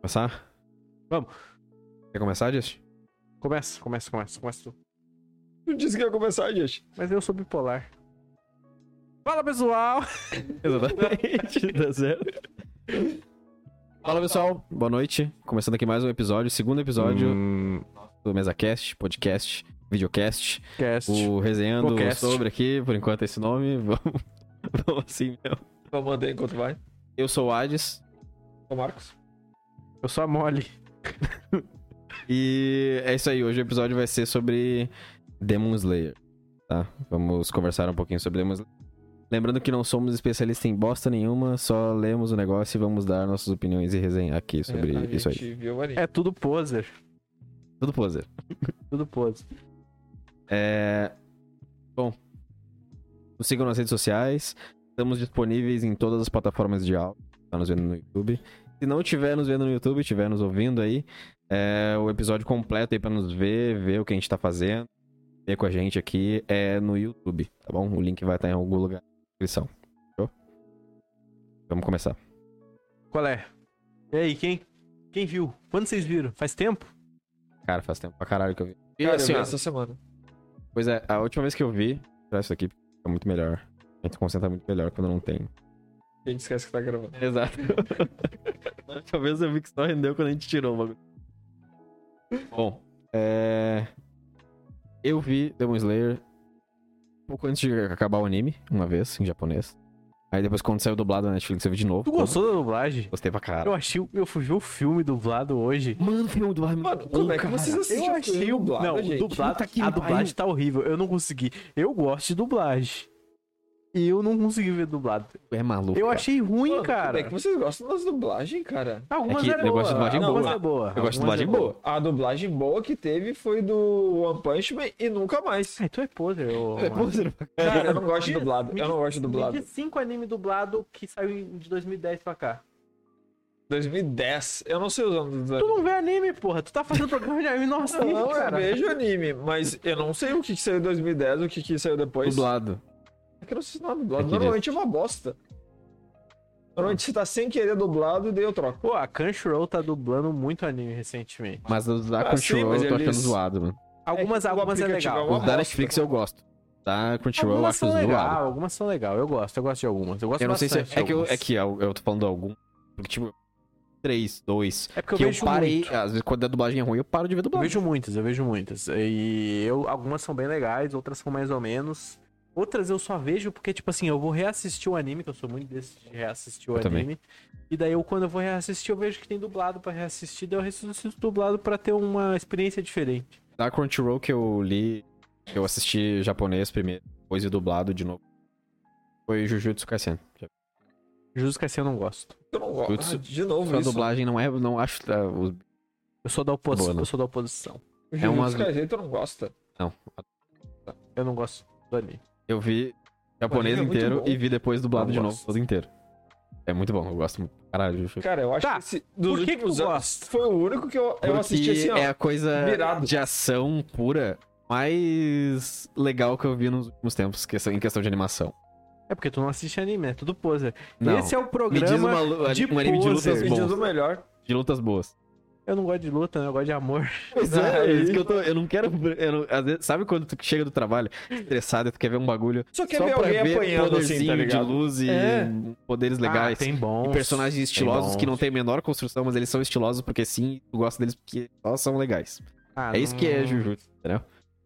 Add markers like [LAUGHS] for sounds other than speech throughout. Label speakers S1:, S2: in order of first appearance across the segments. S1: Começar?
S2: Vamos.
S1: Quer começar, Just?
S2: Começa, começa, começa, começa tu.
S1: Eu disse que ia começar, Just.
S2: Mas eu sou bipolar. Fala pessoal!
S1: Exatamente, tá certo. Fala, pessoal. Boa noite. Começando aqui mais um episódio, segundo episódio
S2: Hum,
S1: do MesaCast, podcast, videocast.
S2: cast.
S1: O Resenhando
S2: Podcast.
S1: sobre aqui, por enquanto é esse nome. [LAUGHS] Vamos, vamos assim mesmo.
S3: Vamos manter enquanto vai.
S1: Eu sou o Ades
S3: Ô, É Marcos.
S2: Eu sou a Molly.
S1: e é isso aí. Hoje o episódio vai ser sobre Demon Slayer, tá? Vamos conversar um pouquinho sobre Demon Slayer. Lembrando que não somos especialistas em bosta nenhuma, só lemos o negócio e vamos dar nossas opiniões e resenhar aqui sobre
S3: É, a
S1: isso aí.
S3: gente viu o anime.
S2: É tudo poser.
S1: Tudo poser.
S2: Tudo poser.
S1: É... Bom, nos sigam nas redes sociais. Estamos disponíveis em todas as plataformas de áudio. Tá nos vendo no YouTube. Se não estiver nos vendo no YouTube, estiver nos ouvindo aí, é, o episódio completo aí pra nos ver, ver o que a gente tá fazendo, ver com a gente aqui é no YouTube, tá bom? O link vai estar em algum lugar na descrição. Fechou? Vamos começar.
S2: Qual é? E aí, quem? Quem viu? Quando vocês viram? Faz tempo?
S1: Cara, faz tempo pra caralho que eu vi. E
S3: Cara, eu
S1: assim,
S3: vi
S1: ó,
S3: essa semana.
S1: Pois é, a última vez que eu vi, traz isso aqui, fica muito melhor. A gente se concentra muito melhor quando não tem.
S3: A gente esquece que tá gravando.
S1: Exato. [LAUGHS] Na última vez eu vi que só rendeu quando a gente tirou o bagulho. Bom, é... Eu vi Demon Slayer um pouco antes de acabar o anime, uma vez, em japonês. Aí depois quando saiu dublado na Netflix eu vi de novo.
S2: Tu gostou da dublagem?
S1: Gostei pra caralho.
S2: Eu achei. Eu fui ver o filme dublado hoje.
S1: Mano, filme dublado é muito
S3: Mano,
S1: bom,
S3: como é que
S1: cara.
S3: vocês assistiram?
S2: o
S3: dublado,
S2: Não,
S3: gente?
S2: dublado.
S1: Puta que
S2: a dublagem
S1: pariu.
S2: tá horrível. Eu não consegui. Eu gosto de dublagem. E eu não consegui ver dublado.
S1: É maluco,
S2: Eu
S1: cara.
S2: achei ruim,
S3: Mano,
S2: cara.
S3: Como é que vocês gostam das dublagens, cara?
S2: Algumas
S1: É que
S2: é,
S1: eu
S2: boa.
S1: gosto de dublagem
S2: algumas
S3: boa.
S2: é boa.
S1: Eu gosto de
S2: algumas
S1: dublagem
S2: é
S1: boa.
S3: A dublagem boa que teve foi do One Punch Man e
S2: [LAUGHS]
S3: nunca mais.
S2: Ai, tu é poser, ô.
S1: É,
S2: Marcos.
S1: pô, você não-
S3: Cara, eu não gosto de
S2: Me-
S3: dublado.
S2: me
S3: Eu não
S2: diz-
S3: gosto de
S2: Me
S3: dublado.
S2: diz cinco anime dublado que saiu em- de 2010 pra cá.
S3: 2010. Eu não sei os anos dos
S2: Tu
S3: anos.
S2: não vê anime, porra. Tu tá fazendo programa de
S3: [LAUGHS]
S2: anime nossa,
S3: Não, eu
S2: cara.
S3: vejo anime, mas eu não sei o que, que saiu em 2010, o que, que saiu depois.
S1: Dublado.
S3: É que eu não sei se não é dublado.
S1: Aqui
S3: Normalmente é uma bosta. Normalmente você tá sem querer dublado e daí eu troco.
S2: Pô, a Crunchyroll tá dublando muito anime recentemente.
S1: Mas os da
S3: Ah, sim,
S1: Crunchyroll
S3: mas
S1: eu tô achando
S3: eles-
S1: zoado, mano.
S2: Algumas,
S3: tipo, o
S2: algumas é
S3: aplicativo
S2: legal.
S3: é uma
S1: Os da
S3: bosta,
S1: Netflix eu gosto. Da Crunchyroll eu
S2: Algumas
S1: acho
S2: são
S1: zoado.
S2: legal, algumas são legal. Eu gosto, eu gosto de algumas. Eu gosto
S1: Eu não sei se é,
S2: bastante de
S1: é que eu,
S2: algumas.
S1: é que eu, eu tô falando algum. Porque, tipo, 3, 2.
S2: É porque eu
S1: que
S2: vejo
S1: eu parei.
S2: muito.
S1: Às vezes, quando a dublagem é ruim, eu paro de ver
S2: Eu
S1: dublagem.
S2: vejo muitas, eu vejo muitas. E eu, algumas são bem legais, outras são mais ou menos. Outras eu só vejo porque, tipo assim, eu vou reassistir o anime, que eu sou muito desse de reassistir o
S1: Eu também.
S2: anime. E daí eu, quando eu vou reassistir, eu vejo que tem dublado pra reassistir, daí eu ressuscito dublado pra ter uma experiência diferente.
S1: Da Crunchyroll que eu li, que eu assisti japonês primeiro, depois e dublado de novo. Foi Jujutsu Kaisen.
S2: Justo que assim eu não gosto.
S3: Eu não gosto.
S1: Putz,
S3: Ah, de novo
S1: A
S3: isso.
S1: dublagem não é. Não acho. tá, os-
S2: Eu sou da oposição.
S1: Boa, né?
S2: Eu sou da oposição.
S3: Jujutsu
S1: É umas-
S3: Kaisen, tu não gosta.
S1: Não.
S2: Eu não gosto do anime.
S1: Eu vi japonês
S3: é muito
S1: inteiro
S3: bom.
S1: e vi depois dublado
S3: Eu
S1: de novo
S3: gosto.
S1: todo inteiro. É muito bom, eu gosto muito. Caralho, Jujutsu.
S3: Cara, eu acho
S2: Tá,
S3: que esse, dos
S2: Por que, que tu
S3: últimos anos
S2: gosta?
S3: foi o único que eu, eu
S1: Porque
S3: assisti assim, ó.
S1: é a coisa
S3: virado.
S1: de ação pura mais legal que eu vi nos últimos tempos, que- em questão de animação.
S2: É porque tu não assiste anime, é tudo poser.
S1: Não.
S2: Esse é o
S1: Me diz
S2: programa.
S1: uma lu-
S2: de
S1: um anime de
S2: poser.
S1: lutas
S3: Me diz um-
S1: bons.
S3: o melhor.
S1: De lutas boas.
S2: Eu não gosto de luta, né? eu gosto de amor.
S1: Pois
S3: é, é isso que
S1: eu não quero. sabe quando tu chega do trabalho estressado e tu quer ver um bagulho
S3: Só quer ver alguém apanhando assim, tá
S1: de
S3: ligado?
S1: luz e
S3: É.
S1: poderes legais.
S2: Ah, tem
S1: E
S2: bons.
S1: personagens estilosos
S2: bons.
S1: que não tem a menor construção, mas eles são estilosos porque sim, tu gosta deles porque só são legais.
S2: Ah,
S1: é isso que é
S2: não-
S1: Jujutsu, entendeu?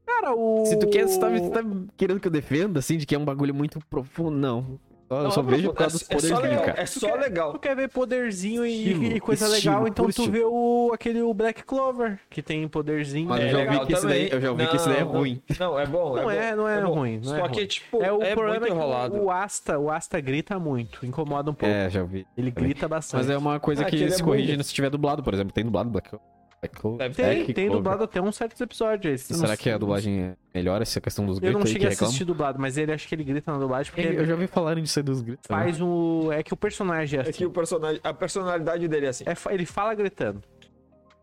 S2: Cara, o.
S1: Se tu quer, se tá, se tá querendo que eu defenda, assim, de que é um bagulho muito profundo, não. Só- Eu
S3: Não,
S1: só
S3: é
S1: vejo
S3: profundo,
S1: por causa
S3: é-
S1: dos
S3: é
S1: poderes
S3: só
S1: dele,
S3: legal,
S1: cara.
S3: É só
S2: Tu
S3: legal.
S2: quer ver poderzinho e-
S1: Estilo,
S2: e, coisa
S1: estilo,
S2: legal, então
S1: curte.
S2: tu vê o, aquele o Black Clover, que tem poderzinho.
S1: Mas
S3: É
S1: eu já
S3: legal
S1: ouvi que esse daí,
S3: também.
S1: eu já ouvi que esse daí é
S3: Não,
S1: ruim.
S3: Não, é bom.
S2: Não é,
S3: bom,
S2: não é
S3: bom.
S2: ruim, não é
S3: Só
S2: ruim.
S3: que, tipo,
S2: É, o
S3: é
S2: problema
S3: muito
S2: é que
S3: enrolado.
S2: o Asta, o Asta grita muito, incomoda um pouco.
S1: É, já ouvi.
S2: Ele grita bastante.
S1: Mas é uma coisa
S3: Ah,
S1: que
S3: aquele
S1: se
S3: é
S1: corrige
S3: bom.
S1: se tiver dublado, por exemplo. Tem dublado Black Clover? Black Clover?
S3: Deve ter.
S2: Tem,
S1: Black
S2: tem
S1: Clover.
S2: dublado até uns certos episódios.
S1: E Será que a dublagem é melhor essa questão dos
S2: Eu
S1: gritos
S2: não
S1: aí que
S2: cheguei a
S1: reclamam?
S2: assistir dublado, mas ele acho que ele grita na dublagem porque
S1: Eu já ouvi falarem disso aí dos gritos. né?
S2: faz um. É que o personagem é
S3: É que
S2: assim.
S3: o personagem, a personalidade dele é assim.
S2: É fa- ele fala gritando.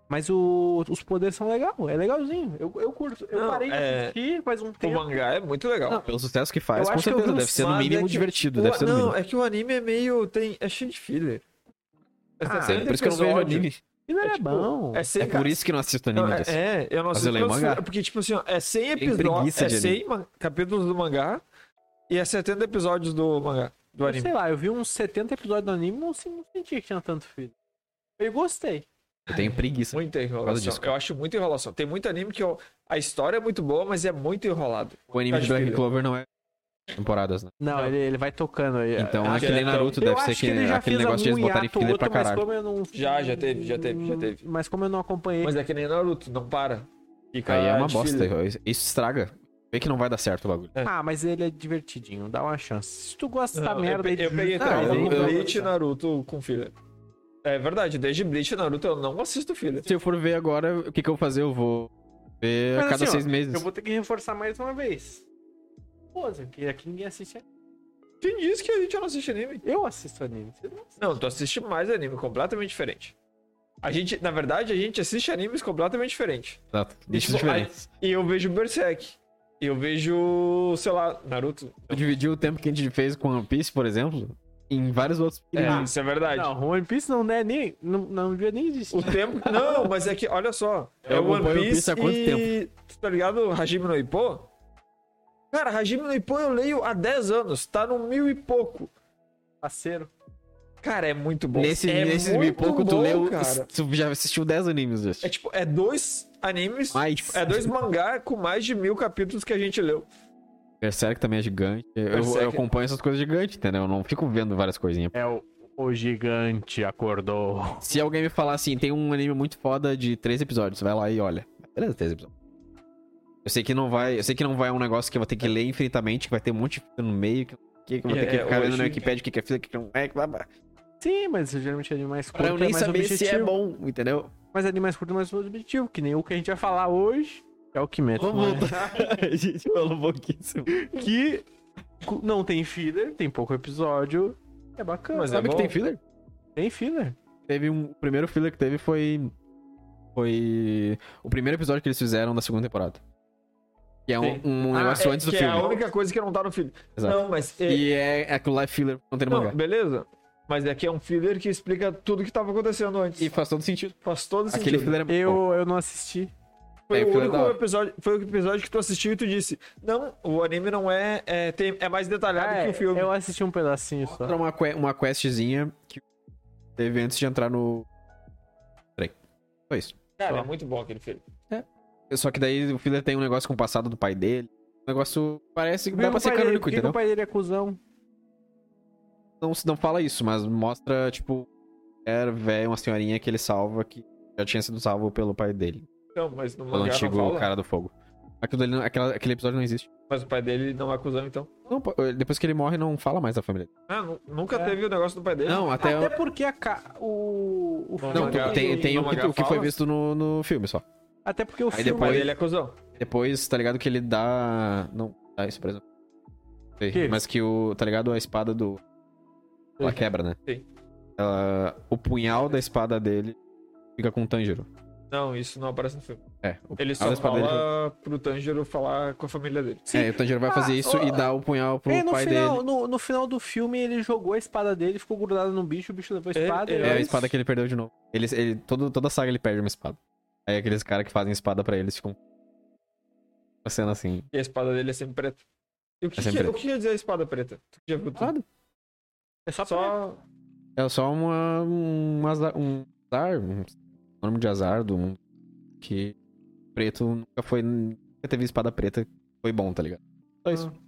S2: Mas o- os poderes são legal, é legalzinho. Eu, eu curto. Eu
S3: Não,
S2: parei de
S3: é-
S2: assistir faz um
S3: O
S2: tempo.
S3: mangá é muito legal.
S1: Não, pelo sucesso que faz,
S2: Eu
S1: com
S2: acho que eu vi
S1: certeza.
S2: uns
S1: Deve ser no
S3: Mas é
S1: mínimo
S3: que
S1: divertido.
S3: o-
S1: Deve ser no
S3: Não,
S1: mínimo.
S3: é que o anime é meio. Tem, é cheio de filler.
S2: Ah,
S3: Tem
S1: por isso que eu não vejo
S3: episódio.
S1: anime.
S2: Filler é,
S3: É, tipo,
S2: bom.
S3: É, sem,
S1: É por isso que não assisto
S3: Não,
S1: anime
S3: é,
S1: disso.
S3: é, eu não
S1: Mas
S3: sei
S1: eu leio
S3: quantos-
S1: mangá.
S3: é Porque, tipo assim, ó, é 100
S1: Tem preguiça
S3: episódios. É
S1: de
S3: 100 man- capítulos do mangá e é 70 episódios do mangá, do
S2: Eu
S3: anime.
S2: Sei lá, eu vi uns 70 episódios do anime e não, se- não senti que tinha tanto filler. Eu gostei.
S1: Eu tenho preguiça.
S3: Muita
S1: é causa
S3: enrolação.
S1: disso, cara.
S3: Eu acho muita enrolação. Tem muito anime que eu- a história é muito boa, mas é muito enrolado.
S1: O anime
S3: Tá
S1: de Black
S3: difícil.
S1: Clover não é temporadas, né?
S2: Não,
S3: Não.
S2: Ele, ele vai tocando aí.
S1: Então
S2: Eu
S1: é
S2: acho-
S1: que nem
S3: diretão.
S1: Naruto,
S2: eu
S1: deve ser
S2: acho
S1: que
S2: ele já
S1: aquele
S2: fez
S1: negócio de eles
S2: algum
S1: botarem
S2: hiato,
S1: filler pra
S2: outro, mas
S1: caralho.
S2: como eu não...
S3: Já, já teve, já teve, já teve.
S2: Mas como eu não acompanhei...
S3: Mas é que nem Naruto, não para. Fica
S1: Aí é uma
S3: Ah, de
S1: bosta.
S3: filler.
S1: Isso estraga. Vê que não vai dar certo o bagulho.
S2: Ah, mas ele é divertidinho, dá uma chance. Se tu gosta
S3: Não,
S2: dessa merda aí
S3: eu,
S2: de- é
S3: pe- eu peguei
S2: Não,
S3: trauma
S1: eu-
S3: com
S1: eu-
S3: Bleach e Naruto com filler. É verdade, desde Bleach e Naruto eu não assisto filler.
S1: Se eu for ver agora, o que, que eu vou fazer? Eu vou ver
S2: Mas
S1: a cada
S2: assim, ó,
S1: seis meses.
S3: né?
S2: Eu vou ter que reforçar mais uma vez. Pô, Zé, que aqui ninguém assiste anime.
S3: Quem diz que a gente não assiste anime?
S2: Eu assisto anime. Você não assiste.
S3: Não, tu assiste mais anime, completamente diferente. A gente, na verdade, a gente assiste animes completamente diferentes.
S1: Exato. Bichos
S3: tipo,
S1: diferentes.
S3: E eu vejo Berserk. E eu vejo, sei lá, Naruto.
S1: Eu dividi o tempo que a gente fez com One Piece, por exemplo, em vários outros
S3: É,
S1: pequenininhos.
S3: isso é verdade.
S2: Não, One Piece não é nem. Não, não devia nem existir.
S3: O tempo. Não, mas é que, olha só.
S1: Eu
S3: é One
S1: acompanho
S3: Piece,
S1: One Piece há quanto
S3: e... Tu tá ligado? Hajime no Ippo? Cara, Hajime no Ippo eu leio há 10 anos. Tá no mil e pouco.
S2: Parceiro.
S3: Cara, é muito bom.
S1: nesse
S3: é
S1: nesse
S3: muito
S1: meio pouco, tu
S3: bom,
S1: leu.
S3: Cara.
S1: Tu já assistiu 10 animes, Just.
S3: É tipo, é dois animes.
S1: Mas.
S3: É dois mangá com mais de mil capítulos que a gente leu.
S1: Berserk também é gigante. Eu,
S3: Berserk-
S1: eu acompanho essas coisas gigantes, entendeu? Eu não fico vendo várias coisinhas.
S2: É o, o gigante acordou.
S1: Se alguém me falar assim, tem um anime muito foda de três episódios, vai lá e olha. Beleza, três episódios. Eu sei que não vai, eu sei que não vai é um negócio que eu vou ter que ler infinitamente, que vai ter um monte de fita no meio, que, que eu vou ter que
S3: É,
S1: ficar lendo
S3: hoje-
S1: no Wikipedia o que que é fita, o que que não é, que blá, blá.
S2: [LAUGHS] Sim, mas geralmente anime mais curto.
S1: Pra eu
S2: é
S1: nem
S2: mais
S1: saber se é
S2: objetivo.
S1: bom,
S3: [LAUGHS]
S1: entendeu?
S2: Mas anime mais curto é mais objetivo, que nem o que a gente vai falar hoje. que É o Kimetsu.
S1: Vamos
S2: né?
S1: voltar.
S3: É,
S1: a gente
S3: um
S1: falou pouquíssimo.
S2: [LAUGHS] Que cu- não tem filler, tem pouco episódio. É bacana.
S3: Mas é
S1: Sabe que
S3: bom.
S1: tem filler?
S2: Tem filler.
S1: Teve um. O primeiro filler que teve foi. Foi. O primeiro episódio que eles fizeram da segunda temporada. Que é um,
S2: Sim.
S1: um
S3: Ah,
S1: negócio
S3: é,
S1: antes do
S3: que
S1: filme.
S3: É a única coisa que não tá no filme.
S1: Exato.
S3: Não, mas. é-
S1: E é aquilo lá é filler não tem no
S3: não,
S1: mangá.
S3: beleza. Mas aqui é um filler que explica tudo que tava acontecendo antes.
S1: E faz todo sentido.
S3: faz todo
S1: Aquele
S3: sentido.
S1: filler é muito bom.
S2: Eu, eu não assisti.
S3: Foi
S1: É,
S3: o
S1: filler da
S3: único
S1: hora.
S3: episódio, foi o episódio que tu assistiu e tu disse: Não, o anime não é. É, tem- é mais detalhado que o filme.
S2: Ah, Eu assisti um pedacinho só.
S1: Era uma, que- uma questzinha que teve antes de entrar no. Peraí. Foi isso.
S3: Cara, é muito bom aquele filme.
S1: Só que daí o filler tem um negócio com o passado do pai dele. O negócio parece que dá
S2: Por que
S1: pra
S2: o
S1: ser
S2: pai dele-
S1: canônico,
S2: por que que
S1: entendeu?
S2: o pai dele é cuzão?
S1: não, não fala isso, mas mostra, tipo, era velho, uma senhorinha que ele salva que já tinha sido salvo pelo pai dele.
S3: Não, Então, mas no
S1: Pelo
S3: mangá não
S1: antigo
S3: fala.
S1: cara do fogo. Aquilo dele não- aquela- aquele episódio não existe.
S3: Mas o pai dele não é acusão, então.
S1: Não, pô, depois que ele morre, não fala mais da família. dele.
S3: Ah, nu- nunca
S2: É.
S3: teve o negócio do pai dele.
S1: Não, até.
S2: Até porque a ca... o... o filme-
S1: Não,
S3: No mangá-
S1: tem, tem
S3: no
S1: o, que,
S3: mangá
S1: o que foi
S3: fala?
S1: visto no, no filme só.
S2: Até porque o
S1: Aí
S2: filme...
S3: o pai
S1: depois-
S3: dele é acusão.
S1: Depois, tá ligado que ele dá. Não, dá isso, por exemplo. Sei,
S2: Que?
S1: Mas que o. Tá ligado? A espada do. Ela quebra, né?
S3: Sim.
S1: Ela- o punhal da espada dele fica com o Tanjiro.
S3: Não, isso não aparece no filme.
S1: É, o
S3: Ele
S1: punhal
S3: só
S1: da espada dele-
S3: fala pro Tanjiro falar com a família dele.
S1: É, o Tanjiro vai fazer
S2: Ah,
S1: isso
S2: ó,
S1: e dá o punhal pro
S2: Ei, É, no,
S1: pai
S2: final,
S1: dele.
S2: no, no final do filme ele jogou a espada dele, ficou grudado no bicho, o bicho levou a
S3: É,
S2: espada.
S3: é,
S2: ele-
S1: É a espada que ele perdeu de novo. Ele, ele, todo, toda a saga ele perde uma espada. Aí aqueles caras que fazem espada pra eles ficam. Uma cena assim.
S3: E a espada dele é sempre preta. E o que,
S1: É sempre
S3: que-
S1: preta. Ah,
S3: o que quer dizer a espada preta? Tu já viu tudo?
S1: Nada.
S2: É
S1: tá
S2: só, pra...
S3: Só.
S1: É só uma, um azar. Um azar. Um nome de azar do mundo. Que preto nunca foi. Nunca teve espada preta. Foi bom, tá ligado? Só isso.
S2: Ah.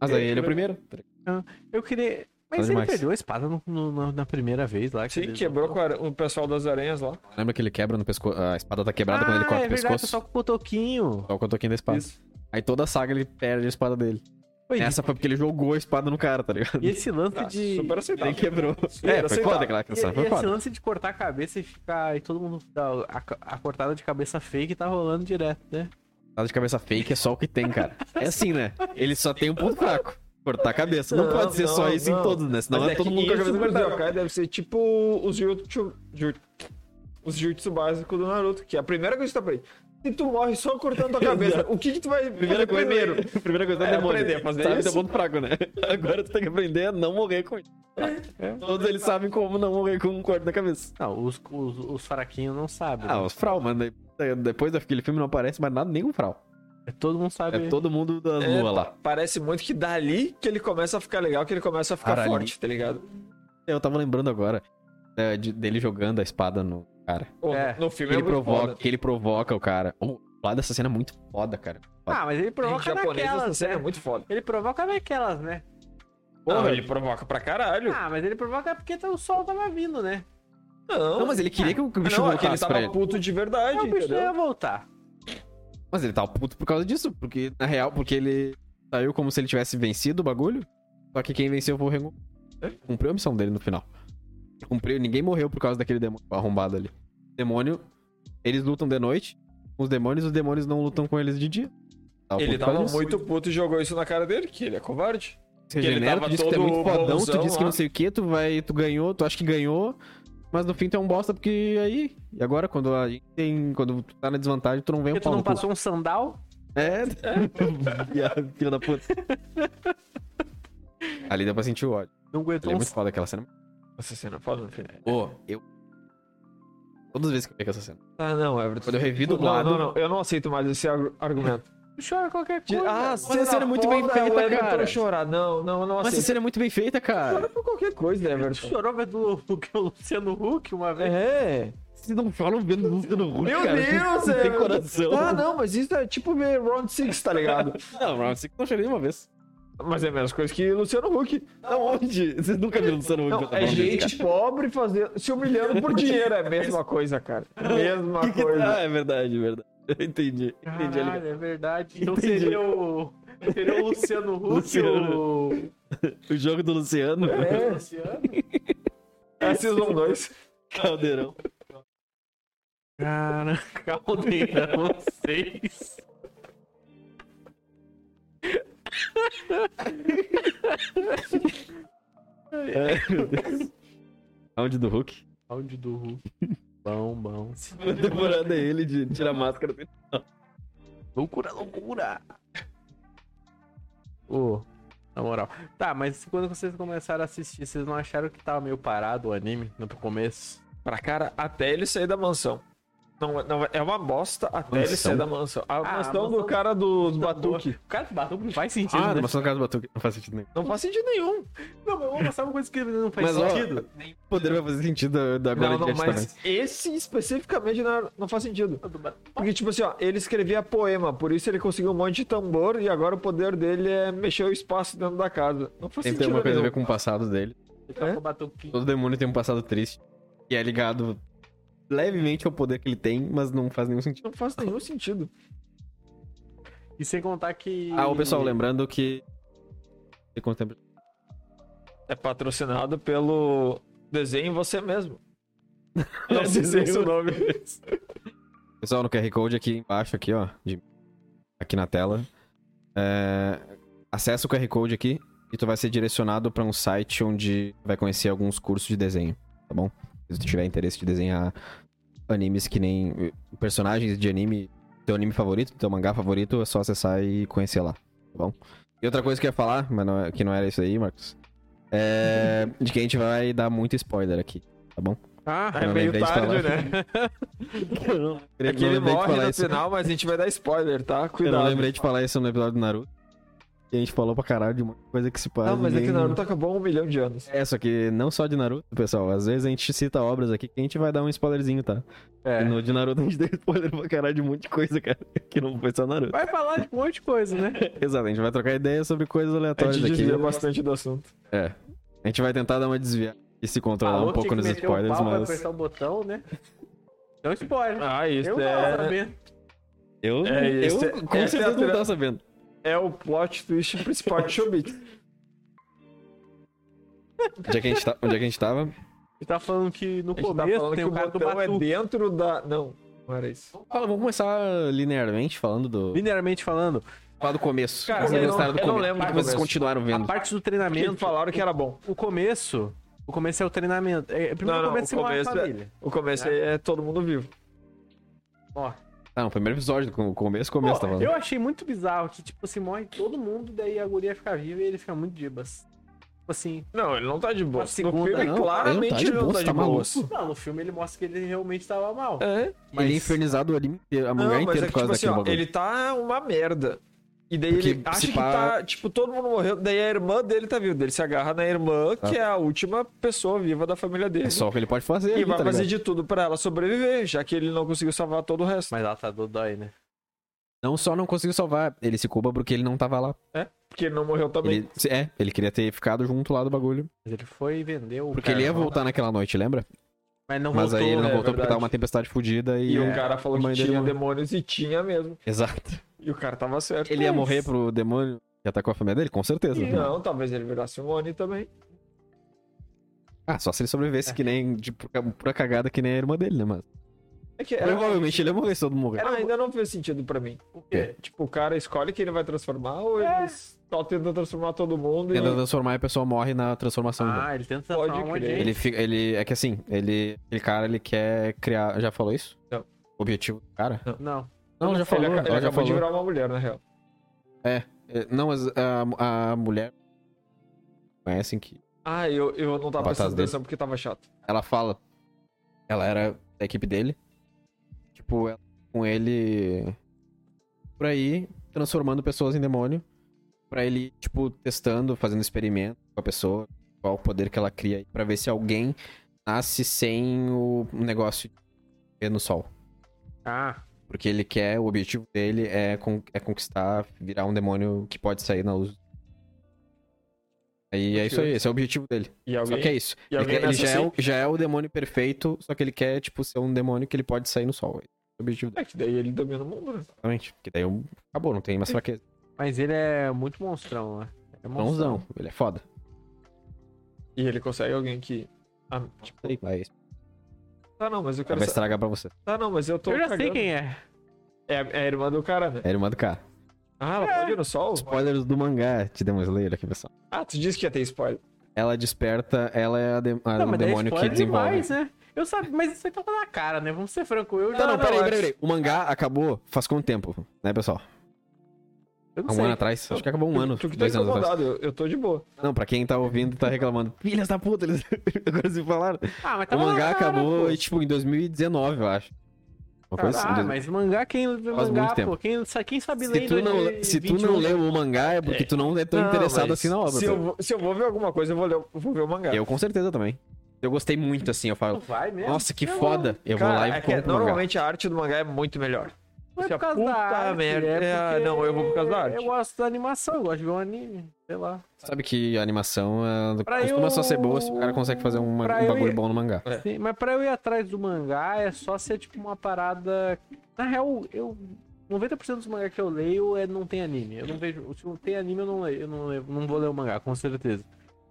S1: Mas aí ele é o primeiro. tá ligado?
S2: Eu queria...
S1: Tá
S2: Mas ele
S1: demais.
S2: perdeu a espada no- no- na- na primeira vez lá. que
S3: Sim,
S2: ele-
S3: quebrou com a- o pessoal das aranhas lá.
S1: Lembra que ele quebra no pescoço. A espada tá quebrada
S2: ah,
S1: quando ele corta
S2: é
S1: o
S2: verdade,
S1: pescoço?
S2: só com o cotoquinho.
S1: Só o toquinho da espada.
S3: Isso.
S1: Aí toda a saga ele perde a espada dele.
S2: Oi,
S1: Essa foi porque ele jogou a espada no cara, tá ligado?
S2: E
S3: [LAUGHS]
S2: esse lance
S3: Ah,
S2: de...
S3: Super aceitável.
S1: Ele quebrou.
S3: Super
S1: É, [LAUGHS] foi
S3: aceitável.
S1: foda aquela canção,
S2: tá- E, assim,
S1: foi
S2: e esse
S1: foda.
S2: lance de cortar a cabeça e ficar. E todo mundo dá a, ca- a cortada de cabeça fake tá rolando direto, né?
S1: Nada de cabeça fake é só o que tem, cara. É assim, né? Ele só tem um ponto fraco. Cortar a cabeça. Não,
S3: Não,
S1: pode ser só
S3: não,
S1: isso em
S3: não.
S1: todos, né? Senão
S3: Mas
S1: é todo mundo com a
S3: isso
S1: cabeça
S3: pros
S1: cortada.
S3: yokai deve ser tipo os jutsu, ju- os jutsu básicos do Naruto, que é a primeira coisa que tu aprende. se tu morre só cortando
S1: [LAUGHS]
S3: tua cabeça, o que que tu vai
S1: [LAUGHS] Primeira
S3: fazer
S1: coisa, é
S3: primeiro?
S1: primeira coisa
S3: É, aprender a fazer
S1: sabe
S3: isso.
S1: teu ponto fraco, né? [LAUGHS] Agora tu tem que aprender a não morrer com isso. É. Todos eles sabem como não morrer com um corte na cabeça.
S2: Não, os, os, os fraquinhos não sabem.
S1: Ah, os Frau, mano. daí- Depois daquele filme não aparece mais nada, nem o Frau.
S2: né? Todo mundo sabe.
S1: É todo mundo da
S3: É,
S1: lua lá.
S3: Parece muito que dali que ele começa a ficar legal, que ele começa a ficar
S1: Cara, ali-
S3: forte, tá ligado?
S1: Eu tava lembrando agora é, de- dele jogando a espada no cara.
S3: Pô,
S2: É,
S3: no
S1: Que
S3: filme
S1: ele,
S3: é muito
S1: provoca,
S3: foda.
S1: que ele provoca o cara. Oh, o lado dessa cena é muito foda, cara.
S2: Ah, mas ele
S3: Em
S2: provoca
S3: japonês, essa
S2: naquelas,
S3: cena
S2: né?
S3: é muito foda.
S2: Ele provoca naquelas, né?
S3: Porra, ele provoca pra caralho.
S2: Ah, mas ele provoca porque o sol tava vindo, né?
S1: Não, mas ele queria que o Ah, que o bicho
S3: não, é que ele É,
S1: voltasse pra
S3: tava
S1: ele.
S3: puto de
S2: Aí
S1: É,
S3: verdade,
S2: o bicho
S3: entendeu?
S2: ia voltar.
S1: Mas ele tava puto por causa disso, porque, na real, porque ele saiu como se ele tivesse vencido o bagulho. Só que quem venceu foi o Rengoku. Cumpriu a missão dele no final. Cumpriu, ninguém morreu por causa daquele demônio arrombado ali. Demônio, eles lutam de noite. com Os demônios, os demônios não lutam com eles de dia.
S3: Ele
S1: puto por causa
S3: tava
S1: disso.
S3: muito é um puto e jogou isso na cara dele, que ele é covarde.
S1: Se
S3: que ele
S1: regenera,
S3: tava
S1: tu disse que tu é
S3: todo
S1: muito fodão, tu
S3: bobozão
S1: disse que
S3: lá.
S1: não sei o que, tu vai, tu ganhou, tu acha que ganhou, mas no fim tu é um bosta, porque aí, e agora quando a gente tem, quando tu tá na desvantagem, tu não vem um
S2: Porque tu
S1: pau
S2: não
S1: no cu.
S2: passou um sandal?
S1: [LAUGHS] É. é. Filha da puta. Ali deu pra sentir o ódio.
S2: Não
S1: Ali
S2: aguentou
S1: é
S2: um
S1: muito foda aquela cena.
S3: Essa cena é foda no filme.
S1: Pô, eu. Todas as vezes que eu pego essa cena.
S3: Ah, não, Everton.
S1: Quando eu revi
S3: Não,
S1: dublado.
S3: não, não, eu não aceito mais esse argu- argumento.
S2: Tu chora qualquer
S3: De-
S2: coisa.
S3: ah,
S2: mano.
S1: essa cena é muito bem
S3: foda,
S1: feita,
S3: o Everton
S1: cara.
S3: chorar. Não, não, eu não
S1: Mas essa
S3: aceito.
S1: cena é muito bem feita,
S3: Chora
S1: cara.
S3: por qualquer coisa, né,
S2: Tu
S3: Everton?
S2: chorou pelo pelo Luciano Huck uma vez.
S3: É.
S1: Vocês não falam vendo Lúcio no Hulk,
S3: Meu
S1: cara.
S3: Deus,
S1: não tem
S3: Everton.
S1: coração.
S3: Ah, não, mas isso é tipo ver Round Six, tá ligado?
S1: Não, Round 6 não chorei nenhuma vez.
S3: [LAUGHS] mas é a mesma coisa que Luciano Huck.
S1: Aonde? Vocês nunca viram Luciano Huck
S3: Não,
S1: botar
S3: é
S1: Round Six,
S3: gente pobre fazendo, se humilhando [LAUGHS] por dinheiro. É a mesma coisa, cara. [LAUGHS] Mesma
S1: cara. Que que-
S3: coisa.
S1: Ah, é verdade, é verdade. Eu entendi. Entendi a ligação.
S2: Caralho, é verdade. Então
S1: Entendi.
S2: seria o. Seria o Luciano Huck,
S1: Luciano.
S2: o.
S1: O jogo do Luciano. [LAUGHS]
S3: É,
S2: Luciano?
S3: é a Season 2.
S1: Caldeirão.
S2: Cara, caldeirão 6.
S1: É, meu Deus. Aonde do Hulk?
S2: Áudio do Hulk. Bom, bom.
S1: Segunda temporada é ele de tirar a máscara.
S2: Loucura, loucura. Ô, na moral. Tá, mas quando vocês começaram a assistir, vocês não acharam que tava meio parado o anime no começo?
S3: Pra cara, até ele sair da mansão. Não, não, é uma bosta até ele
S1: Mansão? Ah,
S3: sair da mansão. A mansão do
S2: mansão-
S3: cara dos Batuque.
S2: O cara do Batuque não faz sentido,
S1: Ah,
S2: né?
S1: não, mas só no caso do Batuque. Não faz sentido nenhum.
S3: Não faz sentido nenhum.
S2: Não, mas vamos passar uma coisa que não faz
S1: Mas, ó,
S2: sentido.
S1: nem poder vai fazer sentido eh, da agora
S3: Não,
S1: de né?
S3: não,
S1: diante também.
S3: mas esse especificamente não, não faz sentido. Porque, tipo assim, ó, ele escrevia poema, por isso ele conseguiu um monte de tambor e agora o poder dele é mexer o espaço dentro da casa. Não faz
S1: Tem que ter
S3: sentido
S1: alguma coisa a ver
S3: nenhum.
S1: com o passado dele.
S2: Ficar com o Batuque.
S1: Todo demônio tem um passado triste. E é ligado levemente ao poder que ele tem, mas não faz nenhum sentido.
S3: Não faz nenhum sentido.
S2: E sem contar que.
S1: Ah, o pessoal, lembrando que. Tem quanto tempo?
S3: É patrocinado pelo desenho você mesmo. [LAUGHS] Não sei se é esse o nome.
S1: Pessoal, no QR Code aqui embaixo, aqui, ó. de- Aqui na tela. É... Acessa o QR Code aqui e tu vai ser direcionado pra um site onde vai conhecer alguns cursos de desenho, tá bom? Se tu tiver interesse de desenhar animes que nem... Personagens de anime, teu anime favorito, teu mangá favorito, é só acessar e conhecer lá, tá bom? E outra coisa que eu ia falar, mas não é- que não era isso aí, Marcos, é de que a gente vai dar muito spoiler aqui.
S2: Ah,
S1: Eu
S3: É
S1: não
S3: meio
S1: lembrei de
S3: tarde,
S1: falar. [LAUGHS]
S3: né? É
S1: Eu
S3: que
S1: não
S3: ele
S1: lembrei de
S3: morre
S1: falar
S3: no
S1: isso.
S3: final, mas a gente vai dar spoiler, tá?
S1: Eu
S3: Cuidado.
S1: não lembrei de falar isso no episódio do Naruto. E a gente falou pra caralho de uma coisa que se passa.
S3: Não, mas é que
S1: ninguém-
S3: Naruto acabou há um milhão de anos.
S1: É, só que não só de Naruto, pessoal. Às vezes a gente cita obras aqui que a gente vai dar um spoilerzinho, tá?
S2: É.
S1: E no de Naruto a gente [LAUGHS] deu spoiler pra caralho de um monte de coisa, cara. Que não foi só Naruto.
S2: Vai falar de um monte de coisa, né?
S1: Exato, a gente vai trocar ideia sobre coisas
S3: A
S1: aleatórias
S3: gente
S1: aqui.
S3: desvia bastante do assunto.
S1: É. A gente vai tentar dar uma desviada e se controlar
S3: Ah,
S2: Falou
S1: um
S2: que
S1: pouco
S2: tinha
S1: nos
S2: que meter o
S1: spoilers,
S2: pau pra
S1: mas.
S2: apertar o botão, né? Então, spoiler.
S3: Ah, isso
S2: Eu não,
S3: é...
S2: sabia.
S1: Eu,
S3: É,
S1: eu
S3: esse-
S1: com
S3: essa é a
S1: certeza não
S3: tra-
S1: tava sabendo.
S3: é o plot twist principal de Chobits.
S1: Onde é que a gente, tá... Onde é que a gente tava?
S2: Ele tá falando que no
S3: A gente
S2: começo
S3: tá falando
S2: tem
S3: que
S2: o
S3: o
S2: cara do
S3: botão é
S2: Batuque.
S3: dentro da... Não, não era isso.
S1: Fala, vamos começar linearmente falando do.
S2: Linearmente falando,
S1: Falar do começo.
S3: Cara,
S1: vocês
S3: eu não-
S1: gostaram do
S3: eu não
S1: começo?
S3: lembro
S1: O que
S3: do
S1: vocês
S3: começo.
S1: continuaram
S2: a
S1: vendo?
S2: parte do
S3: Eles
S2: treinamento.
S3: falaram que era bom.
S2: O começo. O começo é o treinamento. É, primeiro
S3: Não, não,
S2: começo
S3: o
S2: é uma
S3: começo é-
S2: família.
S3: O começo é, é todo mundo vivo.
S2: Ó,
S1: Ah, no primeiro episódio, no começo, começo,
S2: Pô,
S1: tá falando.
S2: eu achei muito bizarro que, tipo assim, morre todo mundo, daí a guria fica viva e ele fica muito dibas. Tipo assim,
S3: Não, ele não tá de boa.
S2: A segunda,
S3: no filme,
S1: não.
S3: claramente,
S1: Ele
S3: ele não tá de, boa.
S2: não, no filme ele mostra que ele realmente tava mal.
S3: É.
S1: Mas... Ele é infernizado ali inteiro, a mulher
S3: Não, mas
S1: inteira
S3: é que,
S1: por causa
S3: tipo assim,
S1: daquele
S3: ó,
S1: bagulho.
S3: ele tá uma merda. E daí
S1: Porque
S3: ele acha
S1: se
S3: que
S1: pá-
S3: tá, tipo, todo mundo morreu. Daí a irmã dele tá viva. daí Ele se agarra na irmã, que é a última pessoa viva da família dele.
S1: Tá. É só o que ele pode fazer,
S3: E
S1: ali,
S3: vai
S1: tá
S3: fazer
S1: ligado?
S3: de tudo pra ela sobreviver, já que ele não conseguiu salvar todo o resto.
S2: Mas ela tá dodói, né?
S1: Não só não conseguiu salvar, ele se culpa porque ele não tava lá.
S3: Porque ele não morreu também.
S1: Ele, é, ele queria ter ficado junto lá do bagulho.
S2: Mas ele foi e vendeu o
S1: Porque ele ia
S2: carvão,
S1: voltar naquela noite, lembra?
S2: Mas não
S1: Mas
S2: voltou. né?
S1: aí ele não
S3: é
S1: voltou porque
S3: verdade.
S1: tava uma tempestade fodida e. é,
S3: E um o cara falou
S1: a
S3: que
S1: mãe
S3: tinha
S1: dele morreu.
S3: demônios e tinha mesmo. [LAUGHS]
S1: Exato.
S3: E o cara tava certo.
S1: Ele ia
S3: Mas-
S1: morrer pro demônio que atacou a família dele, com certeza. né?
S3: Não, talvez ele virasse um Oni também.
S1: Ah, só se ele sobrevivesse que nem de pura pura cagada que nem a irmã dele, né, mano?
S3: É que era-
S1: Provavelmente ele ia morrer se todo mundo morrer.
S3: era- um ainda não fez sentido pra mim.
S2: um O quê? É.
S3: Tipo, o cara escolhe quem ele vai transformar ou ele só tenta transformar todo mundo
S1: Tenta
S3: e...
S1: transformar e a pessoa morre na transformação. já.
S2: Ah, ele tenta
S3: Pode
S2: transformar um monte de
S3: crer.
S2: gente.
S1: Ele fica. Ele. É que assim, ele. Aquele cara, ele quer criar. Já falou isso?
S3: Não.
S1: O objetivo do cara?
S2: Não.
S1: Não, já falou.
S3: Ele, aca-
S1: Ela,
S3: ele
S1: já
S3: acabou de um-
S1: falou.
S3: virar uma mulher, na real.
S1: É, Não, mas a, a mulher. Conhecem que.
S3: Ah, eu, eu não tava
S1: Batata
S3: prestando
S1: dele.
S3: atenção porque tava chato.
S1: Ela fala. Ela era da equipe dele. Tipo, ela, com ele. Por aí, transformando pessoas em demônio. Pra ele, tipo, testando, fazendo experimento com a pessoa. Qual o poder que ela cria. Pra ver se alguém nasce sem o negócio de ver no sol.
S2: Ah,
S1: Porque ele quer, o objetivo dele é, con- é conquistar, virar um demônio que pode sair na luz. Aí é isso aí, esse é o objetivo dele.
S3: E alguém...
S1: Só que é isso.
S3: e
S1: Ele,
S3: alguém
S1: quer- ele
S3: nessa
S1: já, é o,
S3: sempre-
S1: já é o demônio perfeito, só que ele quer, tipo, ser um demônio que ele pode sair no sol. Esse é o objetivo dele,
S3: É que daí ele domina o mundo, né?
S1: exatamente. Porque daí um- acabou, não tem mais fraqueza.
S2: mas ele é muito monstrão, né? É monstrão.
S1: Bonzão, ele é foda.
S3: E ele consegue alguém que... Ah, tipo,
S1: Sei, vai,
S3: tá não, mas eu quero...
S1: vai
S3: sa-
S1: estragar pra você.
S3: Tá não, mas eu tô
S2: Eu já sei
S3: cagando.
S2: quem é.
S3: É, a- é a irmã do cara, né?
S1: É a irmã do cara.
S3: Ah,
S2: É.
S3: ela pode ir no sol?
S1: Spoilers do mangá, te demos ler aqui, pessoal.
S3: Ah, tu disse que ia ter spoiler.
S1: Ela desperta, ela é a de- a-
S2: Não,
S1: um
S2: mas
S1: demônio que
S2: spoiler
S1: desenvolve.
S2: demais, né? Eu sabia, mas isso aí tava na cara, né? Vamos ser franco. Eu já
S1: Não, não,
S3: não,
S1: peraí,
S3: mas-
S1: peraí, peraí. O mangá acabou faz quanto tempo, né, pessoal?
S2: eu não
S1: Há um
S2: sei.
S1: ano atrás? Acho que acabou um ano,
S3: Tu que tá
S1: dois anos atrás.
S3: incomodado, eu, eu tô de boa.
S1: Não, pra quem tá ouvindo e tá reclamando. Filhas da puta, eles agora se falaram.
S2: Ah, mas
S1: O
S2: tava na
S1: mangá
S2: cara,
S1: acabou,
S2: pô.
S1: e, tipo, em 2019, eu acho. Uma coisa assim.
S2: Ah,
S1: dois-
S2: mas mangá, quem lê
S1: Faz
S2: mangá,
S1: muito tempo.
S2: pô, quem, sa- quem sabe ler
S1: Se
S2: em
S1: tu, não,
S2: 2021?
S1: se tu não leu o mangá, é porque tu não é tão
S3: Não,
S1: interessado
S3: mas
S1: assim na obra.
S3: Se
S1: tá?
S3: eu, vou- se eu vou ver alguma coisa, eu vou, ler, eu vou ver o mangá.
S1: Eu com certeza também. Eu gostei muito, assim, eu falo.
S2: Vai mesmo.
S1: Nossa, que
S2: É, Eu não-
S1: foda. Eu vou
S3: Cara,
S1: lá
S3: é
S1: e
S3: que
S1: compro o mangá.
S3: normalmente a arte do mangá é muito melhor.
S2: Não é
S3: Essa
S2: por causa
S3: puta
S2: da arte,
S3: merda.
S2: é
S3: É,
S2: porque
S3: não, eu vou por causa da arte.
S2: Eu gosto da animação, eu gosto de ver um anime, sei lá.
S1: Sabe que a animação é...
S2: Pra
S1: costuma só ser boa
S2: eu-
S1: se o cara consegue fazer um,
S2: pra
S1: um
S2: eu
S1: bagulho
S2: ir-
S1: bom no mangá.
S3: É.
S2: Sim, mas pra eu ir atrás do mangá é só ser tipo uma parada. Na real, eu. 90% dos mangá que eu leio é, não tem anime. Eu não vejo. Se não tem anime, eu não leio. Eu não, leio- não vou ler o mangá, com certeza.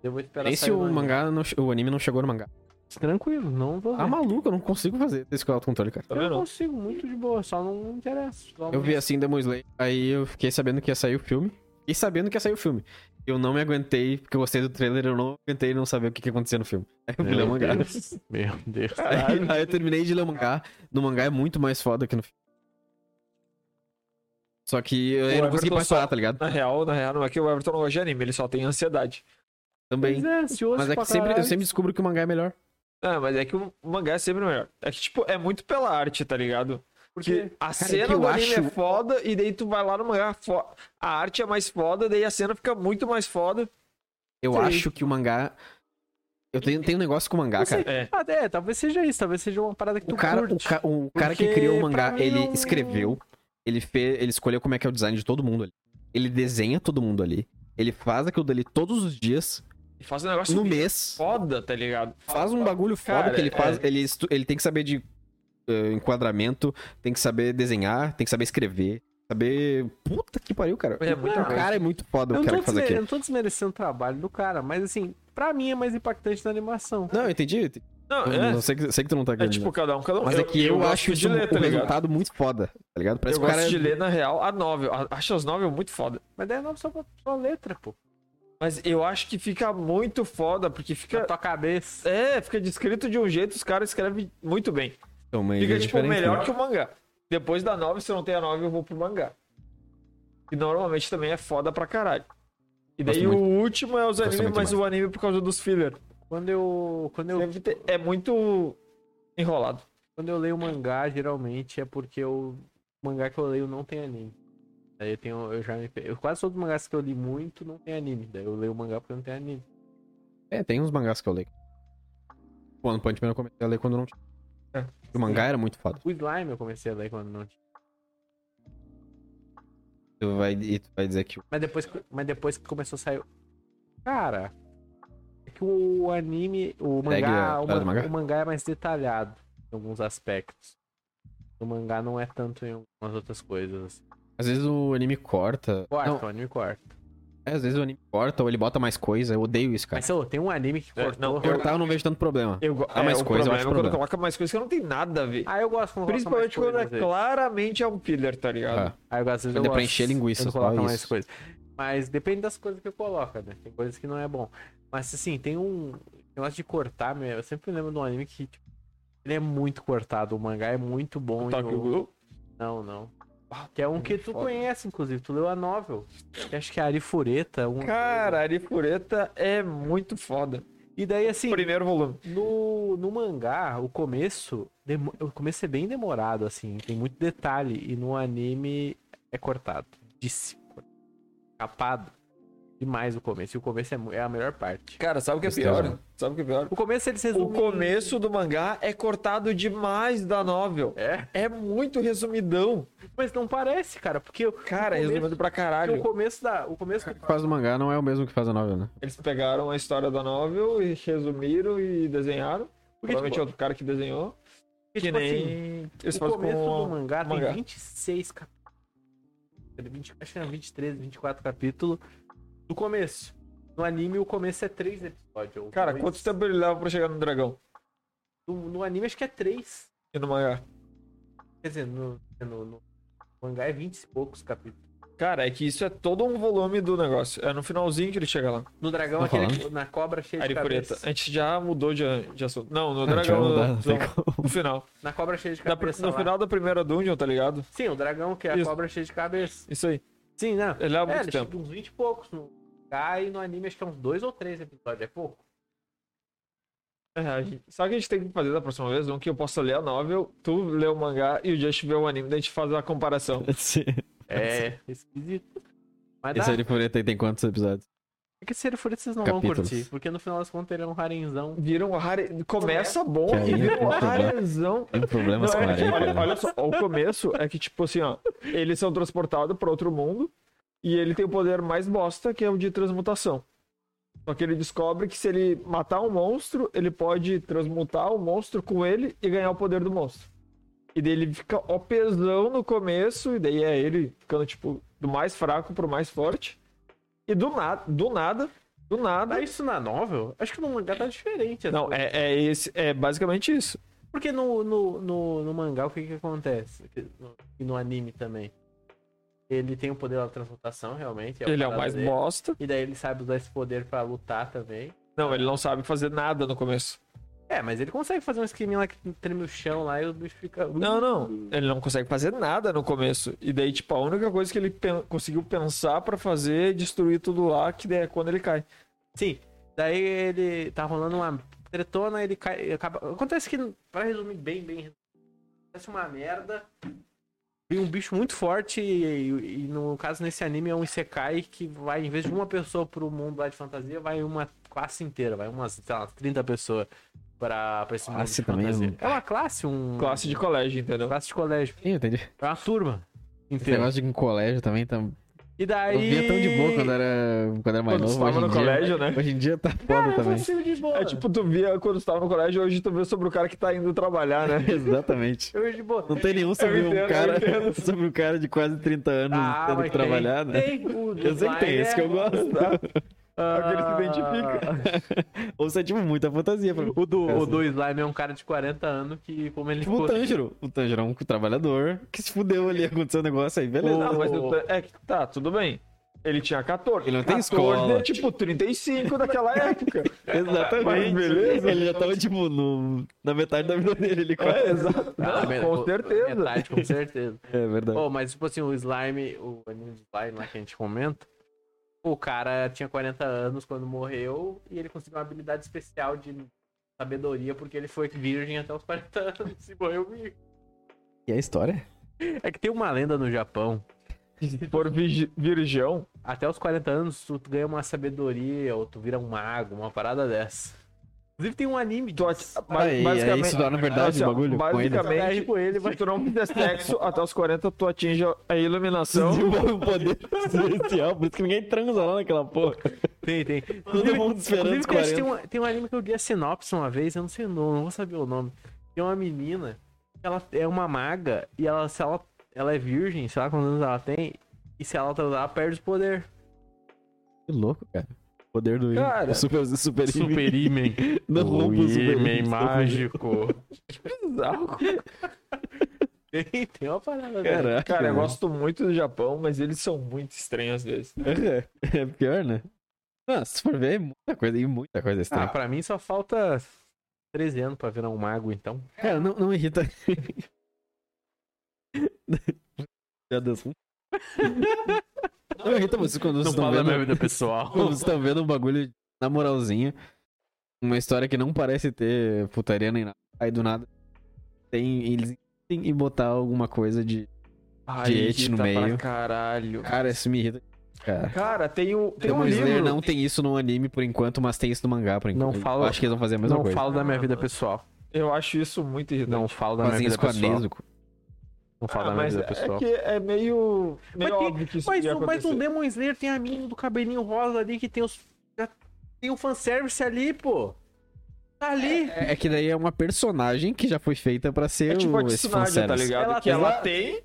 S2: Eu vou esperar
S1: Nem se
S2: sair
S1: o mangá, não- o anime não chegou no mangá.
S2: Tranquilo, não vou ler.
S1: Ah, maluco, eu não consigo fazer esse controle, cara.
S3: Tá
S2: eu
S3: vendo?
S2: consigo, muito de boa, só não interessa. só
S1: Eu
S2: não-
S1: vi assim Demon Slayer, aí eu fiquei sabendo que ia sair o filme. Fiquei sabendo que ia sair o filme. Eu não me aguentei, porque eu gostei do trailer, eu não aguentei não saber o que, que acontecia no filme. [LAUGHS] Aí eu fui ler o
S2: Meu
S1: mangá.
S2: Deus. Meu Deus.
S1: [LAUGHS] Aí, aí eu terminei de ler o mangá. No mangá é muito mais foda que no filme. Só que eu, eu não
S3: Everton
S1: consegui mais
S3: só-
S1: parar, tá ligado?
S3: Na real, na real, não é que o Everton não gosta de anime, ele só tem ansiedade.
S1: Também.
S2: Pois é, ansioso
S1: Mas é
S2: pra
S1: que sempre, eu
S2: caralho.
S1: sempre descubro que o mangá é melhor.
S3: Ah, mas é que o mangá é sempre melhor. É que, tipo, é muito pela arte, tá ligado? Porque a cena
S1: que eu
S3: do anime
S1: acho-
S3: é foda, e daí tu vai lá no mangá, fo- a arte é mais foda, daí a cena fica muito mais foda.
S1: Eu
S2: Sim.
S1: acho que o mangá. Eu tenho, tenho um negócio com o mangá,
S2: Eu sei.
S1: cara.
S3: É.
S2: Ah, é, talvez seja isso, talvez seja uma parada que tu
S1: O cara, o,
S2: curte.
S1: ca- o cara que
S2: Porque,
S1: criou o mangá,
S2: pra
S3: é
S2: mim,
S1: ele
S3: um
S2: não-
S1: escreveu, ele fez, ele escolheu como é que é o design de todo mundo ali. Ele desenha todo mundo ali. Ele faz aquilo dali todos os dias,
S3: E faz um negócio
S1: no mês.
S3: foda, tá ligado?
S1: Faz um bagulho foda
S3: Cara,
S1: que ele
S3: é.
S1: faz. Ele, estu- ele tem que saber de eh, enquadramento, tem que saber desenhar, tem que saber escrever, saber. Puta que pariu, cara.
S3: É muita
S1: o
S3: coisa.
S1: cara é muito foda
S2: Eu
S1: o
S2: não,
S1: cara
S2: tô
S1: que faz aquilo.
S2: desmere- eu não tô desmerecendo o trabalho do cara, mas assim, pra mim é mais impactante na animação.
S1: Não, eu entendi. eu entendi.
S3: Não,
S1: Eu
S3: é,
S1: sei, que, sei que tu não tá
S3: é
S1: acreditando.
S3: tipo, cada um, cada um.
S1: Mas é que eu,
S3: gosto
S1: acho
S3: de
S1: isso
S3: ler,
S1: um
S3: tá ligado?
S1: resultado muito foda, tá ligado? Parece
S3: Eu
S1: que o cara.
S3: gosto de ler, na real, a novel. A- Acho as novel muito foda.
S2: Mas daí é nova só, pra- só letra, pô.
S3: Mas eu acho que fica muito foda, porque
S2: Na
S3: fica.
S2: tua cabeça.
S3: É, fica descrito de um jeito, os caras escrevem muito bem.
S1: Então, mas
S3: Fica,
S1: é
S3: tipo,
S1: diferente, né?
S3: melhor que o mangá. Depois da 9, se eu não tem a 9, eu vou pro mangá. Que normalmente também é foda pra caralho. E daí
S1: Gosto
S3: o último é os
S1: Gosto
S3: animes,
S1: muito
S3: mas
S1: mais.
S3: o anime por causa dos filler.
S2: Quando eu, quando eu,
S3: Sempre te- É muito enrolado.
S2: quando eu leio mangá, geralmente é porque eu- o mangá que eu leio não tem anime. Daí eu tenho, eu já me, pe- eu, quase todos os mangás que eu li muito não tem anime. Daí eu leio o mangá porque não tem anime.
S1: É, tem uns mangás que eu leio. Pô, no Punch Man eu comecei a ler quando não tinha.
S3: É.
S1: O mangá era muito foda.
S2: O slime eu comecei a ler quando não tinha.
S1: Tu vai, e tu vai dizer que.
S2: Mas depois, que- mas depois que começou a sair. Cara, é que o anime, o
S1: Segue
S2: mangá,
S1: a
S2: o,
S1: parada do
S2: man-
S1: mangá?
S2: o mangá é mais detalhado em alguns aspectos. O mangá não é tanto em algumas outras coisas.
S1: Às vezes o anime corta.
S2: Corta,
S1: Não,
S2: o anime corta.
S3: então.
S1: é, às vezes o anime corta ou ele bota mais coisa. Eu odeio isso, cara.
S2: Mas ô, tem um anime que
S3: É,
S2: cortou.
S3: não, eu-
S1: Cortar eu não vejo tanto problema.
S3: Eu go-
S1: Ah, mais coisa, eu
S3: o problema
S1: acho
S3: é quando
S1: problema.
S3: coloca mais coisa que não tem nada a ver.
S2: Ah, eu gosto quando coloca
S3: Principalmente
S2: mais
S3: quando é
S2: coisas, às vezes.
S3: claramente é um filler, tá ligado?
S1: Ah,
S2: Ah, eu gosto, às vezes
S1: Quando
S2: eu
S1: é pra
S2: gosto
S1: encher linguiça,
S2: quando
S1: só
S2: coloca mais
S1: isso.
S2: coisas. Mas depende das coisas que eu coloco, né? Tem coisas que não é bom. Mas assim, tem um negócio de cortar, meu, eu sempre lembro de um anime que tipo, ele é muito cortado, o mangá é muito bom. e
S3: Tokyo
S2: o-
S3: Ghoul.
S2: Não, não. Que é um que tu
S3: foda.
S2: conhece, inclusive, tu leu a novel. Que acho que é Arifureta. Um...
S3: Cara, Arifureta é muito foda.
S2: E daí assim,
S3: Primeiro volume.
S2: No, no mangá, o começo. demo- O começo é bem demorado, assim. Tem muito detalhe. E no anime é cortado. Disse. Capado. Demais o começo. E o começo é, mu- é a melhor parte.
S3: Cara, sabe o que é
S1: Tristeza,
S3: pior?
S1: né?
S3: Sabe o que é pior?
S2: O começo eles
S3: O
S2: resumem.
S3: começo do mangá é cortado demais da novel.
S2: É.
S3: É muito resumidão.
S2: Mas não parece, cara. Porque, o-
S3: Cara, é
S2: começo-
S3: resumido pra
S2: porque o
S3: caralho.
S2: começo da. O começo.
S1: o que faz o mangá não é o mesmo que faz a novela, né?
S3: Eles pegaram a história da novel e resumiram e desenharam.
S2: Porque,
S3: Provavelmente é
S2: tipo,
S3: outro cara que desenhou.
S2: porque,
S3: Que
S2: tipo assim,
S3: nem eles
S2: o
S3: fazem
S2: começo
S3: com
S2: do mangá tem
S3: mangá.
S2: 26 capítulos. 20, acho que é 23, 24 capítulos do começo. No anime, o começo é 3 episódios. ou
S3: Cara,
S2: dois.
S3: quanto tempo ele leva pra chegar no dragão?
S2: No, no anime acho que é 3.
S3: E no mangá?
S2: Quer dizer, no, no, no mangá é 20 e poucos capítulos.
S3: Cara, é que isso é todo um volume do negócio. É no finalzinho que ele chega lá.
S2: No dragão,
S1: Tô
S2: aquele
S1: falando.
S2: que- na cobra cheia de
S3: Arifureta.
S2: cabeça.
S3: A gente já mudou de, de assunto. Não, no
S1: Ah, a gente vai
S3: dragão.
S1: mudar,
S3: no-
S1: não tem
S3: no-
S1: como. [LAUGHS]
S3: no final.
S2: Na cobra cheia de
S3: Na pr-
S2: cabeça.
S3: no
S2: lá.
S3: final da primeira dungeon, tá ligado?
S2: Sim, o dragão que é a
S3: Isso.
S2: cobra cheia de cabeça.
S3: Isso aí.
S2: Sim, não.
S3: Ele leva
S2: É,
S3: muito
S2: ele
S3: tempo.
S2: chega uns 20 e poucos no mangá e no anime acho que é uns 2 ou 3 episódios. É pouco.
S3: É, a gente- Sabe o que a gente tem que fazer da próxima vez? Um que eu possa ler a novel, tu lê o mangá e o Just vê o anime, daí a gente faz a comparação.
S1: Esse,
S2: [LAUGHS] É, esquisito. Mas dá.
S1: esse Arifureta aí tem quantos episódios?
S2: É que se for vocês não vão
S1: Capítulos.
S2: curtir, porque no final das contas ele é um harenzão.
S3: Vira um hare... Começa bom
S1: Que aí
S3: e vira
S1: tem
S3: um
S1: problema.
S3: harezão.
S1: Tem né? problemas
S3: Não,
S1: com
S3: é que, olha,
S1: Arifureta.
S3: olha só, o começo é que, tipo assim, ó, eles são transportados pra outro mundo e ele tem o poder mais bosta, que é o de transmutação. Só que ele descobre que se ele matar um monstro, ele pode transmutar o monstro com ele e ganhar o poder do monstro. E daí ele fica opesão no começo, e daí é ele ficando, tipo, do mais fraco pro mais forte. E do nada, do nada, do
S2: Dá
S3: nada.
S2: isso na novel? Acho que no mangá tá diferente. as
S3: Não,
S2: coisas.
S3: é, é, esse, é basicamente isso.
S2: Porque no, no, no, no mangá o que que acontece? Que- no- E no anime também. Ele tem o poder da transmutação, realmente.
S3: Ele é o
S2: parada
S3: mais
S2: dele.
S3: bosta.
S2: E daí ele sabe usar esse poder pra lutar também.
S3: Não, ele não sabe fazer nada no começo.
S2: É, mas ele consegue fazer um esqueminha lá que treme o chão lá e o bicho fica.
S3: Não, não. Ele não consegue fazer nada no começo. E daí, tipo, a única coisa que ele pen- conseguiu pensar pra fazer é destruir tudo lá, que daí é quando ele cai.
S2: Sim. Daí ele tá rolando uma tretona, ele cai. ele Acaba... Acontece que, pra resumir bem, bem. Acontece uma merda. Vem um bicho muito forte e, e- e no caso nesse anime é um Isekai que vai, em vez de uma pessoa pro mundo lá de fantasia, vai uma classe inteira, vai umas, sei lá, 30 pessoas pra, pra esse
S1: Classe
S2: mundo
S1: também
S2: de
S1: é
S2: fantasia.
S1: um-
S2: É uma classe, um.
S3: Classe de colégio, entendeu? É,
S2: classe de colégio.
S1: Sim, eu entendi.
S2: É uma turma.
S1: Esse
S2: Inteira.
S1: negócio de ir em colégio também tá.
S2: E daí.
S1: Eu via tão de boa quando era, quando era mais
S3: Quando
S1: novo.
S3: estava
S1: hoje em
S3: no
S1: dia-
S3: colégio, né?
S1: Hoje em dia tá
S2: Cara,
S1: foda
S2: eu
S1: também.
S2: consigo de boa.
S3: É tipo, tu via quando tu tava no colégio, hoje tu vê sobre o cara que tá indo
S1: [LAUGHS]
S3: trabalhar, né?
S1: [LAUGHS] Exatamente.
S2: eu de boa.
S1: Não tem nenhum sobre
S3: entendo,
S1: um
S3: eu
S1: cara
S3: entendo.
S1: [LAUGHS]
S3: Ah,
S1: sobre um cara de quase 30 anos tendo
S2: Ah, mas
S1: que trabalhar,
S2: tem,
S1: né?
S2: Tem, é o
S1: [LAUGHS] Eu sei que tem, esse que eu
S3: [LAUGHS]
S1: gosto. [LAUGHS]
S3: aquele é Tá, que identifica.
S1: Ou você é tipo muita fantasia pra mim.
S2: O do, o
S1: Essa.
S2: do Slime é um cara de 40 anos que, como ele
S1: Tipo
S3: assim,
S1: o Tanjiro. O Tanjiro é um trabalhador que se fudeu ali, aconteceu um negócio aí, beleza.
S3: Não, mas o... é que tá, tudo bem. Ele tinha 14.
S1: Ele não tem
S3: 14
S1: escola.
S3: é tipo 35 daquela [LAUGHS] época.
S1: [LAUGHS] Exatamente.
S3: Mas beleza.
S1: Ele já tava, tipo, no... na metade da vida dele. Ele quase.
S3: É, exato.
S2: Ah,
S3: Não,
S2: me-
S3: com certeza.
S2: Metade,
S1: [LAUGHS]
S2: com certeza.
S1: É verdade.
S2: Pô, mas tipo assim, o slime, o anime de slime lá que a gente comenta, o cara tinha 40 anos quando morreu e ele conseguiu uma habilidade especial de sabedoria porque ele foi virgem até os 40 anos e morreu virgem.
S1: E a história?
S2: É que tem uma lenda no Japão,
S1: é,
S3: Se for vigi- virgão,
S2: até os 40 anos tu ganha uma sabedoria ou tu vira um mago, uma parada dessa. Inclusive tem um anime
S3: tu
S2: disso.
S3: ati- ba-
S1: Peraí, é isso lá, na verdade,
S3: assim,
S1: o
S3: ó,
S1: bagulho com ele.
S3: basicamente,
S2: Aí com ele, vai...
S3: Se tu não fizer sexo até os 40, tu atinge a iluminação.
S1: [LAUGHS] Desenvolve um poder celestial, por isso que ninguém transa lá naquela porra.
S2: Tem, tem.
S1: Todo mundo esperando os
S2: Inclusive,
S1: 40.
S2: tem, tem, um, tem um anime que eu li a sinopse uma vez, eu não sei o nome, não vou saber o nome. Tem uma menina, ela é uma maga, e ela, se ela, ela é virgem, sei lá quantos anos ela tem, e se ela transar, ela perde o poder.
S1: Que louco, cara. Poder do
S3: Cara.
S1: o super super,
S3: um
S2: imen.
S1: [LAUGHS] Não rouba o é super imen, [LAUGHS]
S3: Bizarro.
S2: [LAUGHS] tem, tem uma parada dessa.
S1: Caraca.
S3: Cara, eu
S1: [LAUGHS] né?
S3: gosto muito do Japão, mas eles são muito estranhos às vezes.
S1: É, é pior, né? Não, se for ver, é muita coisa, e muita coisa
S2: Ah,
S1: estranha.
S2: pra mim só falta 13 anos pra virar um mago, então.
S1: cara, não, não irrita. [LAUGHS] Meu Deus. Não irrita vocês quando vocês estão vendo...
S2: vida pessoal.
S1: Quando [LAUGHS] vocês estão vendo um bagulho na moralzinha, uma história que não parece ter putaria nem nada, aí do nada tem eles tem que botar alguma coisa de Diete no meio.
S3: caralho.
S1: cara, isso me irrita. Cara,
S3: Cara, tem um, tem
S1: Demon
S3: um
S1: Slayer
S3: livro.
S1: não tem isso no anime por enquanto, mas tem isso no mangá por
S2: Não
S1: enquanto.
S2: fala-
S1: Acho que eles vão fazer a mesma
S2: Não
S1: coisa.
S2: falo da minha vida pessoal.
S3: Eu acho isso muito irritante.
S2: Não falo da minha
S1: Fazem
S2: vida
S1: isso com a
S2: pessoal.
S1: Nezuko.
S2: Não falo da
S3: Ah,
S2: minha
S3: mas
S2: vida
S3: é
S2: pessoal.
S3: que é meio, meio
S2: tem-
S3: óbvio que isso
S2: Mas,
S3: ia
S2: o- mas
S3: acontecer.
S2: um Demon Slayer tem a mina do cabelinho rosa ali que tem os. já Tem o fanservice ali, pô. Tá ali.
S1: É que daí é uma personagem que já foi feita pra ser
S3: É tipo
S1: o-
S3: a
S1: Uh, esse
S3: Tsunadia, tá
S1: fanservice.
S3: ligado?
S2: Ela
S3: que
S2: tem-
S3: ela tem,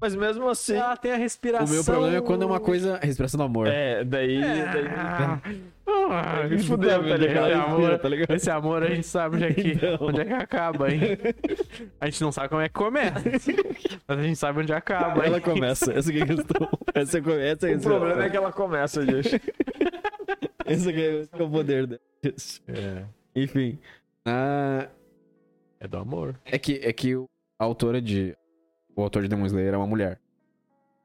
S3: mas mesmo assim...
S2: Ela tem a
S1: O
S2: respiração.
S1: meu problema é quando é uma coisa. Respiração do amor.
S3: É, daí... daí...
S2: Ah, ah,
S3: Me [LAUGHS] fudeu, tá ligado?
S2: Esse
S1: Respira,
S2: amor,
S1: tá ligado?
S2: esse amor a gente sabe onde é que,
S1: Então.
S2: onde é que acaba, hein? A gente não sabe como é que começa. Mas a gente sabe onde acaba, hein?
S1: Ela começa. Essa que é a questão. Essa, é- essa,
S3: [LAUGHS] O problema é que ela começa, gente.
S1: Esse aqui é esse que é o poder dela.
S2: É,
S1: Enfim. Ah,
S2: é do amor.
S1: é que, é que o- a autora de. O autor de Demon Slayer é uma mulher.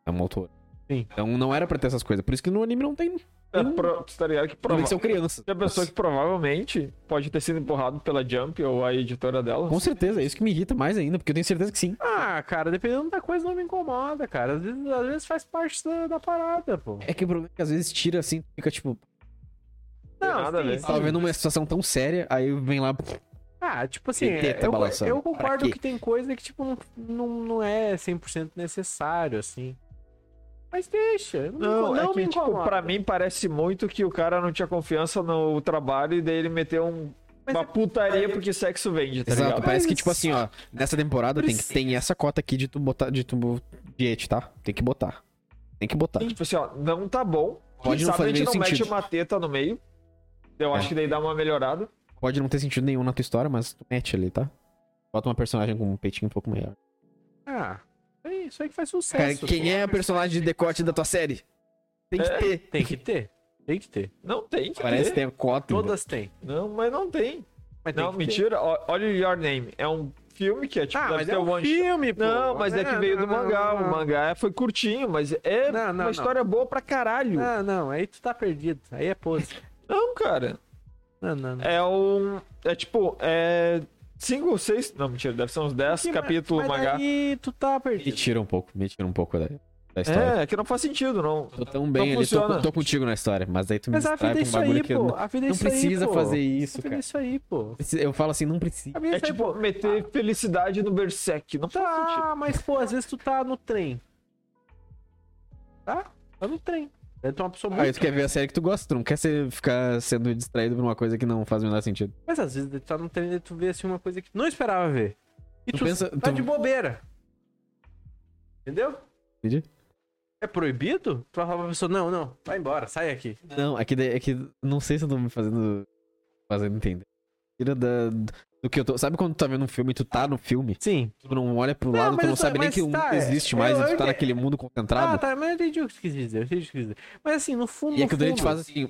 S1: É uma autora.
S2: Sim.
S1: Então não era pra ter essas coisas. Por isso que no anime não tem.
S3: É, pro- tu tá ligado que
S1: Prova...
S3: prova...
S1: que são crianças.
S3: Tem a pessoa que provavelmente pode ter sido empurrado pela Jump ou a editora dela.
S1: Com certeza, é isso que me irrita mais ainda, porque eu tenho certeza que sim.
S2: Ah, cara, dependendo da coisa não me incomoda, cara. Às vezes, às vezes faz parte da, da parada, pô.
S1: É que o problema é que às vezes tira assim, fica tipo,
S3: Tem nada a ver.
S1: tava vendo uma situação tão séria, aí vem lá.
S2: Ah, tipo assim,
S1: Ele tenta
S2: eu,
S1: balançar.
S2: eu
S1: Pra
S2: concordo
S1: quê?
S2: que tem coisa que, tipo, não, não, não é 100% necessário, assim. Mas deixa, eu não, me
S3: Não,
S2: inco- não
S3: é
S2: me
S3: que, tipo,
S2: incomoda.
S3: pra mim parece muito que o cara não tinha confiança no trabalho e daí ele meteu um-
S2: Mas
S3: uma
S2: é-
S3: putaria porque sexo vende, tá
S1: Exato,
S3: ligado?
S1: parece que
S2: Mas-
S1: tipo assim, ó, nessa temporada tem que tem essa cota aqui de tu botar de tu diete, tá? Tem que botar. Tem que botar.
S3: Tipo assim, ó, não tá bom.
S1: Pode
S3: Quem
S1: não
S3: sabe
S1: fazer
S3: a gente
S1: nenhum
S3: não mete
S1: sentido.
S3: uma teta no meio. Eu
S2: É.
S3: acho que daí dá uma melhorada.
S1: Pode não ter sentido nenhum na tua história, mas tu mete ali, tá? Bota uma personagem com um peitinho um pouco maior.
S2: Ah, é isso aí que faz
S1: Cara,
S2: sucesso.
S1: quem é a personagem de decote da tua série? Tem que
S3: É.
S1: ter.
S2: Tem que ter, tem que ter.
S3: Não tem que
S1: Parece
S3: ter.
S1: ter cota.
S2: Todas têm.
S3: Não, mas não tem.
S2: Mas tem
S3: não,
S2: que
S3: mentira. Ó, Olha o Your Name. É um filme que é
S2: Ter.
S3: tipo,
S2: Ah,
S3: deve
S2: mas
S3: ter
S2: é
S3: um
S2: um
S3: one
S2: filme, pô.
S3: Não, mas é que veio do
S2: não,
S3: mangá.
S2: não,
S3: O mangá foi curtinho, mas é
S2: Não, não,
S3: uma
S2: não.
S3: história boa pra caralho.
S2: Não, não, aí tu tá perdido. Aí é pose.
S3: Não, cara.
S2: Não, não, não.
S3: É um. É tipo, é. 5 ou 6. Não, mentira, deve ser uns 10
S2: Sim, mas-
S3: capítulos
S2: mas
S3: mangá.
S2: Aí tu tá
S1: Me
S2: perdido.
S1: tira um pouco, me tira um pouco da, da história.
S3: É, que não faz sentido, não.
S1: Tô tão bem ali, tô,
S3: funciona.
S1: tô contigo na história, mas aí tu me
S2: Mas a
S1: distrai
S2: vida
S1: com
S2: é
S1: um
S2: isso
S1: bagulho
S2: aí,
S1: que
S2: pô.
S1: eu não,
S2: A vida é
S1: não
S2: isso aí,
S1: precisa
S2: pô.
S1: fazer
S2: A
S1: isso,
S2: vida é
S1: cara.
S2: isso aí, pô.
S1: Eu falo assim, não precisa.
S2: A vida
S3: É
S2: isso aí, pô. Ah.
S3: tipo, meter felicidade no Berserk. Não faz sentido.
S2: Tá, mas pô, às vezes tu tá no trem. Tá? Tá no trem. Daí tu é uma pessoa muito.
S1: Aí tu quer ver a série Ah, que tu gosta, tu não quer ser, ficar sendo distraído por uma coisa que não faz o menor sentido.
S2: Mas às vezes tu tá no trem e tu vê assim uma coisa que tu não esperava ver. E
S1: Tu
S2: tu,
S1: pensa- então
S2: tá
S1: tu-
S2: de bobeira. Entendeu?
S1: Entendi.
S2: É proibido? Tu vai falar pra pessoa, não, não, vai embora, sai aqui.
S1: Não, é que, daí- é que não sei se eu tô me fazendo, fazendo entender. Tira da, do que eu tô. Sabe quando tu tá vendo um filme e tu tá no filme?
S2: Sim.
S1: Tu não olha pro lado,
S2: mas
S1: tu
S2: eu
S1: não
S2: tô-
S1: sabe nem
S2: mas
S1: que o mundo
S2: tá,
S1: existe mais,
S2: eu-
S1: e tu tá
S2: eu-
S1: naquele mundo
S2: Ah,
S1: concentrado.
S2: tá, mas eu entendi o que você quis dizer, eu entendi o que você quis dizer. Mas assim, no fundo,
S1: E
S2: no
S1: aquilo dali te
S2: fundo-
S1: faz assim.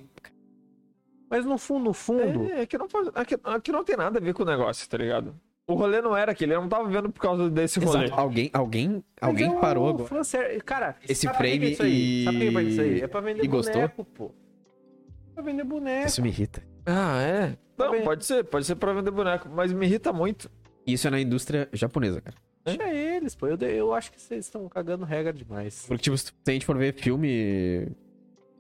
S2: mas no fundo, no fundo,
S3: É, é que não, faz, é que, é que não tem nada a ver com o negócio, tá ligado? O rolê não era aquele, eu não tava vendo por causa desse rolê.
S1: Exato, alguém, alguém,
S2: Mas
S1: alguém
S2: é um
S1: parou agora.
S2: fanservice. Cara,
S1: Esse
S2: sabe pra que
S1: frame
S2: é isso aí?
S1: e-
S2: Sabe pra que é isso aí? É pra vender
S1: e gostou?
S2: boneco, pô. É Pra vender boneco.
S1: Isso me irrita.
S3: Ah, é? Não,
S2: Também.
S3: pode ser, pode ser pra vender boneco, mas me irrita muito.
S1: Isso é na indústria japonesa, cara.
S2: Deixa eles, pô. Eu, de- eu acho que vocês estão cagando regra demais.
S1: Porque, tipo, se a gente for ver filme.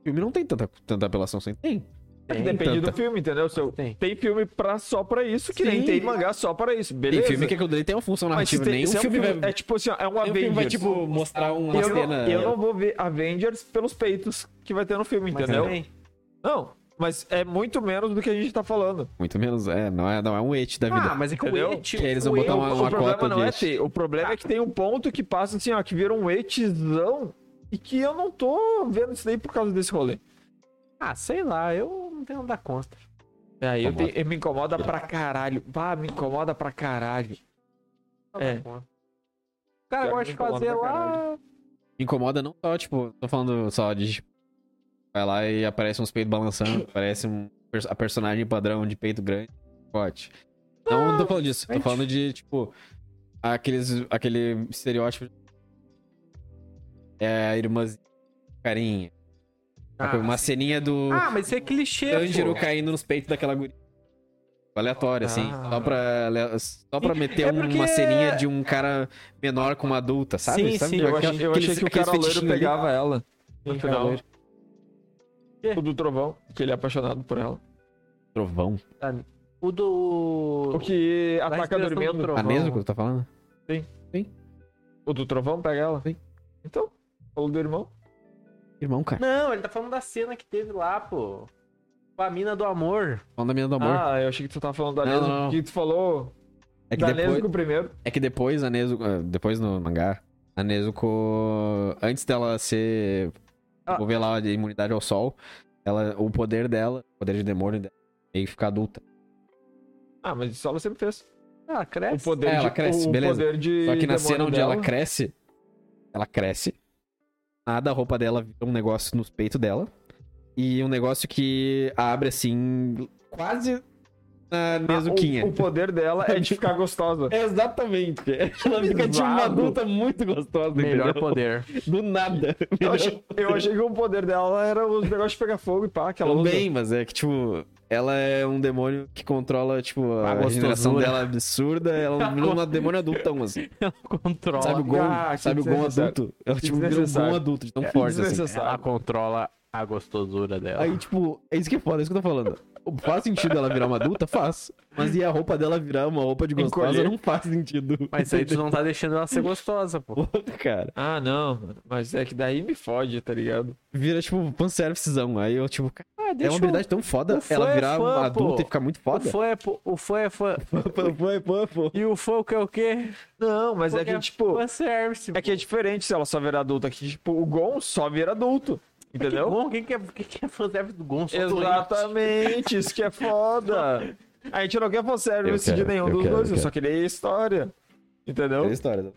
S1: Filme não tem tanta, tanta apelação sem. Tem.
S3: É que
S2: Tem
S3: depende
S1: tanta.
S3: do filme, entendeu? Se eu-
S2: Tem.
S3: Tem filme pra, só pra isso, que nem
S2: Sim.
S3: tem mangá só pra isso,
S1: Tem
S3: beleza?
S1: filme que aquilo dali tem uma função
S3: Mas se
S1: narrativa.
S3: tem-
S1: Nem o
S3: se é um
S1: filme vai.
S3: É tipo assim, ó, é um
S1: nem o filme vai,
S3: Avengers.
S1: tipo, mostrar uma
S3: eu, não,
S1: cena.
S3: eu não vou ver Avengers pelos peitos que vai ter no filme,
S2: Mas
S1: é.
S3: entendeu?
S2: também,
S3: Não, mas é muito menos do que a gente tá falando.
S1: Muito menos. É, não é, não é um et da vida.
S2: Ah, mas é que
S3: Entendeu?
S2: o It,
S1: Que eles
S2: o
S1: vão botar
S2: It-
S1: uma-
S3: o problema
S1: cota
S3: Tipo, não é
S1: de-
S3: ter. O problema é que tem um ponto que passa assim, ó, que vira um etizão e que eu não tô vendo isso daí por causa desse rolê.
S2: Ah, sei lá, eu não tenho nada contra.
S3: É, Aí eu,
S1: Incomoda.
S3: tenho- eu me incomoda pra caralho. Bah, me incomoda pra caralho.
S2: Nada
S3: É.
S2: contra. Cara,
S3: Pior
S2: eu
S3: que
S2: gosto de
S3: me incomoda
S2: fazer
S3: pra
S2: lá.
S1: Me incomoda não só, tipo, tô falando só de. tipo, Vai lá e aparece uns peitos
S3: [COUGHS]
S1: balançando, aparece um, pers- a personagem padrão de peito grande, forte. Não, não tô falando disso, tô
S2: gente.
S1: falando de, tipo, aqueles, aquele estereótipo. de- É a irmãzinha carinha.
S2: Ah,
S1: uma ceninha do
S2: Ah, mas isso é clichê,
S1: Tanjiro
S2: pô.
S1: caindo nos peitos daquela guria. Aleatório, assim.
S3: Ah.
S1: Só pra, le- só pra
S2: Sim,
S1: meter
S2: é
S1: um-
S2: porque-
S1: uma ceninha de um cara menor com uma adulta, sabe?
S2: Sim,
S1: sabe?
S2: sim,
S3: Eu,
S1: Aquela-
S3: achei, eu
S1: aqueles-
S3: achei que o
S1: aqueles
S3: cara loiro
S1: fetiches ali.
S3: pegava ela. No
S1: Sim,
S3: final.
S1: cara loiro.
S3: O do trovão, que ele é apaixonado por ela.
S1: Trovão.
S2: O do.
S3: O que ataca
S2: respiração do
S3: dormindo.
S2: trovão.
S1: A mesma que tu tá falando?
S3: O do trovão pega ela.
S1: Sim.
S3: Então, falou do irmão.
S1: Irmão, cara.
S2: Não, ele tá falando da cena que teve lá, pô. Com a mina do amor.
S1: Falando da mina do amor.
S3: Ah, eu achei que tu tava falando da
S1: Tá Não,
S3: Nesgo.
S1: não, não.
S3: Que tu falou
S1: é, que
S3: da
S1: depois,
S3: Nesgo primeiro.
S1: é que depois a Nezuko. ah, Depois no mangá, a Nezuko. Antes dela ser.
S2: Ah.
S1: Vou ver lá de imunidade ao sol. Ela, o poder dela, o poder de demônio dela, meio que ficar adulta.
S3: Ah, mas isso ela sempre fez.
S2: Ah,
S3: O
S2: cresce.
S3: poder
S1: É, ela
S3: de,
S1: cresce,
S3: o
S1: beleza.
S3: poder de
S1: Só que na
S3: demônio
S1: cena onde
S3: dela,
S1: ela cresce, ela cresce. Nada, a roupa dela vira um negócio nos peitos dela. E um negócio que abre assim, quase na
S3: Ah,
S1: Nezuquinha.
S3: o, o poder dela é de ficar
S2: [LAUGHS]
S3: gostosa.
S1: Exatamente. [LAUGHS] Ela fica tipo uma
S3: Bizarro.
S1: adulta muito gostosa,
S2: Melhor
S1: entendeu?
S2: poder.
S1: Do nada.
S3: Eu achei, eu achei que o poder dela era os negócios de pegar fogo e pá, que ela usa.
S1: Também, mas é que, tipo, ela é um demônio que controla, tipo, a,
S2: A gostosura.
S1: regeneração dela é absurda. Ela [LAUGHS] virou um demônio adultão, assim.
S2: [LAUGHS] Ela controla.
S1: Sabe o Gon?
S3: Ah, que
S1: sabe o Gon
S3: desnecessário.
S1: adulto? Ela,
S3: Que
S1: tipo, virou um
S3: desnecessário.
S1: Gon adulto, de tão
S3: É
S1: forte, assim.
S2: Ela
S3: desnecessário.
S2: controla a gostosura dela.
S1: Aí, tipo, é isso que é foda, é isso que eu tô falando. Faz sentido ela virar uma adulta? Faz. Mas e a roupa dela virar uma roupa de gostosa?
S3: Encolher.
S1: Não faz sentido.
S2: Mas aí tu não tá deixando ela ser gostosa, pô.
S1: Puta, [LAUGHS] cara.
S3: [LAUGHS] Ah, não, mano. Mas é que daí me fode, tá ligado?
S1: Vira, tipo, fanservicezão. Aí eu, tipo, cara,
S2: Ah,
S1: é uma habilidade tão foda
S2: o fã
S1: ela
S2: é
S1: virar
S2: fã,
S1: uma
S2: pô.
S1: adulta e ficar muito
S2: O
S1: foda.
S2: fã é, pô. O fã é fã.
S1: Foi, foi, foi.
S2: E o fã o que é o quê?
S3: Não, mas
S2: Porque
S3: é que, tipo,
S2: Fã service.
S3: é que é diferente se ela só virar adulta. Que, tipo, o Gon só vira adulto. Entendeu?
S2: Gon, quem que é, quem que é fã service do Gon? Só tu lembra.
S3: Exatamente, isso que
S2: [LAUGHS]
S3: é foda. A gente não quer fanservice
S1: Eu
S3: de
S1: quero,
S3: nenhum
S1: eu
S3: dos
S1: quero,
S3: dois,
S1: eu
S3: eu só
S1: quero.
S3: queria história.
S1: É a
S3: Entendeu?
S1: história.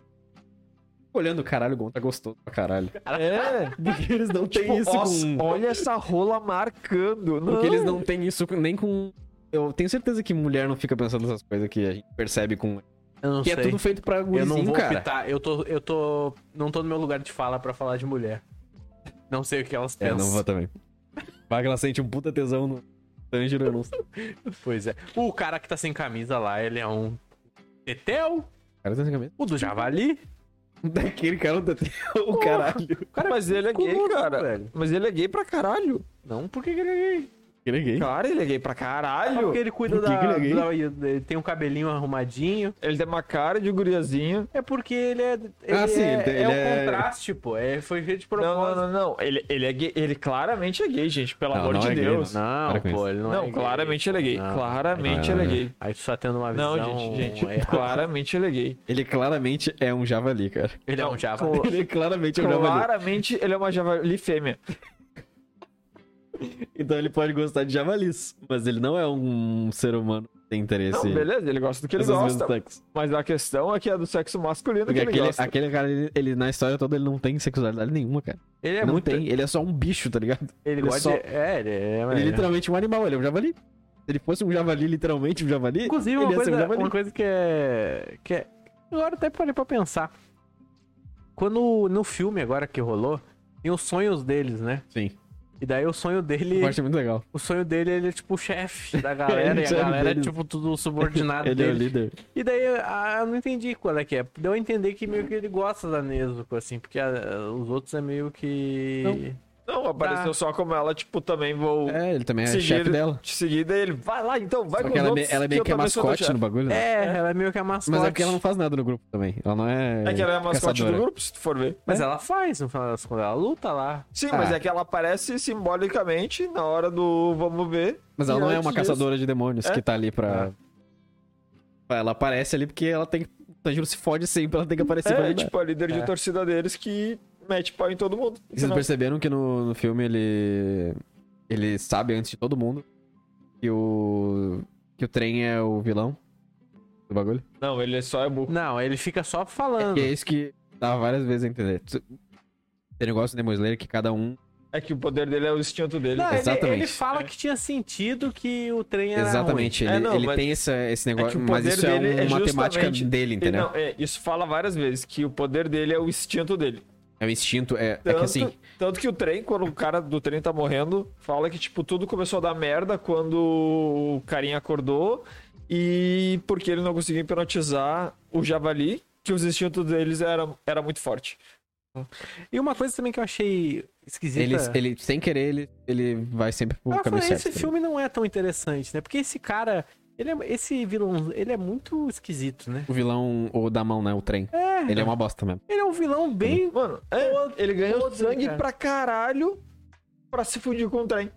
S1: Olhando, caralho, o Gon tá gostoso pra caralho.
S3: É.
S1: [LAUGHS] Porque eles não têm
S3: Tipo,
S1: isso
S3: nossa,
S1: com... um-
S3: olha essa rola marcando. Não.
S1: Porque eles não têm isso com- nem com... Eu tenho certeza que mulher não fica pensando nessas coisas que a gente percebe com...
S2: Eu não
S1: Que é
S2: sei.
S1: tudo feito pra
S2: Eu não
S1: gurizinho,
S2: vou
S1: cara.
S2: optar. Eu tô, eu tô. Não tô no meu lugar de fala pra falar de mulher. Não sei o que elas
S1: É,
S2: pensam.
S1: não vou também. Vai que ela sente um puta tesão no Tanjiro, eu não sei.
S2: Pois é. O cara que tá sem camisa lá, ele é um. Tetel?
S1: O cara tem cabeça.
S2: O do Javali?
S1: Daquele cara não tem [LAUGHS] o caralho.
S3: Cara, mas ele é gay,
S2: culoso,
S3: cara.
S2: velho.
S3: Mas ele é gay pra caralho.
S2: Não, por que que ele é gay?
S1: Ele é gay.
S3: Cara, ele é gay pra
S2: Ah,
S3: caralho.
S2: porque ele cuida
S1: Por que
S2: da,
S1: que ele é
S2: da- Ele tem um cabelinho arrumadinho.
S3: Ele tem uma cara de guriazinha.
S2: É porque ele é. Ele
S1: Ah, sim,
S2: é,
S1: ele tem-
S2: é
S1: ele é-
S2: o contraste, pô. É, foi feito de
S3: Não,
S2: propósito.
S3: não, não, não. Ele, ele é gay. Ele claramente é gay, gente, pelo
S1: Não,
S3: amor
S1: não
S3: de
S1: é gay,
S3: Deus.
S2: Não,
S1: Para com
S2: pô,
S1: isso.
S2: ele não,
S3: não,
S2: é.
S3: claramente ele é gay.
S2: Não.
S3: Claramente
S1: Não,
S3: ele é
S1: não.
S3: gay.
S2: Aí tu tá tendo uma visão.
S3: Não, gente, gente.
S2: [LAUGHS] errada.
S3: Claramente ele é gay.
S1: Ele claramente é um javali, cara.
S2: Ele é um
S3: Não,
S2: Java.
S3: com-
S1: Ele claramente é um javali.
S3: Claramente ele é uma javali fêmea.
S1: Então ele pode gostar de javalis, mas ele não é um ser humano que tem
S3: Não,
S1: interesse
S3: beleza, ele gosta do que ele
S1: nessas mesmas
S3: gosta.
S1: sexos.
S3: Mas a questão é que é do sexo masculino
S1: Porque
S3: que ele
S1: aquele,
S3: gosta.
S1: aquele cara, ele, ele, na história toda, ele não tem sexualidade nenhuma, cara.
S2: Ele é
S1: não
S2: muito.
S1: tem, ele é só um bicho, tá ligado?
S2: Ele,
S1: ele
S2: gosta
S1: só-
S2: de- É, ele é.
S1: Ele é
S2: é.
S1: literalmente um animal, ele é um javali. Se ele fosse um javali, literalmente um javali,
S2: Inclusive,
S1: ele
S2: uma
S1: ia ser um
S2: coisa,
S1: javali.
S2: uma coisa que é. que é. Agora até parei pra pensar. Quando no filme agora que rolou, tem os sonhos deles, né?
S1: Sim.
S2: E daí o sonho dele.
S1: Eu acho muito legal.
S2: O sonho dele ele é tipo o
S1: [LAUGHS]
S2: chefe da galera.
S1: Ele
S2: e a
S1: sabe
S2: galera é
S1: deles. [LAUGHS]
S2: tipo tudo subordinado
S1: Ele é o
S2: dele.
S1: líder.
S2: E daí ah, eu não entendi qual é que é. Deu a entender que meio que ele gosta da Nezuko, assim, porque ah, os outros é meio que.
S3: Não, apareceu só como ela, tipo, também vou
S1: É, ele também é
S3: seguir
S1: chefe dela.
S3: Te seguir daí ele vai lá então, vai
S1: Só
S3: com
S1: que
S3: os
S1: ela, é me-
S3: outros,
S1: ela é meio
S3: eu
S1: que a
S3: também sou teu
S1: mascote
S3: chefe.
S1: no bagulho, né?
S2: É, ela é meio que a mascote.
S1: Mas é porque ela não faz nada no grupo também. Ela não é.
S3: É que ela é a mascote
S1: caçadora.
S3: do grupo, se tu for ver.
S2: Mas
S1: né?
S2: ela faz, no final das contas, ela luta lá.
S3: Sim,
S1: Ah.
S3: mas é que ela aparece simbolicamente na hora do vamos ver.
S1: Mas ela
S3: E
S1: não é
S3: antes
S1: uma
S3: disso-
S1: caçadora de demônios
S3: É?
S1: que tá ali pra. Ela aparece ali porque ela tem que. O Tanjiro se fode sempre, ela tem que aparecer pra
S3: É,
S1: ajudar.
S3: tipo, a líder
S2: É.
S3: de torcida deles que mete pau em todo mundo.
S1: E vocês
S3: Não.
S1: perceberam que no, no filme ele. Ele sabe antes de todo mundo que o. que o trem é o vilão do bagulho?
S3: Não, ele só é burro.
S2: Não, ele fica só
S3: Ah.
S2: falando.
S1: E é isso que dá várias vezes a entender. Tu- Tem negócio do Demon Slayer que cada um.
S3: É que o poder dele é o instinto dele.
S2: Não, ele-
S1: Exatamente.
S2: Ele, fala que tinha sentido que o trem era
S1: Exatamente,
S3: ruim.
S1: ele,
S3: É, não,
S1: ele
S3: mas-
S1: tem essa- esse
S3: É que
S1: negócio.
S3: o
S1: mas
S3: poder
S1: isso é
S3: dele é
S1: uma temática
S3: justamente-
S1: dele, entendeu?
S3: Não, é, isso fala várias vezes, que o poder dele é o instinto dele.
S1: É o instinto, é, é
S3: Tanto,
S1: que assim.
S3: tanto que o trem, quando o cara do trem tá morrendo, fala que, tipo, tudo começou a dar merda quando o carinha acordou e porque ele não conseguiu hipnotizar o javali, que os instintos deles era, era muito forte.
S2: ruim. E uma coisa também que eu achei esquisita.
S1: Ele,
S3: é.
S1: ele, sem querer, ele, ele vai sempre pro
S3: Ah,
S2: Ela falou,
S1: caminho certo.
S2: esse
S1: tá ligado?
S2: filme não é tão interessante, né? Porque esse cara, ele é- esse vilão, ele é muito esquisito, né?
S1: O vilão, o da mão, né? O trem.
S2: É,
S1: Ele é uma bosta mesmo.
S2: ele é um vilão bem.
S3: Mano, é, ele ganhou
S2: Todo,
S3: sangue
S2: cara.
S3: pra caralho pra se fundir com o trem.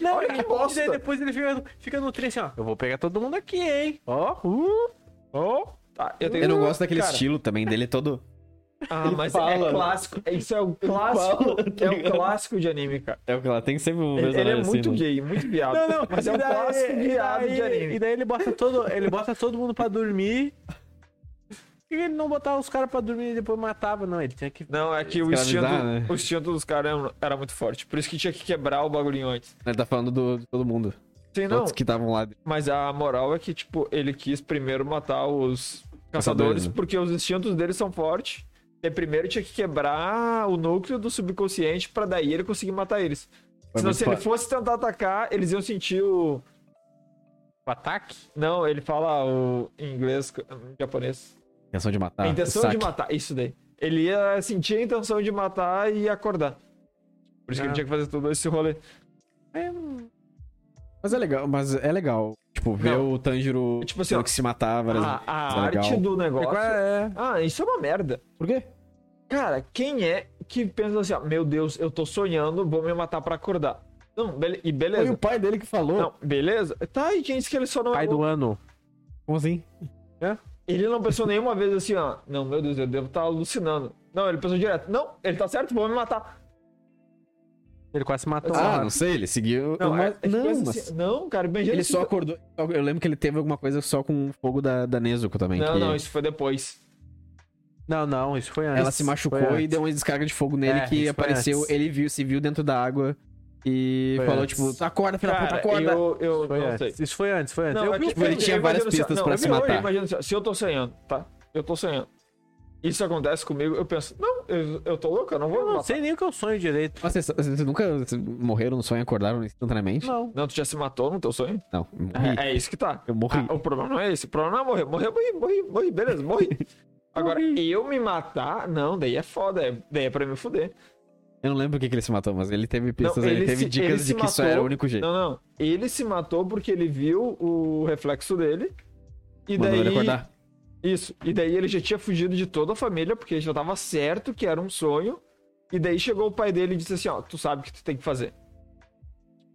S2: Não,
S3: Olha
S2: ele-
S3: que bosta.
S2: e daí depois ele fica, fica no trem assim, ó. Eu vou pegar todo mundo aqui, hein? Ó, uh, ó.
S3: Tá, eu, tenho...
S1: Eu não gosto daquele
S3: Cara,
S1: estilo também dele todo.
S3: Ah, mas
S1: fala,
S3: é
S1: né?
S3: clássico. Isso é um clássico.
S1: fala, tá
S3: é um
S1: ligado?
S3: clássico de anime, cara.
S1: É o que ela tem sempre um
S3: Ele, ele é
S1: personagem assim,
S3: muito
S1: né?
S3: gay, muito viado.
S2: Não, não,
S3: mas é
S2: e
S3: um
S2: daí-
S3: clássico
S2: e
S3: viado
S2: daí-
S3: de anime.
S2: E daí ele bota todo, ele bota todo mundo pra dormir. Por que ele não botava os caras pra dormir e depois matava? Não, ele tinha que.
S3: Não, é que o instinto,
S1: Escravizar, né?
S3: o instinto dos caras era- era muito forte. Por isso que tinha que quebrar o bagulhinho antes.
S1: Ele tá falando do, de todo mundo.
S3: Sim, não.
S1: Todos que estavam lá.
S3: Mas a moral é que, tipo, ele quis primeiro matar os
S1: Caçadores,
S3: caçadores,
S1: né?
S3: porque os instintos deles são fortes. E primeiro tinha que quebrar o núcleo do subconsciente pra daí ele conseguir matar eles.
S1: Foi
S3: Senão,
S1: muito
S3: se ele
S1: fa-
S3: fosse tentar atacar, eles iam sentir o.
S2: O um ataque?
S3: Não, ele fala o em inglês, em japonês.
S1: Intenção de matar.
S3: a intenção
S1: Tá, saque.
S3: de matar, isso daí. Ele ia sentir a intenção de matar e ia acordar. Por isso
S2: Ah.
S3: que ele tinha que fazer todo esse rolê.
S2: É, hum,
S1: Mas é legal, mas é legal. Tipo, ver o Tanjiro
S3: Tipo assim,
S1: tendo
S3: ó. Ah,
S1: que se matar várias
S3: A,
S1: vezes.
S3: a
S1: É
S3: arte
S1: legal.
S3: do
S2: é
S3: negócio.
S2: qual é?
S3: Ah, isso é uma merda.
S1: Por quê?
S3: Cara, quem é que pensa assim, ó, meu Deus, eu tô sonhando, vou me matar pra acordar? Não, bele- e
S1: Foi
S3: beleza.
S1: o pai dele que falou.
S3: Não, beleza. Tá, e quem disse que ele só não.
S2: Pai do ano.
S1: Como assim?
S3: Ele não pensou nenhuma vez assim, ó. Não, meu Deus, eu devo estar alucinando. Não, ele pensou direto. Não, ele tá certo, vou me matar.
S2: Ele quase se matou. um.
S1: ah,
S2: lá.
S1: não sei, ele seguiu.
S3: então, Não,
S1: mas,
S3: é- é
S1: não,
S3: coisa
S1: mas
S3: assim- não cara, imagina.
S1: ele
S3: se-
S1: só acordou. só- Eu lembro que ele teve alguma coisa só com o fogo da, da Nezuko também.
S3: Não,
S1: que
S3: não, isso foi depois.
S2: Não, não, isso foi antes.
S1: Ela se machucou
S2: Foi
S1: e
S2: antes.
S1: deu uma descarga de fogo nele
S2: É,
S1: que
S2: isso foi
S1: apareceu.
S2: antes.
S1: Ele viu, se viu dentro da água e
S2: Foi
S1: falou,
S2: antes.
S1: tipo, acorda, filha da puta,
S3: Cara,
S1: acorda.
S3: eu, eu
S2: Foi
S3: não sei.
S2: antes. Isso foi antes, foi antes.
S3: Não,
S2: eu
S3: é
S2: vi
S3: que,
S2: o
S3: tipo,
S1: ele
S2: filme.
S1: tinha
S3: eu
S1: várias
S3: imagino assim, ó,
S1: pistas
S3: não,
S1: pra
S3: eu
S1: se
S3: vi- eu
S1: matar.
S3: imagino assim, ó, se eu tô sonhando, tá? Eu tô sonhando. Isso acontece comigo, eu penso, não, eu, eu tô louco, eu não vou.
S2: Eu não
S3: matar.
S2: sei nem o que eu sonho direito.
S1: Nossa, vocês, vocês nunca morreram no sonho e acordaram instantaneamente?
S2: Não.
S3: Não, tu já se matou no teu sonho?
S1: Não, eu morri.
S3: É, é isso que tá.
S1: Eu morri.
S3: Ah, o problema não é esse. O problema não é morrer. Morrer, morri, morri, morri,
S1: [LAUGHS]
S3: beleza, morri. Agora, eu me matar, não, daí é foda, é- daí é pra me fuder.
S1: Eu não lembro o que, que ele se matou, mas ele teve pistas,
S3: Não,
S1: ele,
S3: ele
S1: teve
S3: se- ele
S1: dicas
S3: se
S1: de que isso
S3: matou.
S1: era o único jeito.
S3: Não, não. Ele se matou porque ele viu o reflexo dele. E
S1: Mandou
S3: daí.
S1: ele acordar.
S3: Isso. E daí ele já tinha fugido de toda a família, porque ele já tava certo que era um sonho. E daí chegou o pai dele e disse assim, ó, tu sabe o que tu tem que fazer.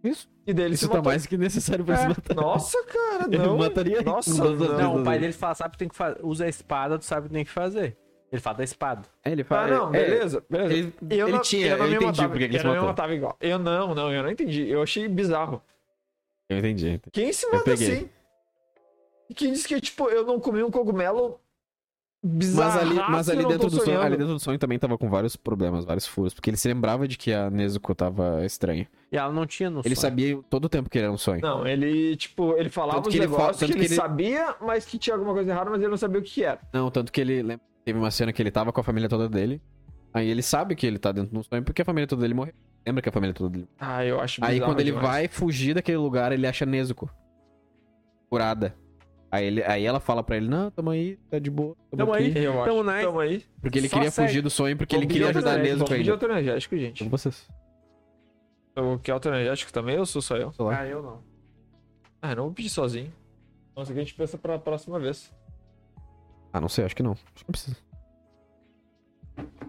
S1: Isso.
S3: E daí ele
S1: Isso
S3: se
S1: tá
S3: matou. É.
S1: mais que necessário pra se matar.
S3: Nossa, cara,
S1: Ele
S3: não.
S1: mataria-
S3: Nossa,
S1: Não,
S3: não.
S1: não.
S2: Não, o pai dele fala, sabe, o que tem que fazer. Usa a espada, tu sabe o que tem que fazer. Ele fala da espada.
S1: É, ele
S3: Ah, não,
S1: é,
S3: beleza, beleza.
S1: ele- ele tinha, eu
S3: me
S1: entendi
S3: matava-
S1: porque que ele
S3: Eu
S1: se
S3: não me
S1: matou.
S3: matava igual. Eu não, não, eu não entendi. Eu achei bizarro.
S1: Eu entendi.
S3: Quem se
S1: Eu
S3: mata
S1: peguei.
S3: assim? Que diz que, tipo, eu não comi um cogumelo
S1: Mas
S3: bizarro.
S1: ali, mas ali, dentro do sonho,
S3: sonhando.
S1: ali dentro do sonho também tava com vários problemas, vários furos. Porque ele se lembrava de que a Nezuko tava estranha.
S2: E ela não tinha noção.
S1: Ele sabia todo o tempo que ele era um sonho.
S3: Não, ele, tipo, ele falava
S1: Tanto
S3: os
S1: que ele fa-
S3: negócios que,
S1: tanto
S3: ele,
S1: que ele-
S3: sabia, mas que tinha alguma coisa errada, mas ele não sabia o que era.
S1: Não, tanto que ele lembra- teve uma cena que ele tava com a família toda dele. Aí ele sabe que ele tá dentro de um sonho porque a família toda dele morreu. Lembra que a família toda dele
S3: Ah, eu acho
S1: Aí
S3: bizarro
S1: quando ele
S3: demais.
S1: vai fugir daquele lugar, ele acha Nezuko. Curada. Aí, ele, aí ela fala pra ele, não, tamo aí, tá de boa. Tamo,
S2: Tamo
S1: aqui."
S2: aí.
S3: Eu acho.
S2: Tamo nice.
S3: Tamo aí.
S1: Porque ele
S2: Só
S1: queria
S2: segue.
S1: fugir do sonho, porque
S3: Vamos
S1: ele
S3: pedir
S1: queria ajudar a Nezuko
S3: outro energético, Vamos pedir
S1: ainda.
S3: outro energético, gente.
S1: Então vocês.
S3: Eu, quer outro energético também ou sou só eu?
S1: Sei lá.
S2: Ah, eu não.
S3: Ah, eu não vou pedir sozinho. Nossa, que a gente pensa pra próxima vez.
S1: Ah, não sei, acho que não. Acho que não precisa.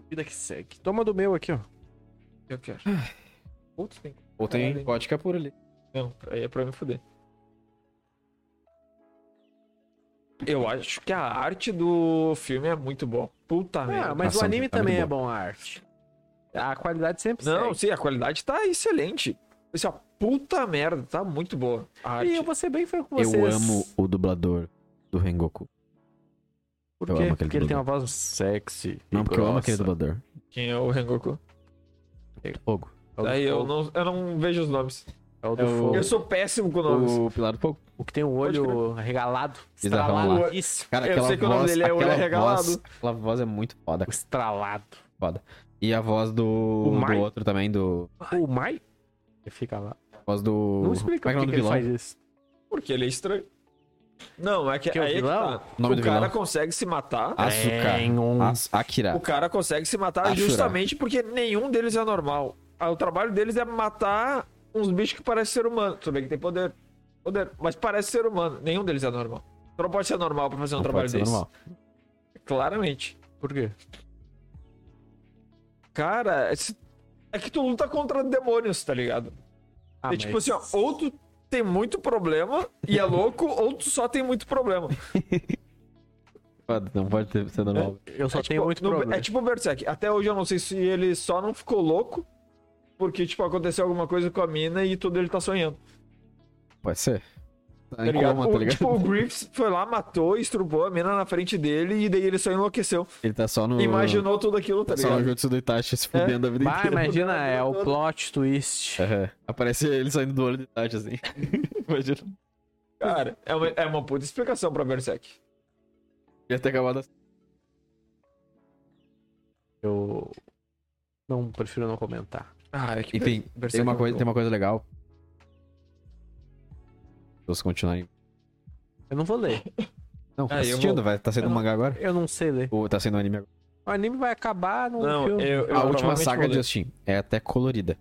S2: Vida que segue. Toma do meu aqui, ó.
S3: Eu quero. Putz, tem.
S1: Ou
S3: Caralho,
S1: É, tem
S3: hein?
S1: gótica por ali.
S3: Não, aí é pra eu me fuder. Eu acho que a arte do filme é muito boa. Puta merda.
S2: Ah, mas o
S1: Nossa,
S2: anime
S1: tá muito
S2: também é
S1: bom.
S2: bom a arte. A qualidade sempre
S3: Não,
S2: segue.
S3: sim, a qualidade tá excelente. Assim, ó, puta merda, tá muito boa. A arte.
S2: E eu vou ser bem franco com vocês.
S1: Eu amo o dublador do Rengoku.
S2: Por
S1: eu
S2: quê?
S1: amo aquele
S2: Porque ele tem uma
S1: dublador.
S2: voz sexy. e
S1: Não, porque eu amo aquele
S2: grossa.
S1: dublador.
S3: Quem é o Rengoku?
S1: Fogo.
S2: É o do
S3: Aí eu
S2: fogo,
S3: não, eu não vejo os nomes.
S2: é o do
S1: eu-
S2: fogo.
S3: Eu sou péssimo com nomes.
S1: Tá O Pilar do Fogo.
S2: O que tem o olho regalado.
S1: Bizarrão lá.
S2: Estralado. Isso.
S1: Cara,
S3: Eu
S1: aquela
S3: sei que o
S1: voz,
S3: nome dele é Olho
S1: aquela
S3: Arregalado.
S1: voz, aquela voz é muito foda.
S2: Estralado.
S1: E a voz do,
S2: O Mai?
S1: do outro também, do...
S2: O Mai? Ele fica lá.
S1: A voz do...
S2: Não explica
S1: Como é
S2: por
S1: que é o nome do
S2: que que ele
S1: vilão?
S2: faz isso.
S3: Porque ele é estranho. Não, é que,
S2: Que é o
S3: aí é que
S2: vilão?
S3: tá.
S1: O nome
S3: o
S1: do
S3: cara
S1: vilão?
S3: consegue se matar.
S1: Asuka.
S2: Tem um-
S1: As- Akira.
S3: É, O cara consegue se matar
S1: Ashura.
S3: justamente porque nenhum deles é normal. Ah, O trabalho deles é matar uns bichos que parecem ser humano. Tudo bem que tem poder. Poder. Mas parece ser humano. Nenhum deles é normal. Tu não pode ser normal pra fazer um
S1: Não
S3: trabalho
S1: pode ser
S3: desse.
S1: normal.
S3: Claramente.
S2: Por quê?
S3: Cara, esse- é que tu luta contra demônios, tá ligado?
S2: Ah,
S3: é
S2: mas-
S3: tipo assim, ó, ou tu tem muito problema e é louco, [LAUGHS] ou tu só tem muito problema.
S1: Foda, Não pode ter- ser normal.
S2: Eu só
S3: é
S2: tenho
S3: tipo,
S2: muito
S3: no-
S2: problema.
S3: É tipo o Berserk. Até hoje eu não sei se ele só não ficou louco, porque, tipo, aconteceu alguma coisa com a mina e tudo ele tá sonhando.
S1: Pode ser. Tá
S3: Tá
S1: em
S3: ligado?
S1: coma, tá
S3: o,
S1: ligado?
S3: tipo, o Griffiths foi lá, matou, estrupou a mina na frente dele e daí ele só enlouqueceu.
S1: Ele tá só no.
S3: Imaginou tudo aquilo, tá
S1: Só no
S3: ligado?
S1: Jutsu do Itachi se fudendo a vida
S2: Vai,
S1: inteira.
S2: imagina, é o plot twist.
S1: Aham. Aparece ele saindo do olho do Itachi assim. Imagina.
S3: Cara, é uma, é uma puta explicação pra Berserk.
S1: Ia ter acabado assim.
S2: Eu não prefiro não comentar.
S3: Ah, é que
S1: Enfim, tem uma, coisa, tem uma coisa legal. Se vocês continuarem.
S2: Eu não vou ler.
S1: Não,
S3: Ah, eu
S1: assistindo,
S3: vou-
S1: vai. Tá sendo
S2: eu
S1: um
S2: não-
S1: mangá agora?
S2: Eu não sei ler.
S1: Ou tá sendo um anime agora?
S2: O anime vai acabar no
S3: Não, é-
S2: filme.
S3: eu, eu
S1: a última
S3: provavelmente
S1: saga
S3: vou
S1: de
S3: ler.
S1: Justin é até colorida.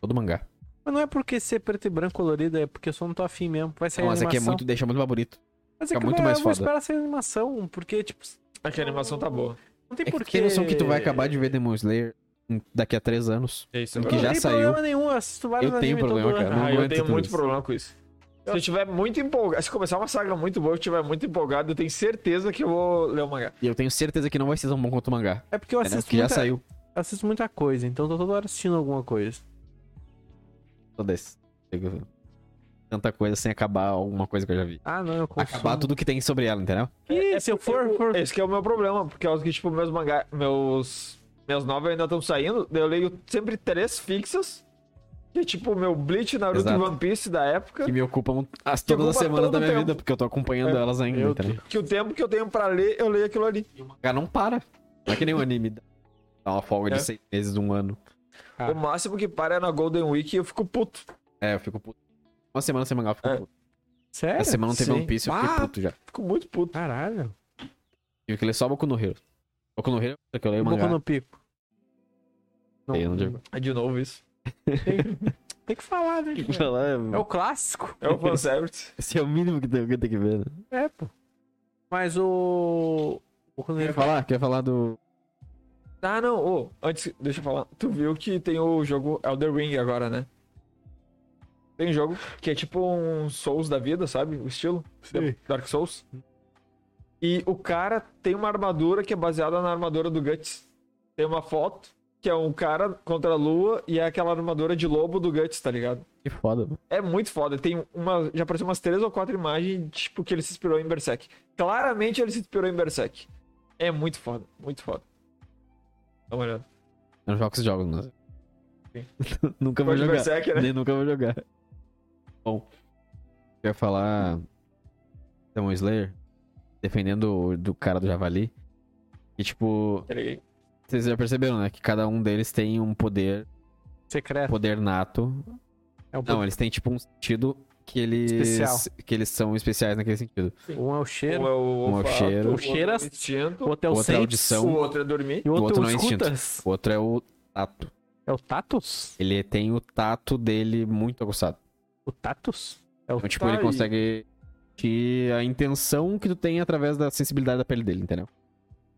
S1: Todo mangá.
S2: Mas não é porque ser preto e branco colorido, é porque eu só não tô afim mesmo. Vai sair
S1: Não, mas
S2: animação.
S1: aqui é muito, deixa muito mais bonito.
S2: Mas é
S1: fica
S2: que
S1: muito
S2: eu-
S1: mais
S2: Eu vou
S1: foda.
S2: esperar sair animação, porque, tipo,
S3: É que a animação tá boa.
S2: não
S1: É
S2: tem
S1: que tu
S2: porquê.
S1: tem noção que tu vai acabar de ver Demon Slayer em- daqui a três anos.
S3: É isso,
S1: Tem
S3: é
S1: que
S3: verdade.
S1: já
S2: Não tem
S1: saiu.
S2: problema nenhum, eu assisto vários
S1: Eu tenho
S2: anime todo
S1: problema,
S2: ano.
S1: cara. Não
S3: Ah, eu
S1: aguento
S3: tenho
S1: tudo
S3: muito
S1: isso.
S3: problema com isso. Se eu estiver muito empolgado, se começar uma saga muito boa, eu estiver muito empolgado, eu tenho certeza que eu vou ler o mangá.
S1: E eu tenho certeza que não vai ser tão bom quanto o mangá.
S2: É porque eu
S1: né?
S2: assisto,
S1: Porque já
S2: muita,
S1: saiu.
S2: eu assisto muita coisa, então eu tô toda hora assistindo alguma coisa.
S1: Só desse. Digo, Tanta coisa sem acabar alguma coisa que eu já vi.
S2: Ah, não, eu consumo.
S1: Acabar tudo que tem sobre ela, entendeu?
S2: Ih, se eu for, for-
S3: Esse que é o meu problema, porque é que, tipo, meus mangá, meus, meus novos ainda estão saindo, daí eu leio sempre três fixas, que é tipo meu Bleach, Naruto
S1: Exato.
S3: e One Piece da época,
S1: Que me ocupam as,
S3: Que
S1: todas as
S3: ocupa
S1: semanas
S3: todo
S1: da minha
S3: o
S1: vida,
S3: tempo. É,
S1: porque eu tô acompanhando elas ainda,
S2: Meu
S1: entendeu?
S3: que o tempo que eu tenho pra ler, eu leio aquilo ali.
S1: O mangá não para. Não é que nem um anime. Dá uma folga
S3: É.
S1: de seis meses, um ano.
S2: Ah.
S3: O máximo que para é na Golden Week e eu fico puto.
S1: É, eu fico puto. Uma semana sem mangá, eu fico
S3: É.
S1: puto.
S2: Sério?
S1: Essa semana não teve
S3: Sim.
S1: One Piece, eu fiquei
S3: Ah.
S1: puto já.
S3: Fico muito puto.
S2: Caralho.
S1: Tive que ler só Boku no Hero. Boku no Hero é que eu leio o
S2: Boca
S1: mangá.
S2: no pico. Não,
S1: Eu não digo.
S3: É de novo isso.
S2: Tem que
S1: [LAUGHS]
S2: falar, né? cara? É o clássico.
S3: É o fanservice.
S1: Esse é o mínimo que tem que, tem que ver, né?
S2: É, pô. Mas o. Boku no
S1: Quer
S2: Hero-
S1: falar? Quer falar do...
S3: Ah, não, ô, antes, deixa eu falar. Tu viu que tem o jogo Elder Ring agora, né? Tem um jogo que é tipo um Souls da vida, sabe? O estilo
S2: Sim.
S3: Dark Souls. E o cara tem uma armadura que é baseada na armadura do Guts. Tem uma foto que é um cara contra a lua e é aquela armadura de lobo do Guts, tá ligado?
S1: Que foda, mano.
S3: É muito foda. Tem uma. Já apareceu umas três ou quatro imagens, tipo, que ele se inspirou em Berserk. Claramente ele se inspirou em Berserk. É muito foda, muito foda. Dá uma olhada.
S1: Eu não jogo esses jogos, mas.
S3: Sim.
S1: [LAUGHS] nunca vou
S3: Depois de
S1: jogar.
S3: Berserk, né?
S1: Nem nunca vou jogar. Bom, eu ia falar Demon Slayer, defendendo o- do cara do Javali. E tipo,
S3: Tá ligado?
S1: vocês já perceberam, né? Que cada um deles tem um poder,
S2: Secreto.
S1: poder nato.
S2: É um,
S1: Não, eles têm tipo um sentido que eles.
S2: Especial.
S1: Que eles são especiais naquele sentido.
S2: um é o
S3: Um
S2: cheiro,
S3: é
S1: Um
S3: o
S1: é o
S3: olfato,
S1: cheiro.
S3: o
S2: O cheiro
S3: outro
S2: é-
S3: é o instinto,
S2: o outro é o
S1: Outra é
S2: sense,
S1: audição.
S3: o outro é dormir.
S2: E o outro,
S1: outro não
S2: é
S1: é
S2: o
S1: instinto.
S2: escutas.
S1: O outro é o tato.
S2: É o tatus?
S1: Ele tem o tato dele muito aguçado.
S2: O tatus? É o
S1: Então, tipo,
S3: Tá
S1: ele
S3: aí.
S1: consegue sentir a intenção que tu tem através da sensibilidade da pele dele, entendeu?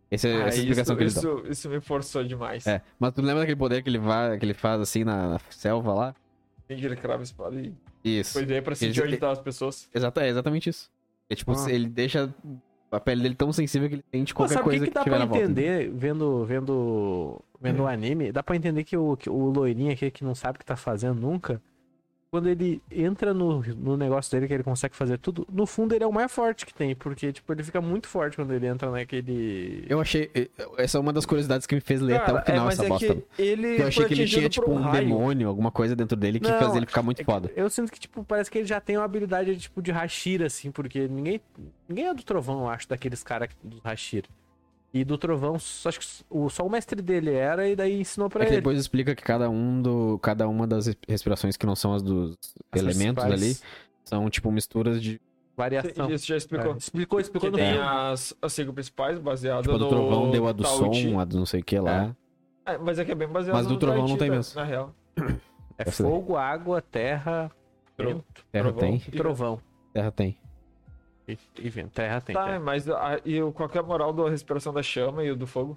S1: Essa, é
S3: Ah,
S1: essa é a
S3: isso-
S1: explicação que eles dão.
S3: isso, isso me forçou demais.
S1: É, mas tu lembra daquele poder que ele, vai, que ele faz assim na, na selva lá?
S3: Tem que ele crava a espada e
S1: Isso.
S3: Pois é, pra sentir
S1: Ele-
S3: onde tá as pessoas.
S1: Exata, é exatamente isso. É tipo,
S2: Ah.
S1: ele deixa a pele dele tão sensível que ele sente
S2: Pô,
S1: qualquer
S2: sabe o que,
S1: coisa
S2: que
S1: que,
S2: dá
S1: tiver na
S2: pra
S1: volta. né? Hum.
S2: entender vendo, vendo, vendo o anime? Dá pra entender que o, que o loirinho aqui que não sabe o que tá fazendo nunca, quando ele entra no, no negócio dele que ele consegue fazer tudo, no fundo ele é o mais forte que tem, porque tipo, ele fica muito forte quando ele entra naquele...
S1: Eu achei. Essa é uma das curiosidades que me fez ler
S3: Cara,
S1: até o um final
S3: é, mas
S1: essa
S3: é
S1: bosta.
S3: que ele
S1: Eu achei
S3: foi
S1: que ele tinha,
S3: atingido
S1: tipo,
S3: por um
S1: um
S3: raio.
S1: demônio, alguma coisa dentro dele que
S2: Não,
S1: fazia ele ficar muito
S2: É que
S1: foda.
S2: Eu sinto que, tipo, parece que ele já tem uma habilidade tipo, de Hashira, assim, porque ninguém, ninguém é do Trovão, eu acho, daqueles caras que- do Hashira. E do Trovão, só, acho que o, só o mestre dele era, e daí ensinou pra
S1: É que
S2: ele.
S1: depois explica que cada um do, cada uma das res- respirações que não são as dos
S2: As
S1: elementos
S2: principais
S1: ali são tipo misturas de
S2: Variação.
S3: Isso já explicou.
S2: É, Explicou, explicou
S3: Que
S2: no
S3: tem
S2: filme.
S3: as, as cinco principais, baseadas
S1: tipo, a do
S3: no
S1: trovão deu a do
S3: Tao Te.
S1: som, a do não sei o que lá.
S3: É, mas é que é bem baseado
S1: Mas do
S3: no
S1: trovão
S3: Tao
S1: não
S3: Te,
S1: tem
S3: né,
S1: mesmo.
S3: Na real.
S2: É
S1: Essa daí.
S2: fogo, água, terra,
S3: Tro-
S2: vento
S1: Terra
S3: Trovão.
S1: tem,
S2: e trovão.
S1: terra tem.
S2: E, e vento. Terra tem.
S3: Tá,
S2: terra.
S3: mas a, e o- qual que é a moral da respiração da chama e o do fogo?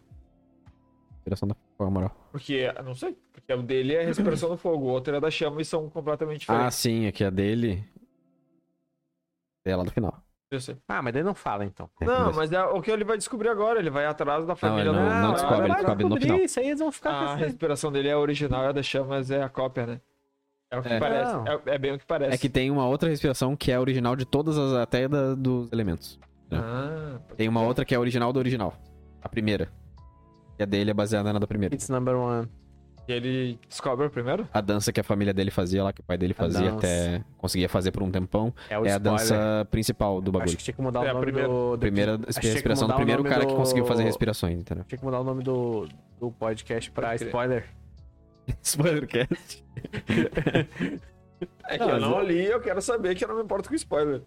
S1: Respiração da forma moral.
S3: Porque, não sei, porque o dele é a respiração do fogo, o outro é da chama e são completamente
S1: Ah,
S3: diferentes.
S1: sim, aqui a dele. É lá do final.
S3: Eu sei.
S2: Ah, mas daí não fala então.
S1: É,
S3: Não,
S1: mas-
S3: mas é o que ele vai descobrir agora, ele vai atrás da família Ah,
S1: ele
S3: do
S1: não-
S3: cara.
S1: não descobre, ele
S2: Ah, vai
S1: descobre no
S2: descobrir,
S1: final.
S2: Isso aí eles vão ficar
S3: A
S2: com essa-
S3: respiração dele é a original, a da chamas é a cópia, né? É o que
S1: É.
S3: parece.
S2: Não.
S3: É, é bem o que parece.
S1: É que tem uma outra respiração que é a original de todas as. até da- dos elementos.
S3: Ah,
S1: Tem uma outra que é a original do original. A primeira. E a dele é baseada na da primeira.
S2: It's number one.
S3: e ele descobre o primeiro?
S1: A dança que a família dele fazia lá, que o pai dele fazia
S2: dança.
S1: até. conseguia fazer por um tempão.
S2: É o
S1: é a
S2: spoiler.
S1: dança principal do
S2: Acho
S1: bagulho.
S2: que tinha que mudar
S3: É,
S2: o
S3: a
S2: nome
S3: primeira-
S2: do... do-
S1: Primeira
S2: Acho que tinha que
S1: respiração do
S2: mudar o
S1: primeiro
S2: nome
S1: cara
S2: do-
S1: que conseguiu fazer respirações,
S2: [LAUGHS]
S1: entendeu?
S2: Tinha que mudar o nome do, do podcast pra
S3: Pode crer.
S2: spoiler.
S1: Spoilercast.
S3: É que
S1: Não,
S3: eu
S1: mas
S3: não li, eu quero saber que eu não me importo com spoiler.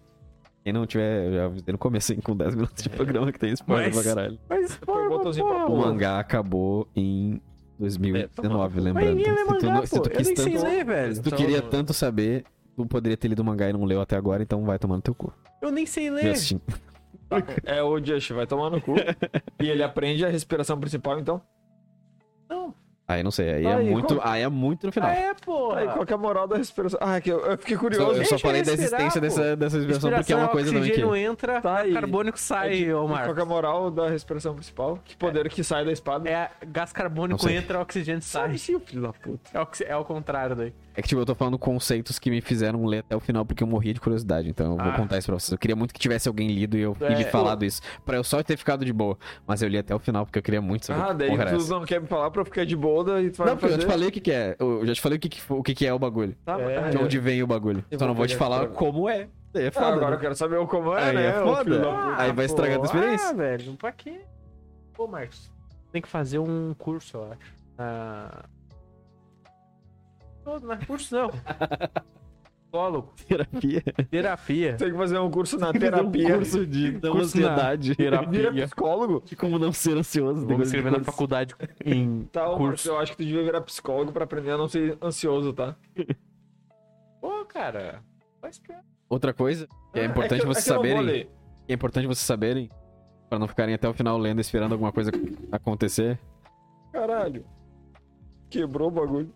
S1: Quem não tiver, eu já avisei no começo, hein, com 10 minutos de programa que tem spoiler
S2: Mas- tá
S1: pra caralho.
S2: Mas
S3: Põe o
S2: spoiler,
S3: botãozinho pra
S1: O
S3: pular.
S1: mangá acabou em 2019,
S2: É, tá mas
S1: lembrando.
S2: ninguém vai
S1: Se tu,
S2: mandar,
S1: não- se
S2: pô.
S1: tu
S2: Eu
S1: quis
S2: nem sei né? Então
S1: tanto,
S2: ler, velho.
S1: se tu queria tanto saber, tu poderia ter lido o mangá e não leu até agora, então vai tomando teu cu.
S2: Eu nem sei ler.
S1: Justin.
S3: É o Just, vai tomar no cu. e ele aprende a respiração principal, então.
S2: Não.
S1: Aí não sei, aí,
S3: Aí,
S1: é muito,
S3: qual-
S1: aí é muito no final. Tá,
S2: Ah, é, pô.
S3: Aí, qual que é a moral da respiração? Ah, é que eu, eu fiquei
S1: Só-
S3: curioso.
S1: eu
S2: Deixa
S1: só falei
S2: ele
S1: da
S2: respirar,
S1: existência
S2: pô.
S1: dessa, dessa respiração porque é uma coisa também que.
S2: oxigênio entra,
S3: Tá, e-
S2: carbônico sai, ô
S3: Qual
S2: Marcos.
S3: que é a moral da respiração principal? Que poder que sai da espada?
S2: É, gás
S1: Não
S2: carbônico
S1: sei.
S2: entra, oxigênio sai.
S3: filho da puta.
S2: É, oxi- é o contrário daí.
S1: É que, tipo, eu tô falando conceitos que me fizeram ler até o final porque eu morria de curiosidade. Então eu vou
S2: Ah.
S1: contar isso pra vocês. Eu queria muito que tivesse alguém lido e eu
S2: É,
S1: e me falado isso. Pra eu só ter ficado de boa. Mas eu li até o final porque eu queria muito saber.
S3: Ah,
S1: que
S3: daí
S1: porra era
S3: tu
S1: essa.
S3: não quer me falar pra eu ficar de boa e tu vai
S1: Não,
S3: me
S1: porque eu
S3: fazer.
S1: já te falei o que, que é. Eu já te falei o que, que, fo- o que, que é o bagulho.
S3: Tá, mas-
S2: É,
S3: Ah,
S1: De
S3: eu-
S1: onde vem o bagulho.
S3: eu
S1: Só
S3: vou
S1: não vou te
S3: pegar
S1: falar
S3: esse
S1: como é. Daí É
S3: Ah,
S1: foda.
S3: agora
S1: né?
S3: eu quero saber o como é,
S1: Aí
S3: né?
S1: é
S3: ô
S1: foda.
S3: filho da puta.
S1: Aí vai estragar a tua experiência.
S2: Ah, velho, pra quê? Pô, Marcos, tem que fazer um curso, eu acho. Ah... Não, não é
S1: [LAUGHS]
S2: curso não. Psicólogo,
S1: [LAUGHS]
S2: [LAUGHS]
S1: Terapia.
S2: terapia.
S3: Tem que fazer um curso
S1: [LAUGHS]
S3: na
S1: Um
S3: terapia.
S1: curso de da
S2: Curso na
S1: ansiedade.
S3: Vira psicólogo?
S1: De como não ser ansioso.
S2: Vamos escrever na
S1: faculdade.
S2: faculdade em
S3: Tá, ô, Marcos,
S2: curso.
S3: eu acho que tu devia virar psicólogo pra aprender a não ser ansioso, tá?
S2: Pô, cara, faz pra...
S1: Outra coisa que é
S3: Ah,
S1: importante
S3: que eu-
S1: vocês
S3: é que eu não vou
S1: saberem.
S3: ler.
S1: é importante vocês saberem, pra não ficarem até o final lendo, esperando alguma coisa acontecer.
S3: Caralho. Quebrou o bagulho.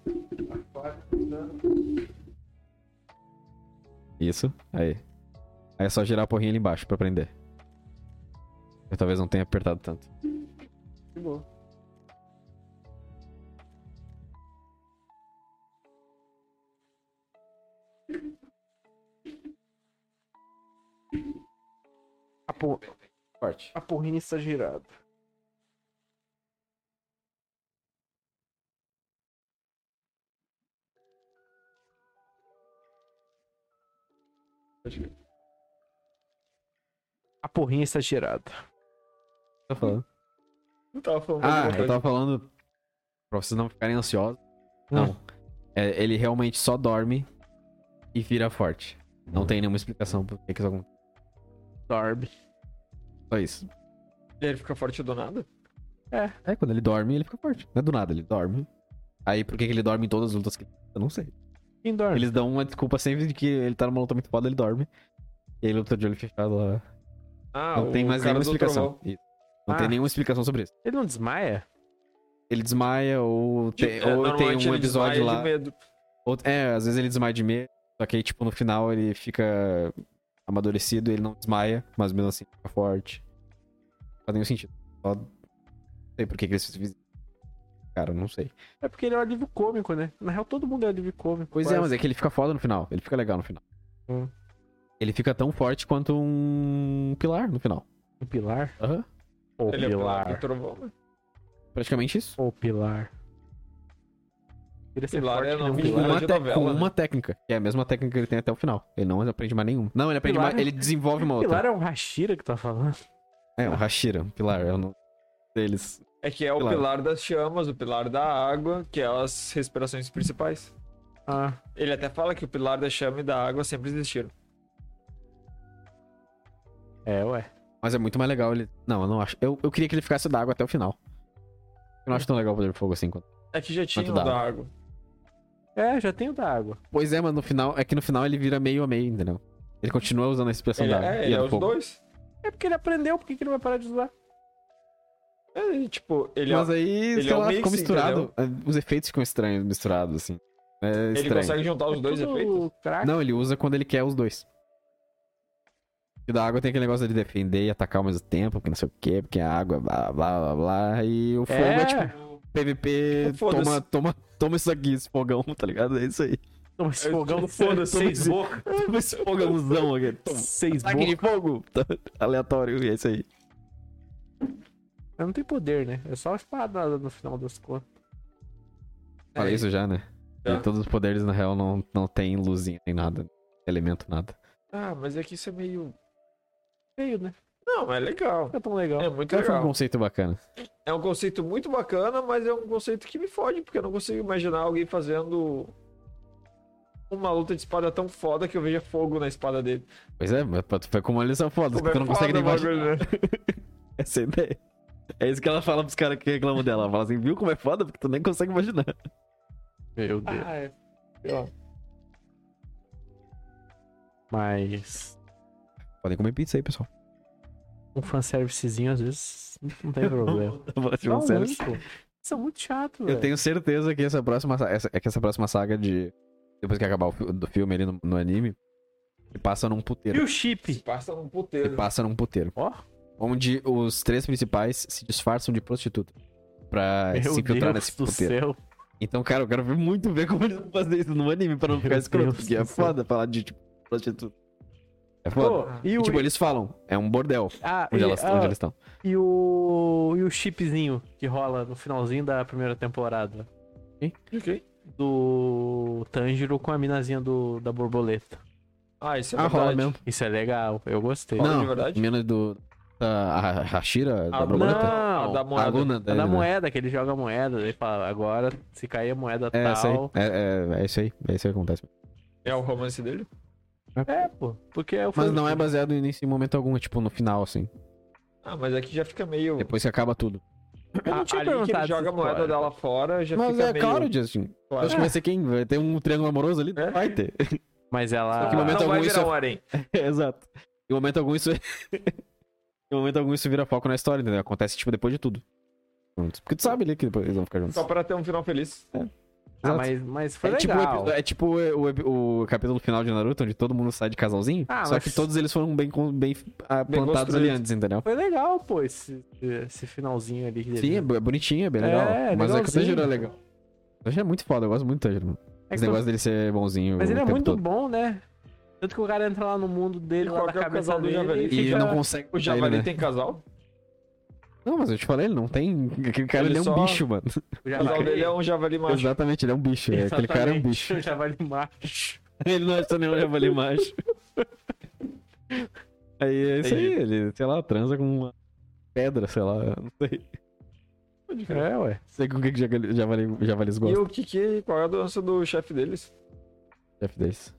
S1: Isso, aí. Aí é só girar a porrinha ali embaixo pra prender. Eu talvez não tenha apertado tanto.
S3: Que bom.
S2: por...
S1: Forte.
S2: A porrinha está girada. A porrinha está girada.
S1: Tá falando.
S3: Não tava falando
S1: Ah,
S3: alguma
S1: eu
S3: coisa.
S1: tava falando pra vocês não ficarem ansiosos. Não.
S3: Ah.
S1: É, ele realmente só dorme e vira forte. Não tem nenhuma explicação por que que isso acontece.
S2: Dorme.
S1: Só isso.
S3: Ele fica forte do nada?
S1: É, quando ele dorme, ele fica forte. Não é do nada, ele dorme. Aí por que que ele dorme em todas as lutas que ele... Eu não sei.
S2: Quem dorme?
S1: Eles dão uma desculpa sempre de que ele tá numa luta muito foda, ele dorme. E aí ele luta de olho fechado lá.
S3: Ah,
S1: não tem
S3: o
S1: mais
S3: cara
S1: nenhuma
S3: do
S1: explicação.
S3: trovão.
S1: Isso. Não
S2: Ah.
S1: tem nenhuma explicação sobre isso.
S2: Ele não desmaia?
S1: Ele desmaia ou,
S3: Tipo,
S1: tem-
S3: é,
S1: ou tem
S3: normalmente
S1: um
S3: ele
S1: episódio
S3: desmaia
S1: lá.
S3: de medo.
S1: Ou- É, às vezes ele desmaia de medo, só que aí, tipo, no final ele fica amadurecido, ele não desmaia, mas mesmo assim fica forte. Não faz nenhum sentido. Só... Não sei por que, que eles fizeram. Cara, não sei.
S2: É porque ele é um alívio cômico, né? Na real, todo mundo é alívio cômico.
S1: Pois é, mas é que ele fica foda no final. Ele fica legal no final.
S2: Hum.
S1: Ele fica tão forte quanto um pilar no final.
S2: O Um pilar?
S1: Aham.
S2: O
S3: Ele é
S2: pilar.
S3: do trovão. né?
S1: Praticamente isso.
S2: O pilar. Queria ser
S3: Pilar
S2: forte,
S3: é
S2: que nem um
S3: nome de
S1: Com
S2: pilar.
S3: vilão.
S1: uma,
S3: de
S1: te-
S3: novela,
S1: com
S3: né?
S1: uma técnica. Que é a mesma técnica que ele tem até o final. Ele não aprende mais nenhum. Não, ele aprende
S2: Pilar-
S1: mais. Ele desenvolve uma outra.
S2: Pilar é um Hashira que tá falando.
S1: É, um Hashira, um pilar. É o nome deles.
S3: É que é o
S1: Pilar.
S3: pilar das chamas, o pilar da água, que é as respirações principais.
S2: Ah,
S3: Ele até fala que o pilar da chama e da água sempre existiram.
S2: é, ué.
S1: Mas é muito mais legal ele. Não, eu não acho. Eu, eu queria que ele ficasse da água até o final. Eu não acho tão legal o poder de fogo assim. quanto-
S3: É que já tinha
S1: Quanto
S3: o
S1: dá?
S3: da água.
S2: É, já tem o da água.
S1: Pois é, mas no final. É que no final ele vira meio a meio, entendeu? Ele continua usando a expressão
S3: Ele,
S1: da água.
S3: é,
S1: e
S3: ele
S1: a
S3: é
S1: do
S3: os
S1: fogo.
S3: dois.
S2: É porque ele aprendeu, por que que ele vai parar de usar?
S3: É, e, tipo, ele, é-
S1: mas aí, sei
S3: é um
S1: lá,
S3: mix,
S1: ficou misturado. É, Os efeitos ficam estranhos misturados, assim. É
S3: ele
S1: estranho.
S3: consegue juntar os
S2: É
S3: dois
S2: tudo
S3: efeitos.
S2: crack.
S1: Não, ele usa quando ele quer os dois. E da água tem aquele negócio de defender e atacar ao mesmo tempo, porque não sei o quê, porque a água, blá, blá, blá, blá. E o fogo é,
S2: É.
S1: tipo, PVP,
S3: Tipo, Foda-se.
S1: toma, toma, toma isso aqui, esse fogão, tá ligado? É isso aí.
S2: Não, esse um
S3: É
S2: fogão [LAUGHS] do
S3: Foda-se,
S2: É tipo seis
S3: foda-se.
S2: bocas.
S1: Toma esse fogãozão aqui. Toma.
S2: Seis
S1: Ataque
S2: bocas.
S1: de fogo. Aleatório, e é isso aí.
S2: Não tem poder, né? É só a espada no final das contas.
S1: Falei isso já, né?
S3: É. Já.
S1: E todos os poderes, na real, não, não tem luzinha, nem nada. Elemento, nada.
S3: Ah, mas é que isso é meio.
S2: Feio, né?
S3: Não, mas é legal.
S2: Não é tão legal.
S3: É muito
S1: Cara, foi um
S3: legal.
S1: conceito bacana.
S3: É um conceito muito bacana, mas é um conceito que me fode, porque eu não consigo imaginar alguém fazendo uma luta de espada tão foda que eu veja fogo na espada dele.
S1: Pois é, mas pra tu- foi como uma lição foda,
S3: Como
S1: porque
S3: é
S1: tu não
S3: foda
S1: consegue nem
S3: o
S1: imaginar.
S3: bagulho, né?
S1: [LAUGHS] Essa é a ideia. É isso que ela fala pros caras que reclamam dela. Ela fala assim, viu como é foda? Porque tu nem consegue imaginar.
S2: Meu Deus.
S3: Ah, é. Sei lá.
S2: Mas
S1: Podem comer pizza aí, [LAUGHS] pessoal.
S2: um fanservicezinho, às vezes, não tem [LAUGHS] problema. Não,
S1: Sério.
S2: muito. Isso é muito chato,
S1: Eu
S2: velho.
S1: tenho certeza que essa próxima, sa- essa, é que essa próxima saga de... Depois que acabar o fi- do filme ali no, no anime, ele passa num
S2: E
S1: puteiro.
S2: o
S3: Se
S2: chip?
S3: passa num
S1: Ele
S3: um puteiro.
S1: passa num puteiro.
S2: Ó.
S1: Onde os três principais se disfarçam de prostituta. Pra
S2: Meu
S1: se infiltrar
S2: Deus
S1: nesse
S2: do
S1: puteiro.
S2: céu.
S1: Então, cara, eu quero ver muito ver como eles vão fazer isso no anime pra não
S2: Meu
S1: ficar escroto.
S2: Deus
S1: Porque
S2: do
S1: é
S2: céu.
S1: foda falar de, tipo, prostituta. É [LAUGHS] foda.
S2: Pô, e
S1: E,
S2: o,
S1: tipo, eles falam, é um bordel.
S2: ah,
S1: Onde,
S2: e,
S1: elas,
S2: ah,
S1: onde eles estão.
S2: e o e o chipzinho que rola no finalzinho da primeira temporada
S3: Ok.
S2: do Tanjiro com a minazinha do da borboleta.
S3: Ah, isso é
S1: Ah,
S3: verdade.
S1: rola mesmo.
S2: Isso é legal, eu gostei.
S3: Rola
S1: Não,
S3: de verdade? Ah,
S1: Menos do. A Hashira da
S3: não,
S1: borboleta?
S3: a da moeda.
S1: A Luna
S2: A
S1: dele,
S2: da
S1: né?
S2: moeda, que ele joga a moeda, ele fala, agora se cair a moeda
S1: É, essa aí.
S2: tal.
S1: É, é, é isso aí. É isso aí que acontece.
S3: É o romance dele?
S2: É, pô, porque eu
S3: um
S1: Mas não é baseado nisso em momento algum, é tipo no final, assim.
S3: Ah, mas aqui já fica meio.
S1: Depois que acaba tudo.
S2: eu não tinha
S3: ali que ele
S2: perguntado
S3: joga a
S2: se
S3: moeda
S2: pode.
S3: dela fora, já
S1: Mas
S3: fica
S1: é
S3: meio.
S1: claro, Justin. Eu
S3: claro.
S1: Acho que vai ser quem? Vai ter um triângulo amoroso ali?
S3: É.
S1: Vai ter. [LAUGHS]
S2: Mas ela.
S1: que em momento
S3: não vai
S1: algum isso
S3: virar
S1: é-
S3: um harém.
S1: Exato. Em momento algum isso. [LAUGHS] em momento algum isso vira foco na história, entendeu? Acontece, tipo, depois de tudo. Juntos. Porque tu sabe ali que depois eles vão ficar juntos.
S3: Só pra ter um final feliz.
S2: Ah,
S1: Exato.
S2: mas, mas foi
S1: é, tipo, o
S2: legal.
S1: episo- é tipo o, epi- o capítulo final de Naruto, onde todo mundo sai de casalzinho.
S2: Ah,
S1: só
S2: mas-
S1: que todos eles foram bem, con- bem, ah,
S3: Bem
S1: plantados ali
S3: construídos.
S1: antes, entendeu?
S2: Foi legal, pô, esse, esse finalzinho ali. dele.
S1: Sim, é bo- é bonitinho, é bem legal.
S2: É,
S1: mas é que o
S2: legalzinho.
S1: Tanjiro é legal. O Tanjiro é muito foda, eu gosto muito do Tanjiro. mano.
S2: É
S1: Esse
S2: que eu-
S1: negócio dele ser bonzinho.
S2: Mas
S1: o
S2: ele é
S1: tempo
S2: muito
S1: todo.
S2: bom, né? Tanto que o cara entra lá no mundo dele,
S3: E
S2: lá
S3: qual
S2: da
S3: que é o
S2: cabeça
S3: casal do
S2: dele
S3: Javali?
S2: e
S3: E
S1: E
S2: fica...
S1: não consegue.
S3: O
S1: puxar ele,
S3: Javali
S1: né?
S3: tem casal?
S1: Não, mas eu te falei, ele não tem. Aquele cara
S3: Ele
S1: ele é um
S3: só-
S1: bicho, mano.
S2: O
S3: O casal
S2: javali...
S3: dele é um javali macho.
S1: [LAUGHS] Exatamente, ele é um bicho. é. Aquele cara é um
S2: Exatamente,
S1: bicho.
S2: [LAUGHS] O javali macho.
S1: [LAUGHS] Ele não achou nenhum javali
S2: [LAUGHS]
S1: macho. Aí é isso aí, ele, sei lá, transa com uma pedra, sei lá, não sei.
S2: É, ué.
S1: Não sei com o que que javali- javali- javalis
S3: E
S1: gostam.
S3: o que que... Qual é a doença do chefe deles?
S1: Jeff Days.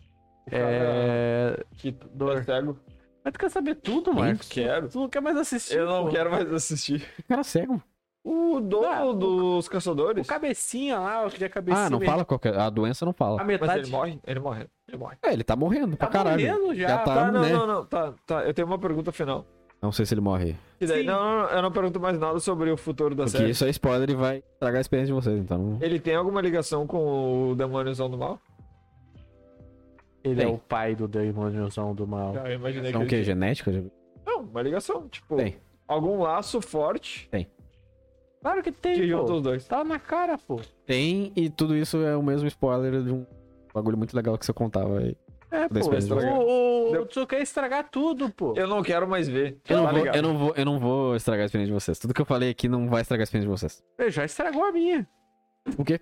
S3: O cara
S2: É...
S3: Que dor. É cego.
S2: Mas tu quer saber tudo,
S3: Eu não
S2: Marcos?
S3: quero.
S2: Tu não quer mais assistir,
S3: Eu não
S2: pô.
S3: quero mais assistir.
S1: Que cara é cego.
S3: O dono
S2: Ah,
S3: dos caçadores.
S2: O cabecinha lá, o que é cabecinha.
S1: Ah, não fala qualquer. A doença não
S2: A
S1: fala.
S2: é
S3: Mas
S2: metade
S3: ele morre? Ele morre. Ele morre.
S1: É, ele tá morrendo pra
S2: tá
S1: caralho.
S2: morrendo já.
S1: Já tá-
S2: tá-
S3: Tá, não,
S1: né?
S3: não, não. Tá, tá. Eu tenho uma pergunta final.
S1: Não sei se ele morre.
S3: E daí,
S2: Sim.
S3: não, não, não, eu não pergunto mais nada sobre o futuro da
S1: Porque
S3: série.
S1: isso é spoiler e vai estragar a experiência de vocês, então. não-
S3: Ele tem alguma ligação com o demôniozão do mal?
S2: Ele é
S1: Tem.
S2: o pai do demôniozão do mal.
S3: Não, eu imaginei
S1: Então o que?
S3: ele
S1: Genética?
S3: tinha. Não, uma ligação. Tipo,
S1: Tem.
S3: algum laço forte
S2: Claro que
S3: que
S2: tem,
S3: junta
S2: pô.
S3: os dois.
S2: Tá na cara, pô.
S1: Tem, e tudo isso é o mesmo spoiler de um bagulho muito legal que você contava aí.
S2: É,
S1: Dez
S2: pô.
S1: pés de
S3: jogo.
S2: O, o,
S3: Deu-
S2: o Tsu quer estragar tudo, pô.
S3: Eu não quero mais ver.
S1: Eu
S3: Tá
S1: não, vou,
S3: ligado?
S1: eu, não vou, eu não vou estragar a experiência de vocês. Tudo que eu falei aqui não vai estragar a experiência de vocês.
S2: Ele já estragou a minha.
S1: O quê?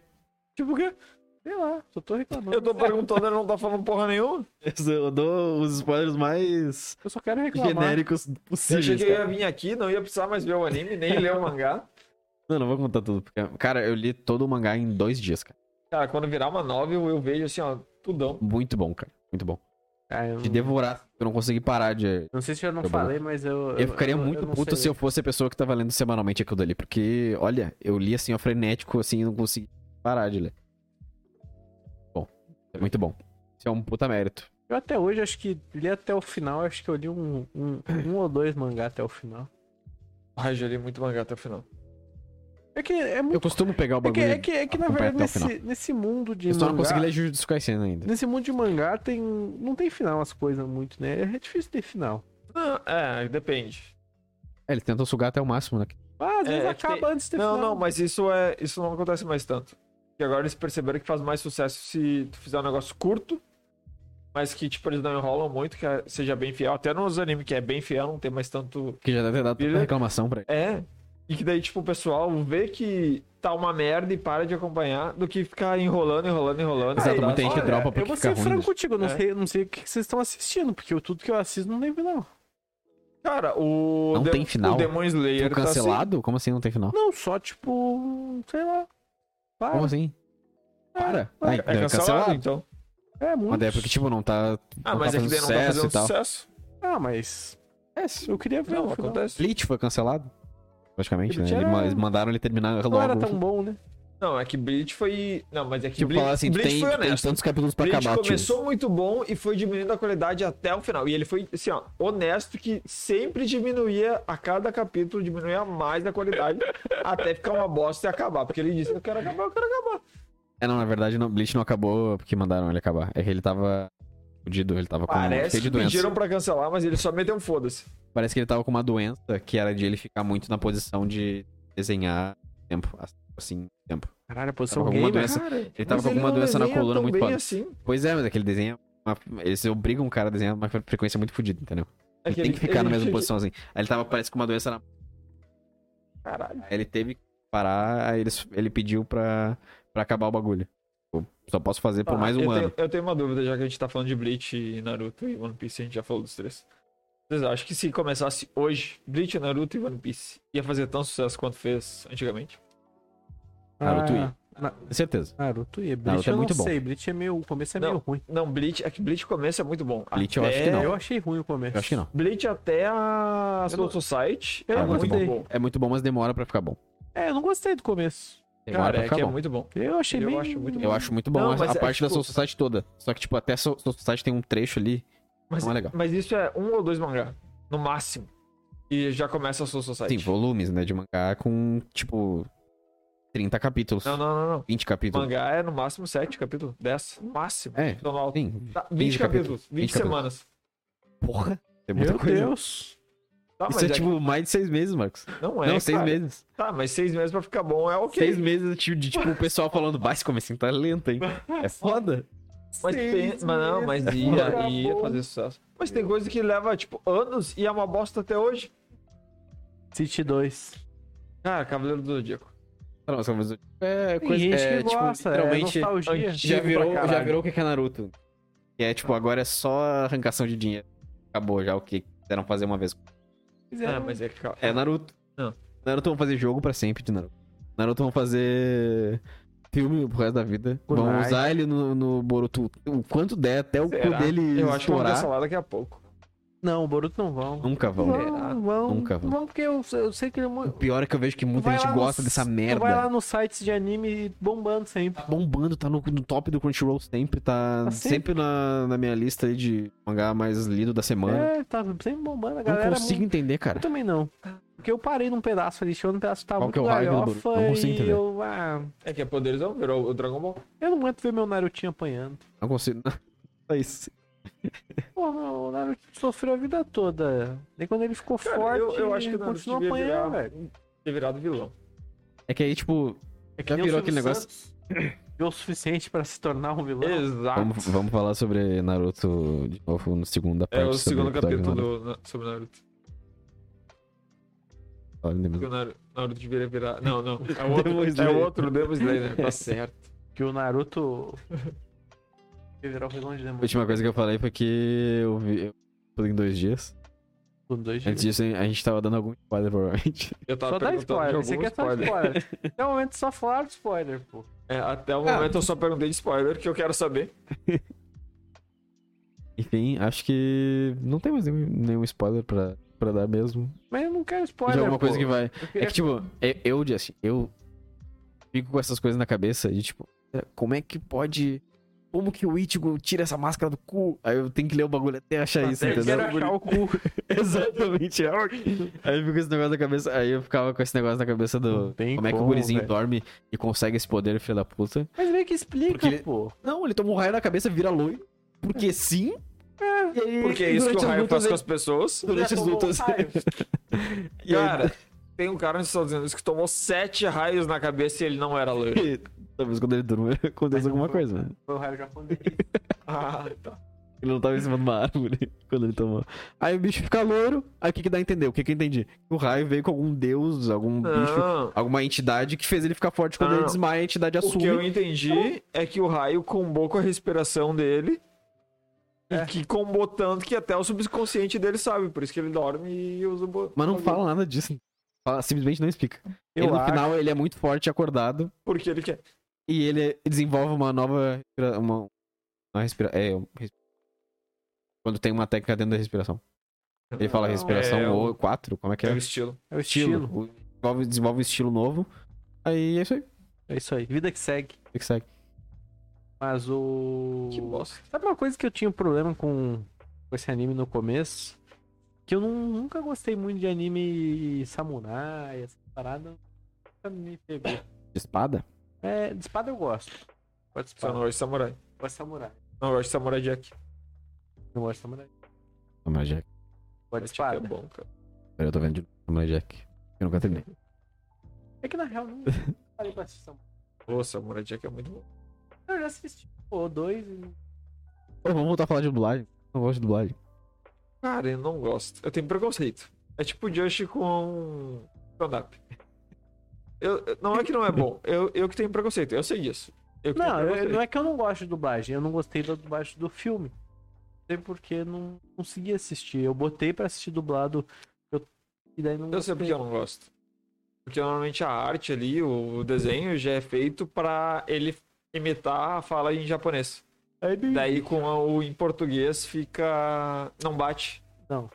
S2: Tipo o quê? Sei lá, só tô reclamando.
S3: Eu tô perguntando, ele não tá falando porra nenhuma.
S1: Eu dou é os spoilers mais
S2: Eu só quero reclamar.
S1: genéricos
S3: eu achei
S1: possíveis.
S3: que eu ia
S1: cara.
S3: vir aqui, não ia precisar mais ver o anime, nem ler o mangá.
S1: Não, não vou contar tudo. Porque, cara, eu li todo o mangá em dois dias, cara.
S3: Cara, quando virar uma novel, eu vejo assim, ó, tudão.
S1: Muito bom, cara. Muito bom.
S2: Ah, eu
S1: De
S2: não,
S1: devorar, eu não consegui parar de.
S2: não sei se eu não
S1: Tá bom.
S2: falei, mas eu.
S1: Eu ficaria muito
S2: não
S1: puto
S2: sei.
S1: se eu fosse a pessoa que tava lendo semanalmente aquilo dali. Porque, olha, eu li assim, ó, frenético, assim, e não consegui parar de ler. Bom, é muito bom. Isso é um puta mérito.
S2: Eu até hoje acho que li até o final, acho que eu li um, um, um ou dois mangá até o final.
S3: Ai, Ah, já li muito mangá até o final.
S2: É que é
S1: Eu
S2: muito.
S1: costumo pegar o
S2: É que,
S1: bagulho.
S2: é que, é que na
S1: acompanhar
S2: verdade,
S1: até o final.
S2: nesse, nesse mundo de.
S1: Eu só não
S2: mangá-
S1: consegui ler Jujutsu Kaisen ainda.
S2: Nesse mundo de mangá tem. Não tem final as coisas muito, né? É difícil ter final.
S3: Não, é, depende.
S1: É, eles tentam sugar até o máximo, né?
S2: Ah, às
S3: É,
S2: vezes
S3: é que
S2: acaba
S3: tem-
S2: antes de ter
S3: Não,
S2: final.
S3: não, mas isso é, isso não acontece mais tanto. Porque agora eles perceberam que faz mais sucesso se tu fizer um negócio curto, mas que tipo eles não enrolam muito, que é- seja bem fiel. Até nos animes que é bem fiel, não tem mais tanto.
S1: Que já deve ter dado tanta
S3: Filha-
S1: reclamação pra ele.
S3: É. E que daí tipo o pessoal vê que tá uma merda e para de acompanhar, do que ficar enrolando, enrolando, enrolando.
S1: Exato,
S3: Aí,
S1: muita gente
S3: olha,
S1: dropa
S2: Eu
S1: porque
S2: vou
S1: fica
S2: ser
S1: ruim.
S2: franco
S1: né?
S2: contigo, eu não,
S3: É.
S2: sei, eu não sei o que que vocês estão assistindo, porque eu- tudo que eu assisto não tem final.
S3: Cara, o
S1: Não tem final?
S3: o Demon Slayer
S1: Foi
S3: tá assim.
S1: cancelado? Como assim não tem final?
S2: Não, só tipo. Sei lá. Para.
S1: Como assim? Para.
S2: Ah, É,
S1: Ai,
S3: É cancelado, então.
S2: É
S1: Mas
S2: muito.
S1: daí é porque, tipo, não tá.
S3: Ah,
S1: não
S3: mas
S1: tá
S3: é que daí não tá
S1: fazendo
S3: fazendo
S1: e tal.
S3: sucesso.
S2: Ah, mas.
S1: É,
S2: Eu queria ver.
S3: Não,
S2: o final.
S3: acontece.
S1: Bleach foi cancelado. Praticamente, né?
S2: Bleach
S1: Ele-
S2: era-
S1: Eles mandaram ele terminar
S2: Não
S1: logo.
S2: era tão bom, né?
S3: Não, é que Bleach foi. Não, mas é que
S1: Tipo,
S3: Bleach,
S1: falar assim, tu
S3: Bleach
S1: tem,
S3: foi
S1: tu tem
S3: honesto.
S1: tantos capítulos pra
S3: Bleach
S1: acabar, tipo.
S3: começou
S1: tio.
S3: muito bom e foi diminuindo a qualidade até o final. E ele foi, assim, ó, honesto que sempre diminuía a cada capítulo, diminuía mais a
S1: [LAUGHS]
S3: qualidade até ficar uma bosta e acabar. Porque ele disse, eu quero acabar, eu quero acabar.
S1: É, não, na verdade, não, Bleach não acabou porque mandaram ele acabar. É que ele tava fudido, ele tava com
S3: Parece
S1: Tá cheio de
S3: que
S1: doença.
S3: pediram pra cancelar, mas ele só meteu um foda-se.
S1: Parece que ele tava com uma doença que era de ele ficar muito na posição de desenhar tempo. Assim, tempo.
S2: Caralho, a posição
S1: Tava com
S2: gamer.
S1: alguma doença.
S3: Cara,
S1: Ele tava com alguma doença na coluna muito
S3: bem
S1: foda.
S3: assim.
S1: Pois é, mas aquele desenho. Uma, eles obrigam o cara a desenhar uma frequência muito fodida, entendeu?
S3: É
S1: ele tem que ficar na mesma posição assim. Aí ele tava, parece que uma doença na.
S3: Caralho.
S1: Aí ele teve que parar, aí eles, ele pediu pra, pra acabar o bagulho. Tipo, Só posso fazer por
S3: Tá,
S1: mais um
S3: eu
S1: ano.
S3: Tenho, eu tenho uma dúvida, já que a gente tá falando de Bleach e Naruto e One Piece, a gente já falou dos três. Vocês acham que se começasse hoje, Bleach, Naruto e One Piece, ia fazer tão sucesso quanto fez antigamente?
S1: Naruto
S2: Ah,
S1: Com certeza.
S2: Naruto e Bleach
S1: Naruto é
S2: eu
S1: muito
S2: não
S1: bom.
S2: sei. Bleach é meio. O começo é
S3: Não.
S2: meio ruim.
S3: Não, Bleach, é que Bleach começa é muito bom.
S1: Bleach eu
S3: Até-
S1: acho que não.
S2: Eu achei ruim o começo.
S1: Eu acho que não.
S3: Bleach até a Soul Society
S2: eu
S3: é
S2: não
S3: muito
S2: gostei.
S3: bom.
S1: É muito bom, mas demora pra ficar bom.
S2: É, eu não gostei do começo.
S1: Demora
S3: Cara,
S1: pra
S3: é
S1: ficar
S3: que é
S1: bom.
S3: muito bom.
S2: Eu achei
S3: Eu
S2: meio.
S3: acho muito
S1: Eu acho muito bom
S3: Não,
S1: a- a
S3: mas é,
S1: parte da
S3: tipo-
S1: Soul Society toda. Só que, tipo, até a Soul Soul Society tem um trecho ali.
S3: Mas,
S1: Não é legal.
S3: mas isso é um ou dois mangá, no máximo. E já começa a Soul Society.
S1: Tem volumes, né? De mangá com, tipo, 30 capítulos.
S3: Não, não, não, não.
S1: 20 capítulos.
S3: Mangá é no máximo sete capítulos, 10, no máximo.
S1: É,
S3: Então, lá,
S1: Sim.
S3: tá,
S1: 15
S3: 20 capítulos, 20,
S1: 20 capítulos.
S3: semanas.
S1: Porra. Tem muita
S2: Meu
S1: coisa.
S2: Deus.
S3: Tá,
S1: Isso
S3: mas
S1: é, tipo mais de seis meses, Marcos.
S3: Não é,
S1: não, seis
S3: cara.
S1: meses.
S3: Tá, mas seis meses pra ficar bom é ok.
S1: tipo,
S2: Ah,
S1: Seis meses de, tipo, o pessoal falando, bah, esse comecinho tá lento, hein? É foda.
S3: Mas, tem, mas não, mas ia,
S2: é Acabou.
S3: ia fazer sucesso. Mas tem coisa que leva, tipo, anos e é uma bosta até hoje.
S2: City 2.
S3: Cara, Cavaleiro do Zodíaco.
S1: Cara, mas Cavaleiros do Zodíaco é
S2: Tem
S1: coisa
S2: gente
S1: é,
S2: que
S1: tipo,
S2: gosta, é
S1: literalmente
S2: nostalgia.
S1: já
S2: Pra
S1: virou, já
S2: caralho.
S1: virou o que que é Naruto. Que é tipo, agora é só arrancação de dinheiro. Acabou já o que quiseram fazer uma vez.
S3: Ah, mas é ca-
S1: É Naruto.
S2: Ah.
S3: Não.
S1: Naruto vão fazer jogo pra sempre de Naruto. Naruto vão fazer filme pro resto da vida.
S2: Kunai.
S1: Vão usar ele no, no Boruto o quanto der, até o cu
S3: Será?
S1: dele
S3: Eu acho que eu vou
S1: estourar.
S3: cancelar daqui a pouco.
S2: Não, o Boruto não vão.
S1: Nunca vão.
S2: um.
S3: Será?
S2: Vão, vão.
S1: Nunca vão.
S2: Vão porque eu, eu sei que ele é
S1: O
S2: muito...
S1: pior é que eu vejo que muita
S2: Vai
S1: gente
S2: lá
S1: gosta
S2: nos-
S1: dessa
S2: Vai lá
S1: merda.
S2: nos sites de anime bombando sempre.
S1: Tá bombando, tá no, no top do Crunchyroll sempre, tá
S2: Tá sempre.
S1: sempre na, na minha lista aí de mangá mais lido da semana.
S2: É, tá sempre bombando. A galera
S1: Não
S2: é
S1: consigo
S2: muito-
S1: entender, cara.
S2: Eu também não. Porque eu parei num pedaço ali, chegou num pedaço que tava
S1: Qual que
S2: muito
S1: é o hype do
S2: galhofa
S1: Boruto? Não consigo
S2: e
S1: entender.
S2: eu... Ah,
S3: É que é poderzão, virou o Dragon Ball.
S2: eu não aguento ver meu Narutinho apanhando.
S1: Não consigo.
S2: [LAUGHS]
S1: É isso.
S2: Pô, o Naruto sofreu a vida toda. Daí quando ele ficou
S3: Cara,
S2: forte,
S3: eu, eu acho que
S2: ele
S3: o Naruto
S2: continua
S3: devia
S2: apanhando,
S3: virar, um-
S2: velho.
S3: ter virado vilão.
S1: É que aí, tipo,
S2: É que
S1: Já
S2: nem o
S1: virou
S2: Silvio
S1: aquele negócio-
S2: Santos Deu o suficiente pra se tornar um vilão.
S3: Exato.
S1: vamos, vamos falar sobre Naruto de novo na segunda parte.
S3: É o
S1: sobre
S3: segundo
S1: episódio
S3: capítulo
S1: do Naruto.
S3: do, na- sobre Naruto.
S1: Olha, lembra-
S3: Que o Naruto, Naruto deveria virar. Não, não. É o
S1: Demon
S3: outro, é
S1: Slayer.
S3: o outro Demon Slayer. Tá certo.
S2: Que o Naruto. [LAUGHS] Ele virar o vilão de
S1: A
S2: demônio.
S1: última coisa que eu falei foi que eu vi eu falei em dois dias.
S2: Com dois
S1: Antes
S2: dias.
S1: disso, a gente tava dando algum spoiler, provavelmente. [LAUGHS]
S3: Eu tava
S2: Só dá
S3: perguntando de
S2: spoiler. Isso
S3: algum
S2: aqui é só
S3: spoiler.
S2: spoiler.
S3: [LAUGHS]
S2: Até o momento só falar de spoiler, pô.
S3: É, até o momento eu só perguntei de spoiler, que eu quero saber.
S1: Enfim, acho que não tem mais nenhum, nenhum spoiler pra, pra dar mesmo.
S2: Mas eu não quero spoiler.
S1: De alguma é coisa
S2: pô.
S1: que vai.
S2: Eu
S1: É
S2: queria-
S1: que, tipo, é- eu, Justin, eu fico com essas coisas na cabeça de, tipo, é, como é que pode. Como que o Ichigo tira essa máscara do cu? Aí eu tenho que ler o bagulho até achar isso,
S2: eu
S1: entendeu?
S2: quero achar o cu.
S1: [LAUGHS] Exatamente. é o que- Aí fica esse negócio na cabeça. Aí eu ficava com esse negócio na cabeça do.
S2: Não tem
S1: Como, é que o
S2: como,
S1: gurizinho
S2: velho.
S1: dorme e consegue esse poder, filho da puta?
S2: Mas meio
S1: Porque
S2: que explica,
S1: ele-
S2: pô.
S1: Não, ele toma um raio na cabeça, vira loiro. Porque sim. E aí,
S3: Porque é isso que
S1: durante
S3: o
S1: as
S3: raio
S1: lutas
S3: faz com
S1: ele-
S3: as pessoas.
S1: Durante
S2: Já
S1: as
S2: tomou
S1: lutas. [LAUGHS]
S2: um raio.
S1: E aí-
S3: Cara, tem um cara nos Estados Unidos que tomou sete raios na cabeça e ele não
S1: [LAUGHS]
S3: era loiro.
S1: E Talvez quando ele durma [LAUGHS] aconteça alguma coisa, né?
S2: Foi o raio um japonês.
S3: Ah, tá.
S1: Ele não tava em cima de uma árvore [LAUGHS] quando ele tomou. Aí o bicho fica loiro. Aí o que que dá a entender? O que que eu entendi? Que o raio veio com algum deus, algum
S2: Ah.
S1: bicho,
S3: Não.
S1: alguma entidade que fez ele ficar forte quando
S3: Não,
S1: ele
S3: não.
S1: desmaia, a entidade
S3: O que eu
S1: assume.
S3: entendi é que o raio combou com a respiração dele.
S2: É.
S3: E que combou tanto que até o subconsciente dele sabe. Por isso que ele dorme e usa o bo-
S1: Mas não fala nada disso. Fala- simplesmente não explica.
S2: Eu
S1: Ele, no
S2: acho.
S1: final ele é muito forte acordado
S3: Porque ele quer.
S1: e ele desenvolve uma nova respira- uma, uma respira- é, um res- quando tem uma técnica dentro da respiração. Ele fala
S2: Não,
S1: respiração
S3: é,
S1: ou quatro, como é que
S3: É
S1: é?
S3: o estilo.
S2: É o estilo.
S1: O- Desenvolve, desenvolve um estilo novo. Aí é isso aí.
S2: É isso aí. Vida que segue.
S1: Fica que segue.
S2: Mas o.
S3: Que bosta.
S2: Sabe uma coisa que eu tinha um problema com, com esse anime no começo? Que eu nun- nunca gostei muito de anime samurai, essa parada. Nunca me pegou.
S1: De espada?
S2: É, de espada eu gosto. Gosto de
S3: Só não
S2: espada.
S3: gosto de samurai.
S2: Gosto de samurai.
S3: Não gosto de samurai jack.
S2: Não gosto de samurai.
S1: Samurai Jack.
S2: Gosto de
S3: Mas, tipo, é
S2: espada.
S3: bom, cara.
S1: Peraí, eu tô vendo de novo. Samurai Jack. Eu nunca terminei.
S2: É que na real não parei pra assistir samurai.
S3: Pô, samurai jack é muito bom.
S2: Eu já assisti pô, dois e.
S1: Ô, vamos voltar a falar de dublagem. Não gosto de dublagem.
S3: Cara, eu não gosto. Eu tenho preconceito. É tipo Just com stand-up. Eu, eu- não é que não é bom. Eu, eu que tenho preconceito. Eu sei disso. Eu que
S2: Não,
S3: tenho
S2: eu-
S3: preconceito.
S2: não é que eu não gosto de dublagem, eu não gostei da dublagem do filme. Não sei porque não consegui assistir. Eu botei pra assistir dublado. eu- E daí não
S3: Eu sei
S2: gostei.
S3: porque eu não gosto. Porque normalmente a arte ali, o desenho, já é feito pra ele imitar a fala em japonês.
S2: Aí daí-
S3: Daí com a- o em português fica. Não bate.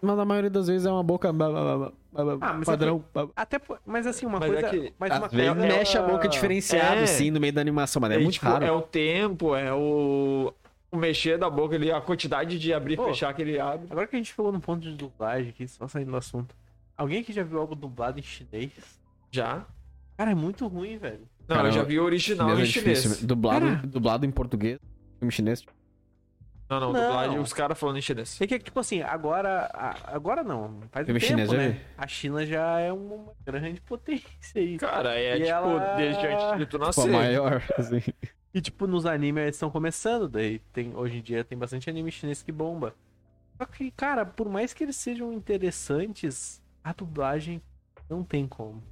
S1: Mas na maioria das vezes é uma boca. blá, blá, blá, blá, blá,
S2: Ah, mas é
S1: padrão. blá, blá.
S2: Até, po- mas assim, uma
S3: Mas
S2: coisa.
S3: é que
S2: mas uma
S1: Às vezes
S2: coisa
S1: mexe a
S2: ela-
S1: boca diferenciado,
S3: É.
S1: assim, no meio da animação, mas é,
S3: E,
S1: muito
S3: tipo,
S1: raro.
S3: é o tempo, é o. O mexer da boca ali, a quantidade de abrir e
S2: Pô.
S3: fechar que ele abre.
S2: Agora que a gente pegou no ponto de dublagem aqui, só saindo do assunto. Alguém que já viu algo dublado em chinês?
S3: Já.
S2: Cara, é muito ruim, velho.
S3: Não,
S1: Cara,
S3: eu já vi o
S1: Chinês
S3: original
S1: é
S3: em
S1: difícil,
S3: chinês.
S1: né? Dublado,
S2: Cara.
S1: dublado em português. Filme chinês. tipo,
S3: Não, não,
S2: Não.
S3: dublagem, os caras falando em chinês.
S2: É que, tipo assim, agora. a- Agora não. Faz um
S1: Filme
S2: tempo,
S1: chinês, já
S2: né? A China já é uma grande potência aí.
S3: Cara, é
S2: E
S3: tipo,
S2: ela-
S3: desde antes de tu
S1: a
S3: nascer.
S1: é maior, [LAUGHS] assim.
S2: E, tipo, nos animes eles estão começando, daí tem, hoje em dia tem bastante anime chinês que bomba. Só que, cara, por mais que eles sejam interessantes, a dublagem não tem como.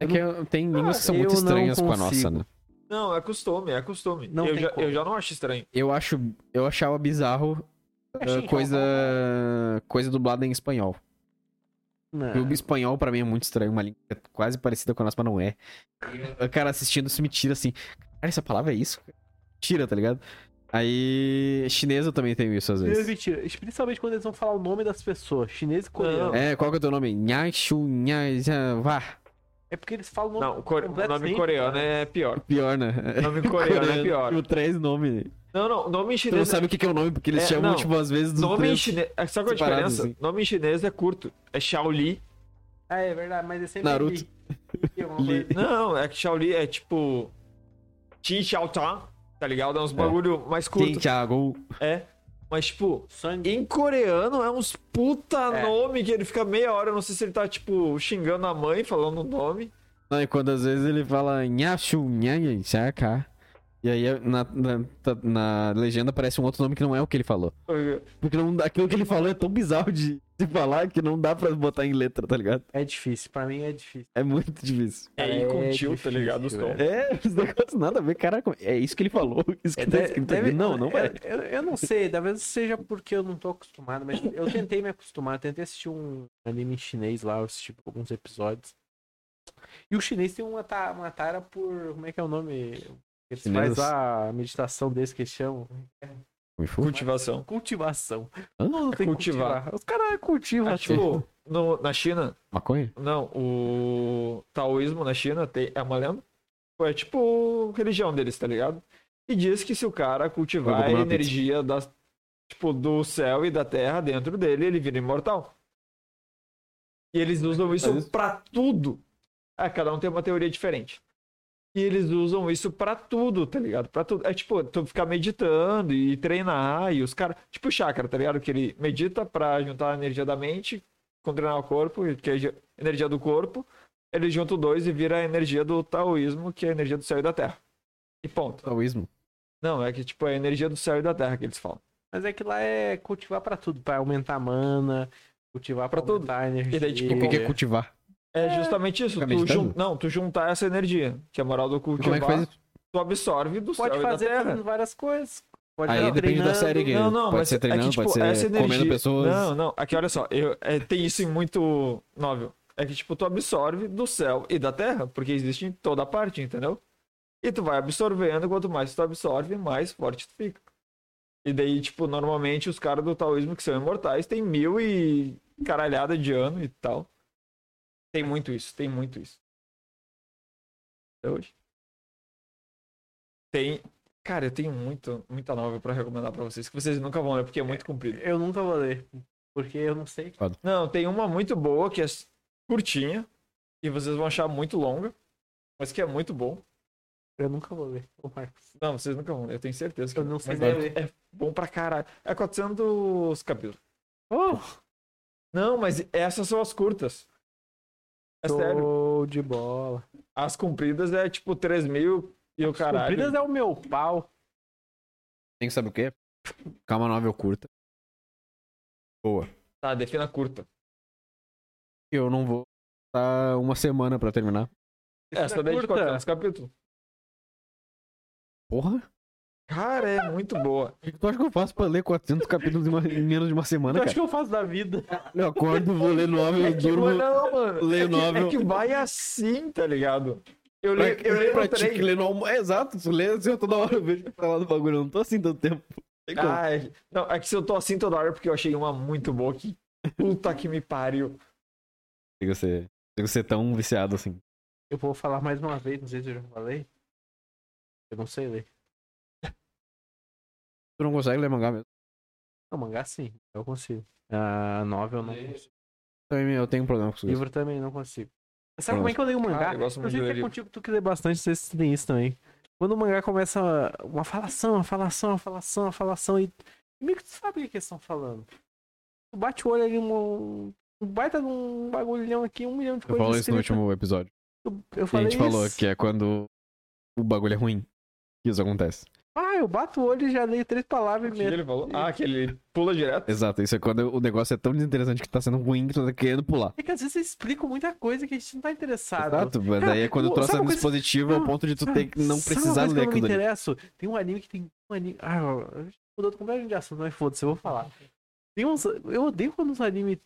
S1: É que tem línguas que são
S2: Ah,
S1: muito
S2: eu não
S1: estranhas com a nossa,
S2: consigo.
S1: né?
S3: Não, é costume, é costume.
S2: Não
S3: eu,
S2: tem
S3: já,
S2: como.
S3: eu já não acho estranho.
S1: Eu acho. Eu achava bizarro
S2: Achei
S1: uh, coisa.
S3: é
S1: coisa dublada em espanhol.
S2: Não.
S1: O espanhol pra mim é muito estranho, uma língua que é quase parecida com a nossa, mas não é. O cara assistindo isso me tira assim. Cara, essa palavra é isso? Tira, tá ligado? Aí. Chinês eu também tenho isso às
S2: Primeiro,
S1: vezes.
S2: é mentira. Principalmente quando eles vão falar o nome das pessoas, chinês e coreano.
S3: Não.
S2: É,
S1: É, qual que é o teu nome? Nha, Shu, Nha, Zha, Vá.
S2: É porque eles falam o nome
S3: Não, o, core- o
S2: completo
S3: nome
S2: sem-
S3: coreano é pior.
S1: Pior, né? [LAUGHS]
S3: O nome coreano é pior.
S1: Tipo, três nomes.
S3: Não, não, nome em
S1: Tu não
S3: chinês.
S1: sabe o que que é o nome, porque eles
S3: É,
S1: chamam,
S3: não.
S1: tipo, às vezes dos
S3: Nome em
S1: três.
S3: chinês. é, Sabe qual é a
S1: separados,
S3: diferença?
S1: assim.
S3: Nome em chinês é curto. É Shaoli.
S2: Ah, é verdade, mas é sempre
S1: Naruto. [LAUGHS]
S2: Li. Li, alguma
S1: Li.
S2: coisa.
S3: Não, é que Shaoli é tipo. Ti Xiao Tá, tá ligado? É uns bagulho mais curto.
S1: Quem, Thiago?
S3: É. Mas, tipo,
S2: Sangue.
S3: em coreano é uns puta
S2: É.
S3: nome que ele fica meia hora. Eu não sei se ele tá, tipo, xingando a mãe, falando o nome.
S1: Não, e quando às vezes ele fala Nha, Shu, Nha, Nha, Zha, Cá. E aí na, na- tá- na legenda aparece um outro nome que não é o que ele falou.
S3: É,
S1: Porque não, dá- aquilo que ele falou é tão bizarro de se falar que não dá pra botar em letra, tá ligado?
S2: É difícil, pra mim é difícil.
S1: É muito difícil.
S3: É
S2: Cara,
S3: ir com
S2: é
S3: tio, tá
S2: difícil,
S3: ligado? Os
S2: velho.
S3: tons.
S1: É, os negócios nada a ver, caraca. É isso que ele falou. [LAUGHS] Isso que
S2: É,
S1: tá
S2: deve-
S1: escrito
S2: deve-
S1: ali. Não, não é.
S2: Eu, eu- eu não sei, talvez seja porque eu não tô acostumado, mas eu tentei me acostumar, eu tentei assistir um anime chinês lá, eu assisti alguns episódios. E o chinês tem uma, ta- uma tara por. Como é que é o nome? Eles
S1: Chineses?
S2: faz a meditação deles que eles chamam.
S1: Me fu-
S3: Cultivação.
S2: Cultivação.
S1: Hã?
S2: Não, não tem que
S3: Cultivar.
S2: cultivar. Os caras cultivam.
S3: É, tipo, no- na China,
S1: Maconha?
S3: não, o taoísmo na China tem, é uma lenda. É tipo religião deles, tá ligado? E diz que se o cara
S1: Eu vou
S3: cultivar
S1: comer
S3: a
S1: uma pizza.
S3: energia da, tipo, do céu e da terra dentro dele, ele vira imortal. E eles usam isso
S1: isso?
S3: pra tudo. Ah, cada um tem uma teoria diferente. E eles usam isso pra tudo, tá ligado? Pra tudo. É tipo, tu ficar meditando e treinar e os caras. Tipo o chakra, tá ligado? Que ele medita pra juntar a energia da mente, controlar o corpo, que é a energia do corpo. Ele junta os dois e vira a energia do taoísmo, que é a energia do céu e da terra. E ponto.
S1: Taoísmo.
S3: Não, é que tipo, é a energia do céu e da terra que eles falam.
S2: Mas é que lá é cultivar pra tudo, pra aumentar a mana, cultivar pra,
S3: Pra tudo.
S2: aumentar a energia.
S3: E daí, tipo,
S1: O que que é
S3: É.
S1: cultivar?
S3: É justamente isso.
S1: Fica
S3: Tu jun...
S1: meditando?
S3: Não, tu juntar essa energia, que é a moral do
S1: E Como
S3: cultivar,
S1: é que faz isso?
S3: tu absorve do
S2: Pode
S3: céu
S2: fazer
S3: e da terra.
S2: fazendo várias coisas. Pode
S1: Aí
S2: fazer
S1: depende da
S2: treinando.
S1: série que-
S3: Não, não,
S1: pode
S3: mas
S1: ser
S3: é que,
S1: treinando,
S3: tipo,
S1: pode ser
S3: essa energia...
S1: comendo pessoas.
S3: Não, não, aqui olha só, eu- é, tem isso em muito novel. É que, tipo, tu absorve do céu e da terra, porque existe em toda parte, entendeu? E tu vai absorvendo, quanto mais tu absorve, mais forte tu fica. E daí, tipo, normalmente os caras do taoísmo que são imortais têm mil e caralhada de ano e tal. Tem muito isso, tem muito isso. Até hoje. Tem. Cara, eu tenho muito, muita novel pra recomendar pra vocês, que vocês nunca vão ler, porque é muito comprido.
S2: Eu nunca vou ler. Porque eu não sei.
S3: Não, tem uma muito boa que é curtinha e vocês vão achar muito longa, mas que é muito bom.
S2: Eu nunca vou ler. Ô, Marcos.
S3: Não, vocês nunca vão, ler, eu tenho certeza que
S2: Eu não sei
S3: mas é-
S2: ler.
S3: É bom pra caralho. É 400 capítulos. Não, mas essas são as curtas. É sério.
S2: Show de bola.
S3: As compridas é tipo 3 mil e o caralho.
S2: Compridas é o meu pau.
S1: Tem que saber o quê? Calma novel curta. Boa.
S3: Tá, defina curta.
S1: Eu não vou tá uma semana pra terminar.
S3: Essa daí é de
S2: é curta.
S3: 400 capítulos.
S1: Porra!
S3: Cara, é muito boa.
S1: O que tu acha que eu faço pra ler 400 capítulos em, uma- em menos de uma semana,
S2: Eu acho
S1: cara?
S2: que eu faço da vida.
S1: Eu acordo, vou ler novel, eu durmo.
S3: Mas É não, mano.
S1: leio
S3: é, que,
S1: novel.
S3: é que vai assim, tá ligado? Eu
S1: Pra-
S3: leio, eu leio
S1: pra
S3: no
S1: ti
S3: trem.
S1: que lê no almo- É, Exato, tu lê assim, eu toda hora eu vejo que tá lá no bagulho, eu não tô assim tanto tempo. Tem como.
S3: Ah, é- não, é que se eu tô assim toda hora porque eu achei uma muito boa que puta que me pariu.
S1: Consigo ser, consigo ser tão viciado assim.
S2: Eu vou falar mais uma vez, não sei se eu já falei. Eu não sei ler.
S1: Tu não consegue ler mangá mesmo?
S2: Não, mangá sim. Eu consigo. Ah, A novel eu não consigo.
S1: Também eu tenho um problema com isso.
S2: Livro também não consigo. Sabe como é que eu leio mangá?
S3: Ah, eu gosto muito de
S2: sei que
S3: ler
S2: é
S3: livro.
S2: contigo tu que lê bastante, não sei se tu tem isso também. Quando o mangá começa uma- uma falação, uma falação, uma falação, uma falação, e e meio que tu sabe o que que eles estão falando. Tu bate o olho ali num. Um baita de um bagulhão aqui, um milhão de
S1: Eu
S2: coisas.
S1: falo isso no
S2: escritas.
S1: último episódio.
S2: Eu, eu
S1: Que a
S2: falei
S1: gente falou
S2: isso.
S1: que é quando o bagulho é ruim. que isso acontece.
S2: Ah, eu bato o olho e já leio três palavras e
S3: O que
S2: meio.
S3: ele falou? Ah, que ele pula direto.
S1: Exato, isso é quando o negócio é tão desinteressante que tá sendo ruim que tu tá querendo pular.
S2: É que às vezes eles explicam muita coisa que a gente não tá interessado.
S1: Exato, mas daí é quando o
S2: Cara,
S1: troço
S2: sabe
S1: é
S2: uma coisa-
S1: dispositivo ao
S2: Não,
S1: ponto de tu
S2: Sabe-
S1: ter que não
S2: sabe uma
S1: precisar
S2: coisa
S1: ler
S2: que eu não
S1: aquilo
S2: me
S1: ali.
S2: interesso. Tem um anime que tem um anime. Ah, eu- eu- mudou completamente de assunto, mas foda-se, eu vou falar. Tem uns. Eu odeio quando uns animes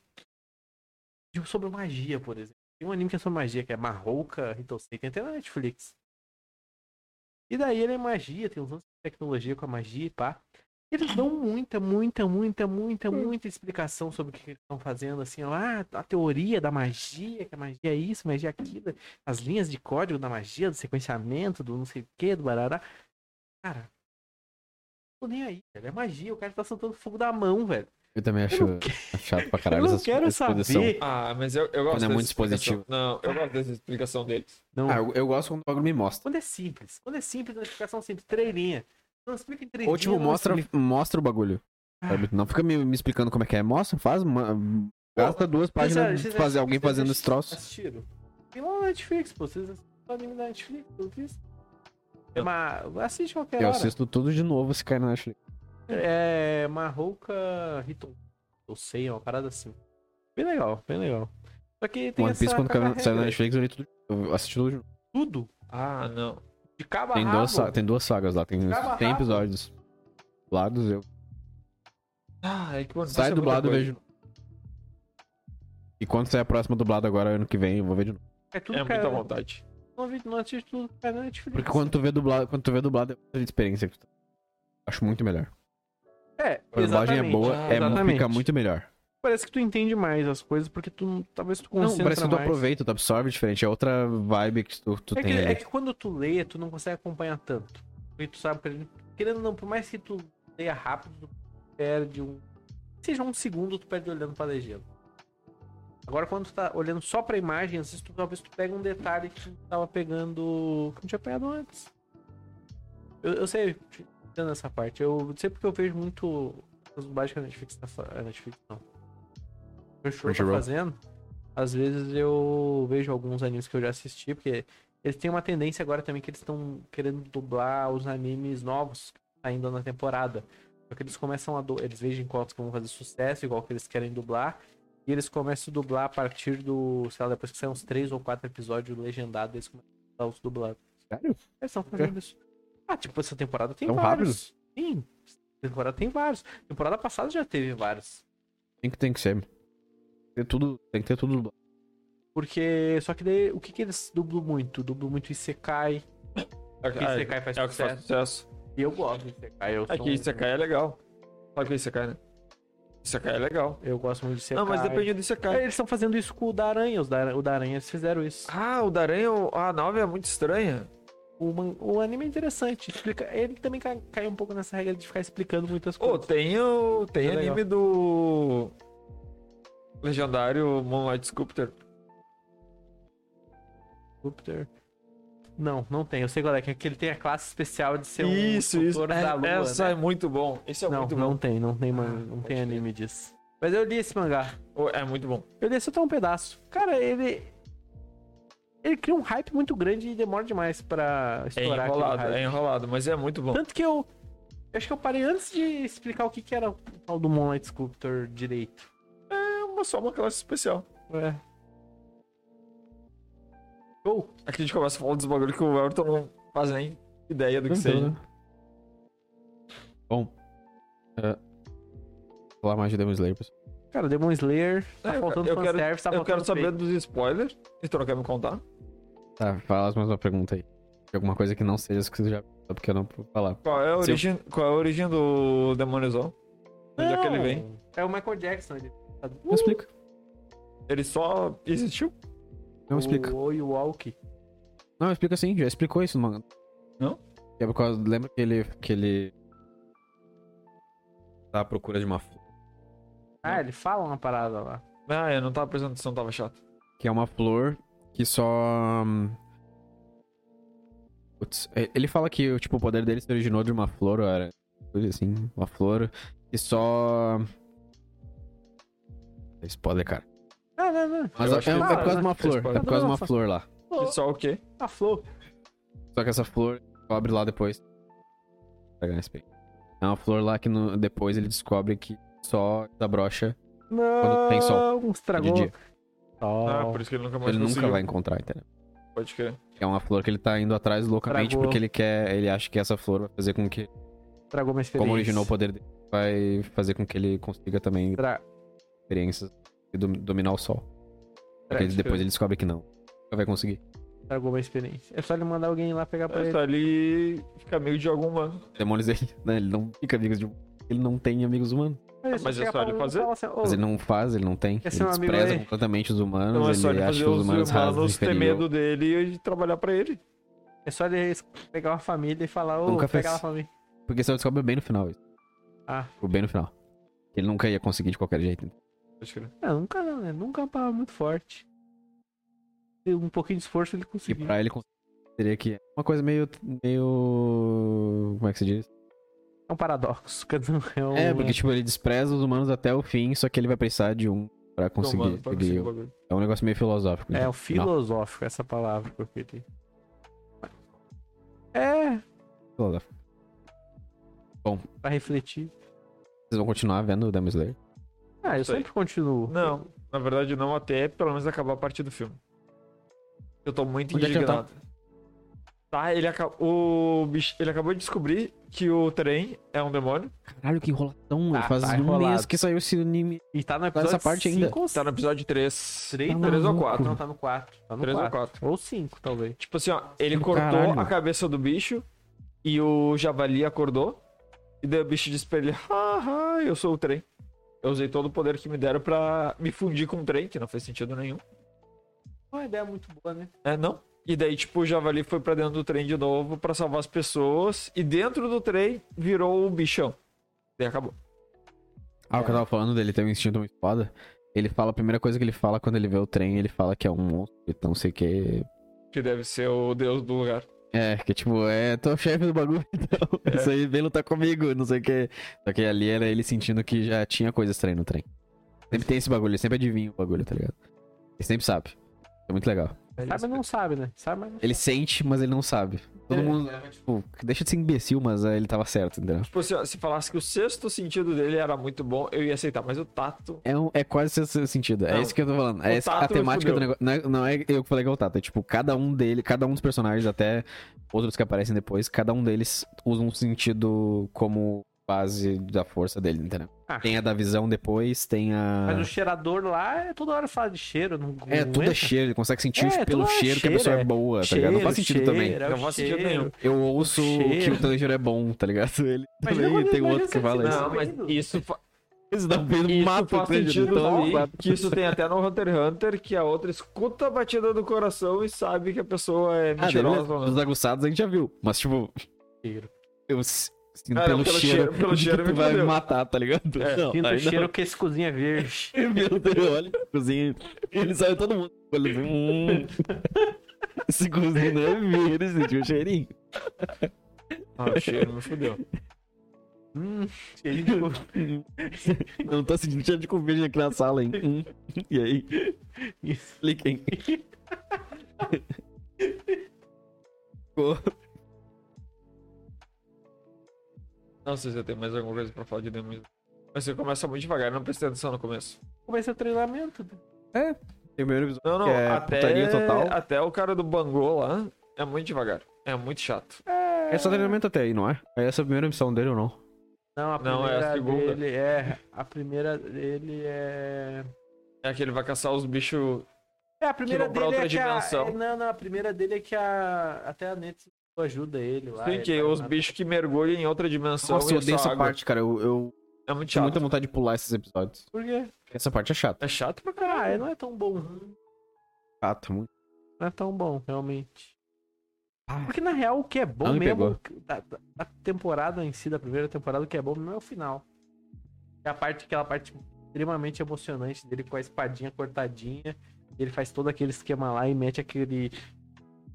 S2: de- sobre magia, por exemplo. Tem um anime que é sobre magia, que é Marrouca Hitosei, tem até na Netflix. E daí ele é magia, tem uns anos de tecnologia com a magia e pá. Eles dão muita, muita, muita, muita, muita explicação sobre o que que eles estão fazendo, assim, ó, ah, a teoria da magia, que a magia é isso, magia é aquilo, as linhas de código da magia, do sequenciamento, do não sei o que, do barará. Cara, tô nem aí, velho. É magia, o cara tá soltando fogo da mão, velho.
S1: Eu também acho
S2: não
S1: [LAUGHS] chato pra caralho
S2: [LAUGHS] eu não
S1: essa
S2: quero
S1: exposição.
S2: saber.
S3: Ah, mas eu, eu
S1: Quando
S3: gosto
S1: é
S3: dessa
S1: muito
S3: explicação.
S1: expositivo.
S3: Não, eu gosto dessa explicação deles.
S2: Não.
S1: Ah, eu, eu gosto quando o bagulho me mostra.
S2: Quando é simples. Quando é simples, uma explicação simples, três linhas. Não explica em três
S1: Ou tipo,
S2: linhas, não
S1: mostra,
S2: explica.
S1: mostra o bagulho.
S2: Ah.
S1: sabe? Não fica me, me explicando como é que é. Mostra, faz, ma- gasta duas páginas
S2: vocês
S1: fazer alguém
S2: vocês
S1: fazendo esse troço.
S2: Assistiram. Tem lá na Netflix, pô. Vocês assistem o anime da Netflix, eu fiz. É uma... Assiste qualquer
S1: Eu
S2: hora.
S1: assisto tudo de novo se cair na Netflix.
S2: É Marrouca Riton. Eu sei, é uma parada assim. Bem legal, bem legal. Só que tem
S1: One
S2: essa
S1: Piece, quando caiu na-
S2: cagarreira,
S1: saiu na Netflix, eu li tudo. Eu assisti tudo de novo.
S2: tudo.
S3: Ah, não.
S2: De cabo a
S1: Tem duas, sa-
S2: rabo.
S1: tem duas sagas lá, tem,
S2: Ficava
S1: tem
S2: rápido.
S1: episódios. Lados, eu.
S3: Ah, é que mano,
S1: Sai
S3: isso é muita
S1: dublado, eu
S3: coisa.
S1: vejo. E quando sair a próxima dublada agora, ano que vem, eu vou ver de novo.
S2: É tudo
S3: É
S2: cara,
S3: muita vontade.
S2: Não, vi- não assiste tudo cara, na Netflix.
S1: Porque quando tu vê dublado, quando tu vê dublado é outra experiência que tu Acho muito melhor.
S2: É,
S1: Quando a dublagem é
S2: exatamente.
S1: boa,
S3: Ah,
S1: é,
S2: exatamente.
S1: fica muito melhor.
S2: Parece que tu entende mais as coisas, porque tu não- talvez tu concentra
S1: não, parece que tu
S2: mais.
S1: aproveita, tu absorve diferente. É outra vibe que tu, tu
S2: É que,
S1: tem ali.
S2: é que quando tu lê, tu não consegue acompanhar tanto. Porque tu sabe, que- querendo ou não, por mais que tu leia rápido, tu perde um. Seja um segundo, tu perde olhando pra legenda. Agora, quando tu tá olhando só pra imagem, às vezes tu, talvez tu pega um detalhe que tu não tava pegando. que não tinha pegado antes. Eu, eu sei, dando essa parte. Eu sei porque eu vejo muito. As dublagens que a Netflix tá fa- a Netflix não. O Crunchyroll tá
S1: Crunchyroll.
S2: fazendo. Às vezes eu vejo alguns animes que eu já assisti, porque eles têm uma tendência agora também que eles estão querendo dublar os animes novos ainda na temporada. Só que eles começam a. du- Eles vejam qual que vão fazer sucesso, igual que eles querem dublar. E eles começam a dublar a partir do. Sei lá, depois que saem uns 3 ou 4 episódios legendados, eles começam a dublar os dublados.
S1: Sério?
S2: Eles estão fazendo isso. Ah, tipo, essa temporada tem
S1: Tão
S2: vários. Sim, essa temporada tem vários. Temporada passada já teve vários.
S1: Tem que, tem que ser. Tem, tudo, tem que ter tudo dublado.
S2: Porque. Só que daí, o que, que eles dublam muito? Dublam muito Isekai.
S3: É,
S2: Porque Isekai faz
S3: é o que faz
S2: sucesso.
S3: sucesso.
S2: E eu gosto de Isekai. Eu,
S3: É
S2: sou
S3: que
S2: um-
S3: Isekai é legal. Sabe o que é Isekai, né? Isekai é legal. É
S2: eu gosto muito de Isekai.
S3: Não, mas depende do Isekai.
S2: Eles estão fazendo isso com o da Aranha. Os da, Aranha- o da Aranha eles fizeram isso.
S3: Ah, o da aranha, o- a nova é muito estranha.
S2: O, man- o anime é interessante. Explica... Ele também ca- cai um pouco nessa regra de ficar explicando muitas
S3: Ô,
S2: coisas.
S3: tem o. Tem
S2: É legal.
S3: anime do. Legendário Moonlight Sculptor.
S2: Júpiter. Não, não tem. Eu sei qual é. Que ele tem a classe especial de ser
S3: isso,
S2: um
S3: isso.
S2: escultor
S3: É-
S2: da lua.
S3: essa
S2: né?
S3: é muito bom. Esse é
S2: não,
S3: muito
S2: não
S3: bom. Ah,
S2: tem, não tem, man... não
S3: pode
S2: tem
S3: crer.
S2: anime disso. Mas eu li esse mangá.
S3: Ô, É muito bom.
S2: Eu li só até um pedaço. Cara, ele. Ele cria um hype muito grande e demora demais pra
S3: É
S2: estourar aquele
S3: enrolado,
S2: hype.
S3: é enrolado, mas é muito bom.
S2: Tanto que eu. eu Acho que eu parei antes de explicar o que, que era o tal do Moonlight Sculptor direito.
S3: É uma, só uma classe especial.
S2: É. Show!
S3: Aqui a gente começa a falar dos bagulho que o Everton não faz nem ideia do que
S1: Então, né?
S3: seja.
S1: Bom. é, falar mais de Demon Slayer, pessoal.
S2: Cara, Demon Slayer, tá
S3: É, eu
S2: faltando
S3: quero- eu quero-
S2: fanservice, tá
S3: Eu quero
S2: faltando
S3: saber
S2: peito.
S3: dos spoilers, se tu não quer me contar.
S1: Tá, fala mais uma pergunta aí. De alguma coisa que não seja as que você já sabe, porque eu não vou falar.
S3: Qual é a
S1: Se eu-
S3: origem, qual é a origem do Demonizão? De Onde é que ele
S2: Não,
S3: vem?
S2: É o Michael Jackson. Ele... tá
S1: Não explica.
S3: Ele só existiu?
S1: Não explica.
S2: O Oi Walk.
S1: Não, explica sim, já explicou isso no manga.
S3: Não?
S1: Que é por causa. Lembra que ele. que ele. Tá à procura de uma flor.
S2: Ah, ele fala uma parada lá.
S3: Ah, eu não tava prestando atenção, tava chato.
S1: Que é uma flor que só. hum, Putz, é- ele fala que tipo, o poder dele se originou de uma flor, era coisa assim, uma flor que só. hum, É Spoiler, cara.
S2: Não, Ah, não, não.
S1: Mas
S3: Eu
S1: é,
S3: acho
S1: é,
S3: que-
S1: é por causa de uma
S3: Ah,
S1: flor. É
S3: spoiler.
S1: por causa de uma flor lá.
S3: Ele só o quê?
S2: Ah, Flow.
S1: Só que essa flor abre lá depois. pegar esse peixe. É uma flor lá que no- depois ele descobre que só desabrocha.
S2: Não,
S1: tem
S2: estragou.
S1: de dia.
S2: Sol.
S3: Ah, por isso que ele nunca mais
S1: ele nunca
S3: conseguiu.
S1: vai encontrar, entendeu?
S3: Pode crer.
S1: É uma flor que ele tá indo atrás loucamente
S2: Tragou.
S1: porque ele quer. Ele acha que essa flor vai fazer com que.
S2: Estragou minha experiência.
S1: Como originou o poder dele, vai fazer com que ele consiga também
S2: Tra-
S1: experiências e dom- dominar o sol. Só que ele-
S3: Pode
S1: depois
S3: crer.
S1: ele descobre que não. Nunca vai conseguir.
S2: Estragou minha experiência. É só ele mandar alguém lá pegar pra
S3: É,
S2: ele.
S3: tá ali, fica amigo de algum humano.
S1: Demônios dele, [LAUGHS] né? Ele não fica amigos de. Ele não tem amigos humanos.
S2: Mas,
S3: Mas é
S2: chegar
S3: só
S2: pra
S3: ele
S2: um e
S3: fazer?
S2: falar assim, "Ô,
S1: Mas ele não faz, ele não tem. Ele
S2: Quer ser um amigo
S1: despreza
S2: aí?
S1: completamente os humanos.
S3: Então é
S1: ele
S3: só ele
S1: acha
S3: fazer
S1: que os
S3: os
S1: humanos, rasos
S3: humanos ter
S1: inferior.
S3: medo dele e trabalhar pra ele.
S2: É só ele pegar uma família e falar, ô,
S1: Nunca
S2: pega
S1: fez.
S2: lá a família.
S1: Porque só descobre bem no final isso.
S2: Ah.
S1: Tipo, Bem no final. Ele nunca ia conseguir de qualquer jeito.
S3: Pode crer. Então,
S2: É, nunca não, né? Nunca é uma palavra muito forte. E um pouquinho de esforço ele
S1: E
S2: conseguiu.
S1: pra ele conseguir, teria que. é Uma coisa meio. meio. Como é que se diz?
S2: É um paradoxo. [LAUGHS] Cada um é um...
S1: É, porque tipo, ele despreza os humanos até o fim, só que ele vai precisar de um pra conseguir.
S3: Então, mano, pra
S1: seguir.
S3: conseguir o bagulho.
S1: É um negócio meio filosófico.
S2: É
S1: então,
S2: o filosófico, essa palavra que eu queria. É,
S1: não, filosófico.
S2: pra refletir.
S1: Vocês vão continuar vendo o Demon Slayer?
S2: Ah, eu
S3: Isso aí.
S2: sempre continuo.
S3: Não, na verdade não, até pelo menos acabar a parte do filme. Eu tô muito
S1: Onde é que eu
S3: indignado. Tá, ele acabou. O bicho, ele acabou de descobrir que o trem é um demônio.
S1: Caralho, que enrolação.
S2: Ah,
S1: Faz
S2: tá
S1: um
S2: enrolado.
S1: mês que saiu esse anime.
S2: E tá no
S1: Tá
S2: episódio
S1: nessa parte ainda.
S2: cinco ou
S3: Tá no episódio 3.
S2: Três?
S3: 3, ou
S1: Maluco.
S3: 4.
S2: Não, tá no 4. Tá no
S3: 3 ou
S2: 4.
S3: 4.
S2: Ou 5, talvez.
S3: Tipo assim, ó, ele
S1: Do
S3: cortou
S1: caralho.
S3: a cabeça do bicho e o javali acordou. E daí o bicho disse pra ele: Haha, eu sou o trem. Eu usei todo o poder que me deram pra me fundir com o trem, que não fez sentido nenhum.
S2: Uma ideia muito boa, né?
S3: É, não. E daí, tipo, o Javali foi pra dentro do trem de novo pra salvar as pessoas. E dentro do trem virou o bichão. Daí acabou.
S1: Ah, o que eu tava falando dele tem um instinto muito foda. Ele fala, a primeira coisa que ele fala quando ele vê o trem, ele fala que é um monstro, então sei que.
S3: Que deve ser o deus do lugar.
S1: É, que tipo, é, tô chefe do bagulho, [LAUGHS] então. Isso aí vem lutar comigo, não sei o que. Só que ali era ele sentindo que já tinha coisa estranha no trem. Sempre tem esse bagulho, ele sempre adivinha o bagulho, tá ligado? Ele sempre sabe. É muito legal.
S2: Sabe, mas não sabe, né? Sabe, mas não
S1: Ele sente, mas ele não sabe. Todo
S3: É.
S1: mundo, tipo, deixa de ser imbecil, mas é, ele tava certo, entendeu?
S3: Tipo, se, se falasse que o sexto sentido dele era muito bom, eu ia aceitar. Mas o tato.
S1: É, um- é quase esse sentido.
S3: Não,
S1: É isso que eu tô falando.
S3: o
S1: É essa, a
S3: Tato me
S1: temática do
S3: fudeu.
S1: negócio. Não é, não é eu que falei que é o Tato. É tipo, cada um dele, cada um dos personagens, até outros que aparecem depois, cada um deles usa um sentido como base da força dele, entendeu?
S2: Ah.
S1: Tem a da visão depois, tem
S2: Mas
S1: a.
S2: o cheirador lá, é toda hora fala de cheiro. Não,
S1: É,
S2: não
S1: tudo é
S2: entra.
S1: cheiro, ele consegue sentir
S2: É,
S1: pelo
S2: tudo é
S1: cheiro que a
S2: cheiro,
S1: pessoa é,
S2: é.
S1: boa, tá ligado? Não faz sentido
S2: Cheiro,
S1: também.
S2: cheiro, é
S3: Não
S2: o
S3: faz sentido
S2: cheiro.
S3: nenhum.
S1: Eu ouço
S2: cheiro.
S1: que o Tanjiro é bom, tá ligado? [LAUGHS] Ele
S2: Imagina
S1: também
S2: quando-
S1: tem
S2: imagina
S1: outro que
S2: se
S1: fala
S2: ele-
S1: isso.
S3: Não, mas isso, fa-
S1: Esse dá um peso, [LAUGHS]
S3: isso
S1: mata o
S3: faz
S1: Tanjiro,
S3: sentido
S1: então,
S3: também,
S1: mano.
S3: que isso tem até no Hunter x Hunter, que a outra escuta a batida do coração e sabe que a pessoa é
S1: Ah, beleza.
S3: mentirosa. ou não.
S1: Os aguçados a gente já viu. Mas, tipo,
S2: Cheiro.
S1: eu s- sinto
S3: Ah,
S1: pelo,
S3: não, pelo
S1: cheiro,
S3: cheiro-
S1: [LAUGHS]
S3: pelo
S1: de
S3: cheiro
S1: que tu
S3: me
S1: vai me
S3: fudeu.
S1: matar, tá ligado?
S3: É,
S1: não,
S2: Sinto o
S1: aí
S2: cheiro que esse cozinha
S3: [LAUGHS]
S2: verde.
S1: Não. [LAUGHS] Meu Deus, olha esse cozinho. Ele saiu todo mundo. Ele viu, hum.
S3: [LAUGHS]
S1: Esse cozinho não é verde, sentiu o cheirinho.
S3: Ah, o cheiro me fudeu.
S2: Hum, cheirinho de
S1: [LAUGHS]
S2: cozinha.
S1: Não tô sentindo cheiro de cerveja aqui na sala, hein? Hum. E aí? Expliquem. Pô,
S3: Não sei se eu tenho mais alguma coisa pra falar de Demon Slayer. Mas você começa muito devagar, não prestei atenção no começo.
S2: Comecei o treinamento.
S3: né?
S1: Tem o primeiro episódio.
S3: Não, não,
S1: Que é
S3: até,
S1: putaria total.
S3: até o cara do Bangô lá é muito devagar. É muito chato.
S1: É só treinamento até aí, não é? É essa a primeira missão dele ou não?
S2: Não, a
S3: Não, é
S2: primeira
S3: a segunda.
S2: dele é... A primeira dele é...
S3: É que ele vai caçar os bichos.
S2: É, a primeira
S3: vão pra
S2: dele
S3: outra
S2: é que
S3: dimensão.
S2: A... é, Não, não, a primeira dele é que a... Até a Netsu ajuda ele lá.
S3: Tem
S2: ele
S3: que
S2: tá
S3: os
S2: lá.
S3: bichos que mergulham em outra dimensão.
S1: Nossa,
S3: e
S1: eu
S3: é
S1: odeio
S3: só
S1: essa
S3: água.
S1: parte, cara. Eu, eu
S3: É muito
S1: tinha
S3: chato.
S1: muita vontade de pular esses episódios.
S2: Por quê?
S1: Essa parte é chata.
S3: É chato pra caralho.
S2: Ah, não é tão bom.
S1: Chata, muito.
S2: Não é tão bom, realmente.
S1: Ah.
S2: Porque na real o que é bom
S1: Não me
S2: mesmo da, da- da temporada em si, da primeira temporada, o que é bom mesmo é o final. É a parte, aquela parte extremamente emocionante dele com a espadinha cortadinha. Ele faz todo aquele esquema lá e mete aquele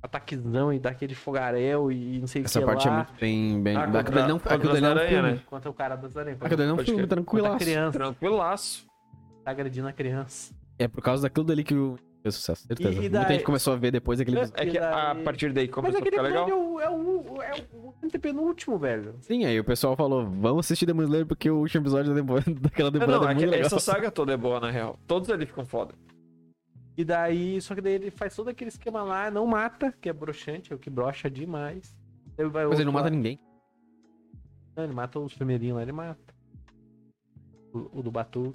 S2: ataquezão e dá aquele fogaréu e não sei o que
S1: Essa parte
S2: lá.
S1: é muito bem. bem...
S3: Ah,
S1: aquilo ali não,
S3: contra-
S1: aquilo ali é um
S3: contra as
S1: filme.
S3: aranha, né?
S2: Enquanto o cara das aranhas.
S1: Aquilo ali é um
S3: Pode
S1: filme
S3: crer.
S2: Enquanto a
S1: tranquilaço.
S2: criança,
S3: Tranquilaço. É
S2: tá agredindo a criança.
S1: É por causa daquilo dali que o Fez sucesso, certeza.
S2: E- e
S1: Muita
S2: daí-
S1: gente começou a ver depois aquele
S3: [LAUGHS]
S1: episódio.
S3: É que a partir daí
S2: Mas
S3: começou a
S2: aquele
S3: ficar legal.
S2: episódio é o, é o, é o antepenúltimo, velho.
S1: Sim, aí o pessoal falou, vamos assistir Demon Slayer porque o último episódio da temporada- [LAUGHS] daquela
S3: É,
S1: temporada
S3: não,
S1: é
S3: é que
S1: muito legal.
S3: essa saga toda é boa, na real. Todos ali ficam foda.
S2: E daí, só que daí ele faz todo aquele esquema lá, não mata, que é broxante, é o que brocha demais. Ele
S3: é
S2: vai
S1: Mas ele
S2: outro
S1: não
S2: lá-
S1: mata ninguém.
S2: Não, ele mata os primeirinhos lá, ele mata. O, o do Batu.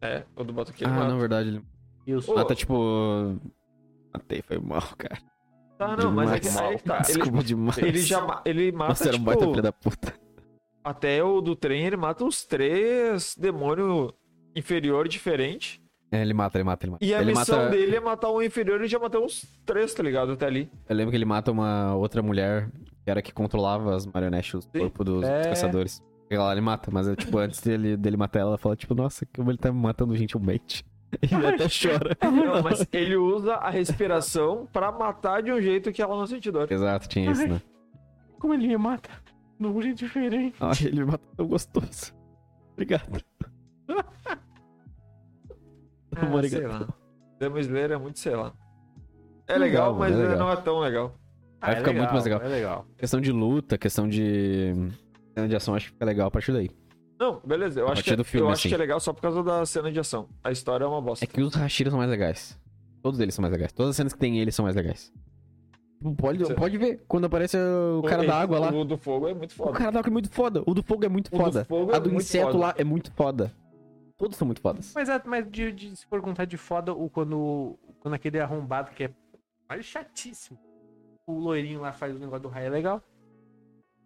S3: É, o do Batuque
S1: Ah, não, verdade. Ele
S2: E os...
S3: Ô,
S1: mata, tipo... Matei, foi mal, cara.
S3: Tá, não, mas é que,
S1: Demais.
S3: aí que tá. Ele,
S1: Desculpa demais.
S3: ele já ma- ele mata,
S1: Nossa, era um
S3: tipo,
S1: baita filho da puta.
S3: até o do trem, ele mata uns três demônios inferior diferente.
S1: É, ele mata, ele mata, ele mata.
S3: E a
S1: ele
S3: missão
S1: mata...
S3: dele é matar um inferior e já matou uns três, tá ligado? Até ali.
S1: Eu lembro que ele mata uma outra mulher que era que controlava as marionetes, o corpo dos
S2: É.
S1: caçadores. E lá ele mata, mas é tipo, antes dele, dele matar ela, ela fala, tipo, nossa, como ele tá me matando gentilmente. [LAUGHS] E ele até chora. [LAUGHS]
S3: Não, mas ele usa a respiração pra matar de um jeito que ela não sente dor.
S1: Exato, tinha isso, né?
S2: Como ele me mata? De um jeito diferente.
S1: Ai, ele me matou tão gostoso. Obrigado.
S3: Ah,
S1: Amor,
S3: sei
S1: obrigado.
S3: lá. Demon Slayer é muito, sei lá. É
S1: Legal,
S3: legal, mas
S1: é legal.
S3: não é tão legal.
S1: Vai ficar muito mais Ah, legal.
S2: É legal.
S1: Questão de luta, questão de. cena de ação, acho que fica legal a partir daí.
S3: Não, beleza. Eu,
S1: A
S3: acho
S1: partir
S3: que,
S1: do filme,
S3: eu acho
S1: assim.
S3: que é legal só por causa da cena de ação. A história é uma bosta.
S1: É que os Hashiras são mais legais. Todos eles são mais legais. Todas as cenas que tem eles são mais legais. Tipo, Pode, pode ver, quando aparece o cara da água lá.
S3: O do fogo é muito
S1: O
S3: foda.
S1: cara da água é muito foda. O do fogo é muito
S3: O do
S1: foda.
S3: fogo
S1: a
S3: é
S1: do
S3: muito
S1: inseto
S3: foda.
S1: lá é muito foda. Todos são muito fodas.
S2: Mas, é- mas de, de se perguntar de foda, o, quando, quando aquele arrombado que é mais chatíssimo, o loirinho lá faz o negócio do raio é legal.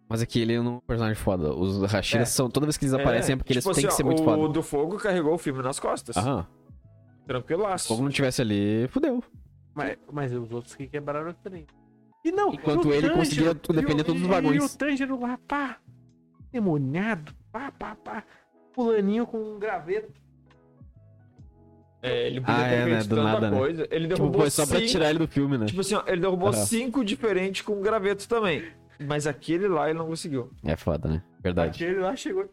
S1: Mas aqui ele não é um personagem foda. Os Hashiras
S2: É.
S1: são. Toda vez que eles aparecem é, porque
S3: tipo
S1: eles têm
S3: assim,
S1: que ser
S3: ó,
S1: muito
S3: o
S1: foda.
S3: do fogo carregou o filme nas costas.
S1: Aham. Se o
S3: Tranquilaço.
S1: fogo não tivesse ali, fudeu.
S2: Mas, mas os outros que quebraram o trem. E não,
S1: Enquanto
S2: e o
S1: ele conseguia
S2: Tanjiro,
S1: defender
S2: e o-
S1: todos os
S2: e-
S1: bagulhos.
S2: E o Tanjiro lá, pá, demoniado, pá, pá, pá, pulaninho com um graveto.
S3: É, ele podia
S1: Ah,
S3: ter
S1: é, né?
S3: feito
S1: Do
S3: tanta
S1: nada, né?
S3: coisa. Ele
S1: Tipo,
S3: derrubou
S1: foi só pra
S3: cinco-
S1: tirar ele do filme, né?
S3: Tipo assim, ó, ele derrubou
S1: Aham.
S3: cinco diferentes com um graveto também. Mas aquele lá ele não conseguiu.
S1: É foda, né?
S3: Tipo
S1: Verdade.
S2: Ele lá chegou.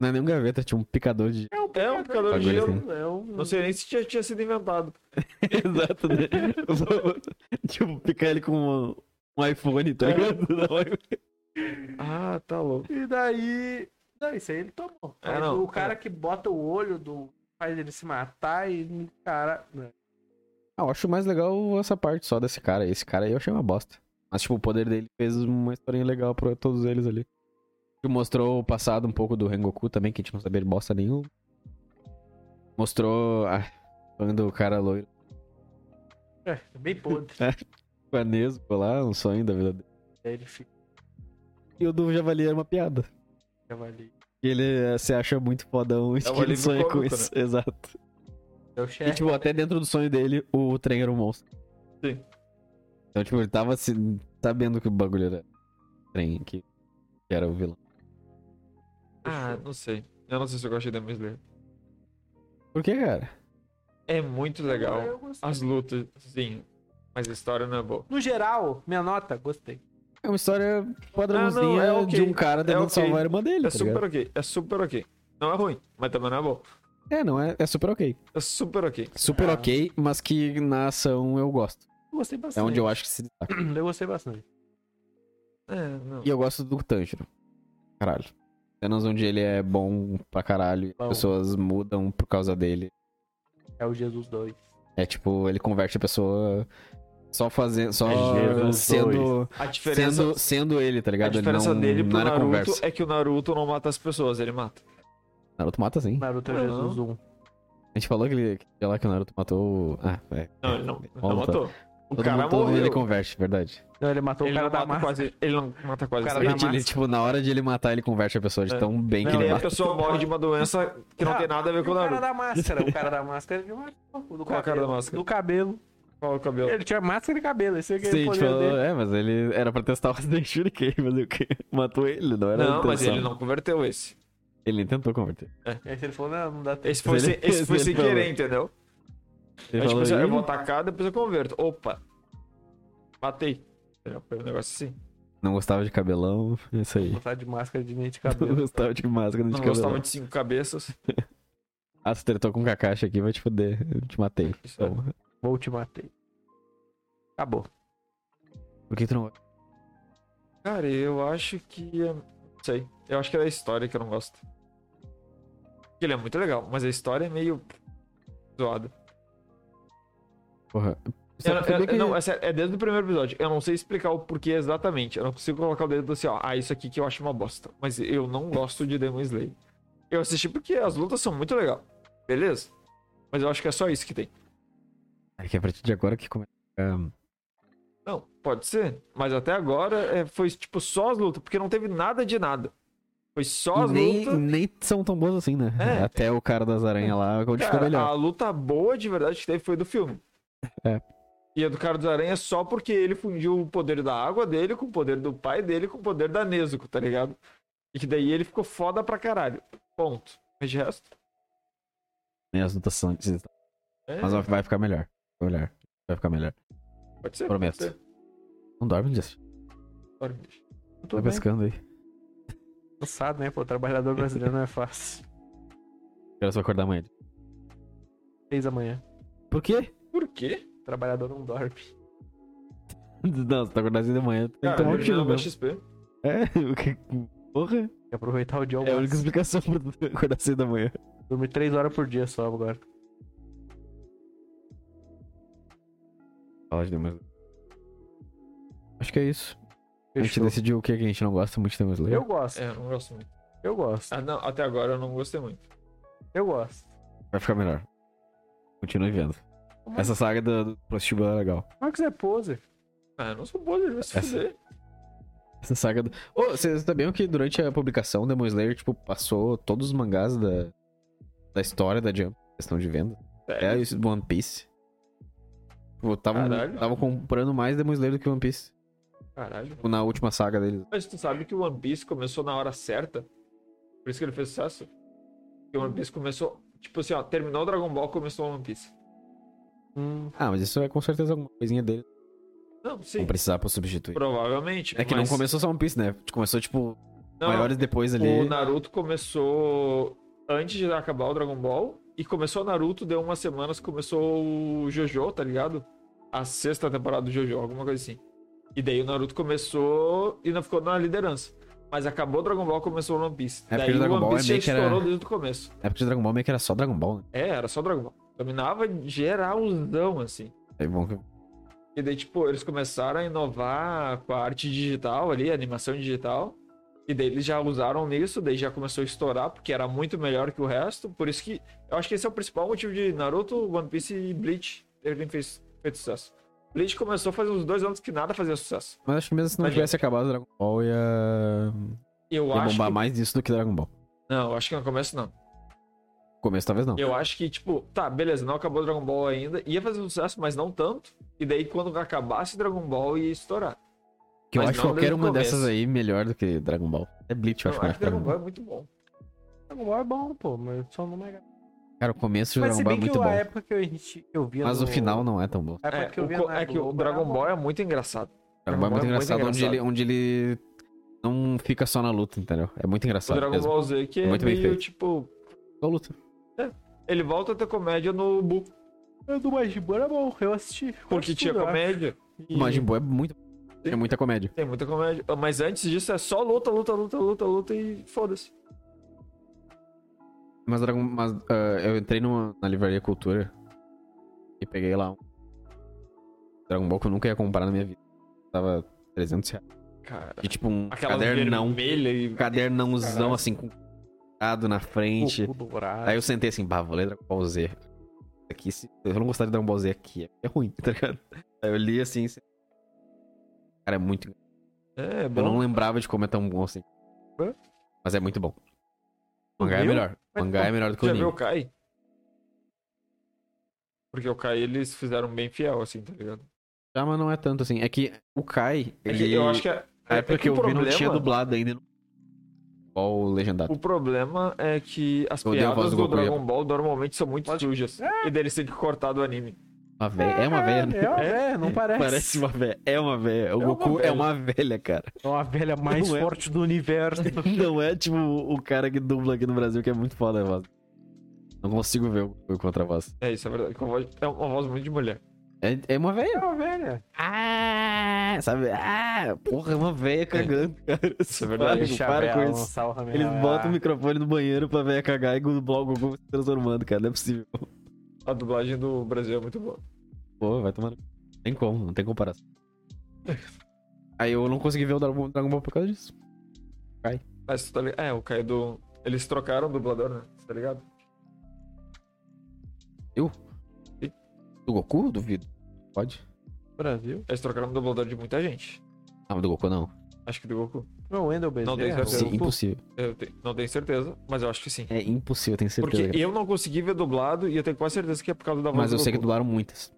S1: Não é nenhum gaveta, tinha um picador de.
S2: É um
S3: É um picador de
S1: Bagulho
S3: gelo.
S1: assim.
S2: É um...
S3: Não sei nem se já tinha sido inventado.
S1: [LAUGHS] Exato, né? [LAUGHS] tipo, picar ele com um, um iPhone, tá ligado? [LAUGHS]
S3: Ah, tá louco.
S2: E daí. Não, isso aí ele tomou.
S3: É,
S2: Mas
S3: não,
S2: o cara que bota o olho do. faz ele se matar e. Cara. né?
S1: Ah, eu acho mais legal essa parte só desse cara. Esse cara aí eu achei uma bosta. Mas, tipo, o poder dele fez uma historinha legal pra todos eles ali. Que mostrou o passado um pouco do Rengoku também, que a gente não sabia de bosta nenhuma. Mostrou a fã do cara loiro
S2: É, bem
S1: [LAUGHS]
S2: podre.
S1: panesco lá, um sonho da vida dele.
S2: Daí ele fica
S1: E o do Javali era uma piada.
S2: ali.
S1: E ele eh, se acha muito fodão e
S3: É um
S1: que ele
S3: alívio
S1: sonha com
S3: cômico,
S1: isso. [LAUGHS] Exato.
S2: É o
S1: E,
S2: chefe.
S1: tipo, até dentro do sonho dele, o trem era um monstro.
S3: Sim.
S1: Então, tipo, ele tava se... sabendo que o bagulho era trem, que, que era o vilão.
S3: Ah, não sei. Eu não sei se eu gostei da Demon Slayer.
S1: Por que, cara?
S3: É muito legal.
S2: Eu gostei.
S3: As lutas, sim. Mas a história não é boa.
S2: No geral, minha nota, gostei.
S1: É uma história padrãozinha
S3: Ah, não, é ok.
S1: de um cara tentando
S3: ok.
S1: salvar a irmã dele,
S3: É
S1: tá ligado?
S3: super ok. É super ok. Não é ruim, mas também não é bom.
S1: É, não, é, é super ok.
S3: É super ok.
S1: Super
S2: Ah.
S1: ok, mas que na ação eu gosto.
S2: Eu gostei
S1: É
S2: bastante.
S1: onde eu acho que se destaca.
S2: [CLEARS THROAT] eu... gostei bastante.
S3: É, não.
S1: E eu gosto do Tanjiro. Caralho. Cenas onde ele é bom pra caralho, e
S2: Bom.
S1: as pessoas mudam por causa dele.
S2: É o Jesus 2.
S1: É tipo, ele converte a pessoa só fazendo. Só
S2: É Jesus
S1: sendo,
S3: A diferença,
S1: sendo. Sendo ele, tá
S3: a
S1: ligado?
S3: diferença
S1: ele não,
S3: dele pro
S1: não era
S3: Naruto
S1: conversa.
S3: é que o Naruto não mata as pessoas, ele mata.
S1: Naruto mata sim.
S2: Naruto é o
S3: Não.
S2: Jesus 1.
S1: A gente falou que, ele, que lá que o Naruto matou. Ah, é.
S3: Não, ele não, ele não
S1: Volta.
S3: matou. O
S1: Todo,
S3: cara
S1: mundo, todo mundo ele
S3: morreu.
S1: converte, verdade.
S2: Não, ele matou
S3: Ele
S2: o cara
S3: não
S2: da massa.
S3: mata quase. Ele não mata quase.
S2: O cara
S3: ninguém.
S2: da
S1: Ele, ele,
S2: massa.
S1: tipo, na hora de ele matar, ele converte a pessoa de
S3: tá É.
S1: tão bem que
S3: E
S1: ele
S3: daí a
S1: mata.
S3: pessoa morre de uma doença que não
S2: Ah,
S3: tem nada a ver
S2: E
S3: com o
S2: o cara
S3: Naruto.
S2: da máscara. O cara da máscara ele matou. O do
S3: Qual a cara
S2: cabelo.
S3: da máscara?
S2: Do cabelo.
S3: Qual é o cabelo?
S2: Ele tinha máscara e cabelo. Esse aqui é o
S1: Sim,
S2: poder
S1: tipo,
S2: dele.
S1: é, mas ele era pra testar o Rasen Shuriken, mas o que? [LAUGHS] Matou ele, não era a
S3: Não, mas
S1: intenção.
S3: ele não converteu esse.
S1: Ele nem tentou converter.
S2: E aí ele falou, não, não dá tempo.
S3: Esse foi,
S1: Ele-
S3: sem, esse
S1: [LAUGHS]
S3: foi
S1: ele
S3: sem
S1: falou.
S3: querer, entendeu?
S1: Ele
S3: Aí, tipo,
S1: falou,
S3: assim, eu
S1: "Ih,
S3: vou atacar, depois eu converto. Opa. Matei. Foi um negócio assim.
S1: Não gostava de cabelão, [LAUGHS] é isso aí.
S2: Gostar de máscara de dente de
S1: Não [LAUGHS]
S2: cabelo.
S1: gostava de máscara, não de
S3: Não
S1: cabelão.
S3: gostava de cinco cabeças.
S1: Ah, se tretou com o Kakashi aqui, vai te fuder. Eu te matei.
S3: Isso é.
S1: Toma.
S2: Vou te matei. Acabou.
S1: Por que tu não.
S3: Cara, eu acho que. é- Não sei. Eu acho que é da história que eu não gosto. Ele é muito legal, mas a história é meio. zoada.
S1: Porra.
S3: Eu não-
S1: Sabe- sabia
S3: eu-
S1: que-
S3: Não, é sério, é desde o primeiro episódio. Eu não sei explicar o porquê exatamente. Eu não consigo colocar o dedo assim, ó. Ah, isso aqui que eu acho uma bosta. Mas eu não gosto de Demon Slayer. Eu assisti porque as lutas são muito legais. Beleza? Mas eu acho que é só isso que tem.
S1: É que a partir de agora que ah, começa. Ahn,
S3: Não, pode ser. Mas até agora é, foi tipo só as lutas, porque não teve nada de nada. Foi só as
S1: e nem,
S3: lutas.
S1: nem são tão boas assim, né?
S3: É.
S1: Até o cara das aranhas lá, onde ficou
S3: Cara,
S1: melhor.
S3: a luta boa de verdade que teve foi do filme.
S1: É.
S3: E a do cara dos aranhas só porque ele fundiu o poder da água dele com o poder do pai dele com o poder da Nezuko, tá ligado? E que daí ele ficou foda pra caralho. Ponto. Mas de resto.
S1: Nem né? as notações.
S3: é,
S1: Mas vai- vai ficar melhor. Vai ficar melhor. Vai ficar melhor.
S3: pode ser.
S1: prometo.
S3: pode ser.
S1: Não dorme, Justin.
S3: Bora, bicho.
S2: Tô
S1: Tá
S2: bem
S1: pescando aí.
S2: cansado, né? Pô, trabalhador brasileiro não é fácil.
S1: Quero só acordar amanhã.
S2: Seis da manhã.
S1: Por quê? [LAUGHS]
S3: Por quê?
S2: Trabalhador não dorme.
S1: Não, você tá acordando assim de manhã. Tem que
S3: Cara,
S1: tomar um
S3: dormindo
S1: tiro
S3: na minha
S1: mesmo.
S3: XP.
S1: É, [LAUGHS] o que. Porra.
S2: Tem que aproveitar o dia ao
S1: É a única
S2: máximo.
S1: explicação pra tu acordar cedo da manhã.
S2: Dormi três horas por dia só agora.
S1: Fala de demais. Acho que é isso. A gente
S2: Fechou.
S1: decidiu o que a gente não gosta muito então, de Demon Slayer.
S2: Eu gosto,
S3: É, eu não gosto muito.
S2: eu gosto,
S3: Ah, não, até agora eu não gostei muito.
S2: eu gosto.
S1: Vai ficar melhor. Continue vendo.
S2: Como é?
S3: assim?
S1: Essa saga do, do prostíbulo é legal.
S2: Marcos é poser.
S3: Ah, eu não sou boa, ele vai se
S1: Essa-
S3: fuder.
S1: Essa saga do. Ô, vocês sabiam que durante a publicação Demon Slayer, tipo, passou todos os mangás da, da história da Jump, questão de venda. É isso do One Piece. Tipo, tava,
S3: Caralho.
S1: tava comprando mais Demon Slayer do que One Piece.
S3: Caralho.
S1: Tipo, na última saga deles.
S3: Mas tu sabe que o One Piece começou na hora certa? Por isso que ele fez sucesso? Porque o One Piece começou. Tipo assim, ó, terminou o Dragon Ball, começou o One Piece.
S2: Hum,
S1: Ah, mas isso é com certeza alguma coisinha deles.
S3: Não, sim.
S1: Vão precisar pra substituir.
S3: Provavelmente.
S1: É que
S3: mas-
S1: não começou só One Piece, né? Começou, tipo,
S3: Não,
S1: maiores depois ali.
S3: O Naruto começou antes de acabar o Dragon Ball. E começou o Naruto, deu umas semanas, começou o Jojo, tá ligado? A sexta temporada do Jojo, alguma coisa assim. E daí o Naruto começou e não ficou na liderança. Mas acabou o Dragon Ball, começou o One Piece.
S1: É, porque
S3: daí
S1: o Dragon
S3: One
S1: Ball é
S3: Piece já
S1: meio que era-
S3: estourou desde o começo.
S1: É porque o Dragon Ball meio que era só Dragon Ball, né?
S3: É, era só Dragon Ball. Dominava geralzão, assim.
S1: É bom que.
S3: E daí, tipo, eles começaram a inovar com a arte digital ali, a animação digital. E daí eles já usaram nisso, daí já começou a estourar, porque era muito melhor que o resto. Por isso que eu acho que esse é o principal motivo de Naruto, One Piece e Bleach terem fez, feito sucesso. Bleach começou faz uns dois anos que nada fazia sucesso.
S1: Mas acho que mesmo se não
S3: Mas,
S1: tivesse acabado o Dragon Ball, ia.
S3: Eu
S1: ia
S3: acho.
S1: bombar
S3: Que...
S1: mais disso do que Dragon Ball.
S3: Não, eu acho que no começo não.
S1: No começo talvez não.
S3: Eu acho que, tipo, tá, beleza, não acabou o Dragon Ball ainda. Ia fazer sucesso, mas não tanto. E daí, quando acabasse Dragon Ball, ia estourar.
S1: que eu
S3: mas
S1: acho
S3: não
S1: qualquer
S3: desde o
S1: uma
S3: começo.
S1: dessas aí melhor do que Dragon Ball. É Bleach, eu acho
S3: Eu acho
S1: melhor
S3: que
S1: que Dragon
S3: Dragon Ball
S1: Ball.
S3: é muito bom.
S2: Dragon Ball é bom, pô, mas só não é
S1: Cara, o começo de Dragon
S2: Mas se
S1: Ball é
S2: bem que
S1: muito
S2: a
S1: bom.
S2: época que eu, enchi- eu via
S1: Mas
S2: no...
S1: o final não é tão bom.
S2: A época
S3: É,
S2: que eu
S3: o
S2: via
S3: co-
S2: na
S3: é que o
S2: Globo
S3: Dragon
S2: era
S3: Ball é muito engraçado.
S1: Dragon Ball é muito engraçado, Onde, ele,
S3: engraçado.
S1: onde ele não fica só na luta, entendeu? É muito
S3: O
S1: engraçado
S3: Dragon
S1: mesmo.
S3: Ball Z que é
S1: Muito bem
S3: meio
S1: feito.
S3: tipo.
S1: Só luta.
S3: Ele volta a ter comédia no Buu,
S2: É do Majin Buu era bom, eu assisti.
S3: porque tinha comédia.
S1: O Majin Buu é muito... É muita comédia.
S3: Tem muita comédia. Mas antes disso é só luta, luta, luta, luta, luta e foda-se.
S1: Mas, Dragon- mas, ah, eu entrei numa, na livraria Cultura e peguei lá um Dragon Ball que eu nunca ia comprar na minha vida. Tava 300 reais.
S3: Cara,
S1: E tipo um
S3: Tá. aquela
S1: cadernão.
S3: vermelha e.
S1: Um cadernãozão
S3: Caralho.
S1: assim, com dado na frente. Aí eu sentei assim, bah, vou ler Dragon Ball Z. Isso Aqui, se eu não gostar de Dragon Ball Z aqui, é ruim, [LAUGHS] tá ligado? Aí eu li assim. assim. Cara, é muito.
S3: É, é
S1: Eu não
S3: bom.
S1: lembrava de como é tão bom assim.
S3: Hã?
S1: Mas é muito bom.
S2: Tu
S1: Mangá é
S2: viu?
S1: melhor.
S2: Mas
S1: Mangá é melhor do que o
S3: Já viu
S1: anime.
S3: o Kai? Porque o Kai eles fizeram bem fiel, assim, tá ligado?
S1: Já, mas não é tanto assim. É que o Kai,
S3: É
S1: ele.
S3: que eu acho que é.
S1: A
S3: é
S1: época
S3: que
S1: que eu
S3: o
S1: vi não tinha
S3: problema-
S1: dublado ainda. Qual o legendado?
S3: O problema é que as
S1: Eu odeio a
S3: piadas
S1: voz
S3: do,
S1: do Goku,
S3: Dragon Ball normalmente são muito sujas. E daí eles têm que cortar do anime.
S1: Uma velha. É uma velha, né?
S2: É uma velha, não parece.
S1: Parece uma velha. É uma velha. O
S3: É uma
S1: Goku é
S3: velha.
S1: uma velha, cara.
S2: É uma
S3: [LAUGHS]
S2: velha mais
S1: Não é.
S2: forte do universo.
S1: Não é tipo o cara que dubla aqui no Brasil que é muito foda a voz. Não consigo ver o Goku contra a voz.
S3: É isso, é verdade. com a voz- É uma voz muito de mulher.
S1: É, é uma
S2: É
S1: velha.
S2: uma velha.
S1: Ah, sabe? Ah, porra, é uma velha cagando, cara. [LAUGHS] Isso é
S2: Deixa a
S1: Para
S2: velha
S1: com isso.
S2: lançar o Ramirez.
S1: Eles botam o
S2: Ah,
S1: microfone no banheiro pra velha cagar e o blog Google se transformando, cara. Não é possível. [LAUGHS]
S3: A dublagem do Brasil é muito boa.
S1: Pô, vai tomar. no- Tem como, não tem comparação. Aí eu não consegui ver o Dragon Dragon Ball por causa disso.
S3: Mas tu tá ligado? É, o Caio do. Eles trocaram o dublador, né? Você tá ligado?
S1: Do Goku? Duvido. Pode?
S2: Brasil.
S3: Eles trocaram o dublador de muita gente.
S1: Ah, mas do Goku não.
S3: Acho que do Goku.
S2: Não, Wendel Bezerra. é
S3: Não, tem certeza.
S1: Sim,
S3: Goku?
S1: impossível.
S3: Eu te- não tenho certeza, mas eu acho que sim.
S1: É impossível, eu tenho certeza.
S3: Porque
S1: cara.
S3: eu não consegui ver dublado e eu tenho quase certeza que é por causa da voz
S1: Mas
S3: do
S1: eu sei que
S3: Goku.
S1: dublaram muitas.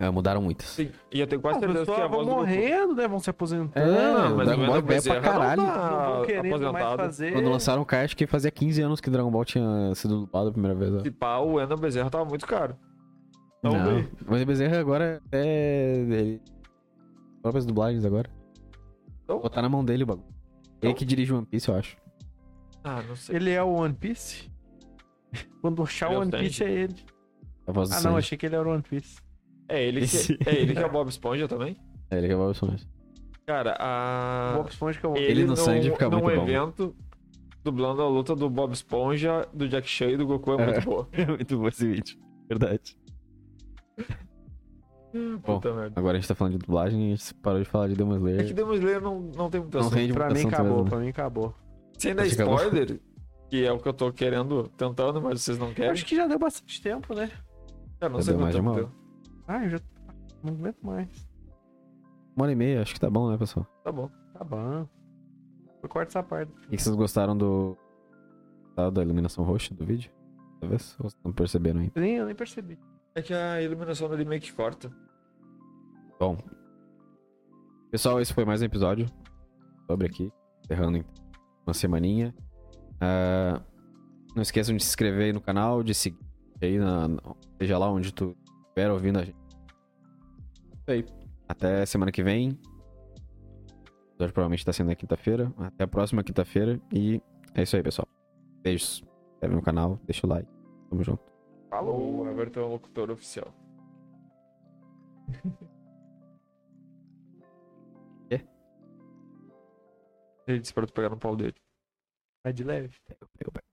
S1: É, mudaram muitas.
S3: Sim, e eu tenho
S2: Ah,
S3: quase
S2: o
S3: certeza que é a
S2: pessoal vão
S3: voz do Goku.
S2: morrendo, né? Vão se aposentando.
S1: É,
S3: Não,
S1: o
S3: mas
S1: Dragon
S3: o
S1: Ball é velho
S3: Wendel
S1: pra
S3: Bezerra não
S1: caralho.
S3: tá
S2: Não vão querendo mais
S3: aposentado.
S2: fazer.
S1: Quando lançaram o Kai, acho que fazia 15 anos que Dragon Ball tinha sido dublado a primeira vez. ó.
S3: Se pá, o Wendel Bezerra tava muito caro. Então, Não,
S1: Não.
S3: veio.
S1: Mas o Bezerra agora é. Ele... Próprias dublagens agora.
S3: Então-
S1: Botar na mão dele o bagulho. Ele que dirige One Piece, eu acho.
S3: Ah, não sei.
S2: Ele é o One Piece? [LAUGHS] Quando achar o
S3: Ele é o
S2: One Piece é ele.
S1: A voz do
S2: Ah, não,
S1: Sanji.
S2: achei que ele era o One Piece.
S3: É ele,
S1: Esse-
S3: que... é ele que é o Bob Esponja também?
S1: É, ele que é o Bob Esponja.
S3: Cara,
S2: O
S3: a...
S2: Bob Esponja que é o
S1: Ele no Sandy fica
S3: num
S1: muito bom.
S3: evento, dublando a luta do Bob Esponja, do Jack Chan e do Goku é
S1: É.
S3: muito
S1: [LAUGHS]
S3: boa.
S1: [LAUGHS] É muito bom esse vídeo. Verdade. Bom.
S3: Puta merda.
S1: Agora a gente tá falando de dublagem e a gente parou de falar de Demon
S3: É que
S1: Slayer.
S3: Demon Slayer não, não tem muita
S1: Não
S3: assunto.
S1: rende
S2: Pra mim
S1: mutação
S2: acabou,
S1: também, né?
S2: pra mim acabou.
S3: Sem dar
S1: Acho que acabou.
S3: spoiler, que é o que eu tô querendo, tentando, mas vocês não querem.
S2: Acho que já deu bastante tempo, né?
S3: Cara, não
S1: Já
S3: sei
S1: deu
S3: quanto
S1: mais de
S3: tempo
S1: uma
S3: deu.
S2: Ah, eu já não aguento mais.
S1: Uma hora e meia, acho que tá bom, né, pessoal?
S3: Tá bom.
S2: Tá bom. Eu corto essa parte.
S1: O que que vocês gostaram do. tá, Da iluminação roxa do vídeo? Talvez. Ou vocês não perceberam ainda.
S2: Eu nem, eu nem percebi.
S3: É que a iluminação dele meio que corta.
S1: Bom. Pessoal, esse foi mais um episódio. Sobre aqui. Encerrando em uma semaninha. Ah, não esqueçam de se inscrever aí no canal, de seguir aí, na, na- seja lá onde tu estiver ouvindo a gente. Isso aí. Até semana que vem. O episódio provavelmente tá sendo na quinta-feira. Até a próxima quinta-feira. E é isso aí, pessoal. Beijos. Se inscreve no canal, deixa o like. Tamo junto.
S3: Falou. O Everton é o locutor oficial.
S1: Quê?
S3: Ele disse pra tu pegar no pau dele.
S2: Vai de leve.
S1: Eu- eu-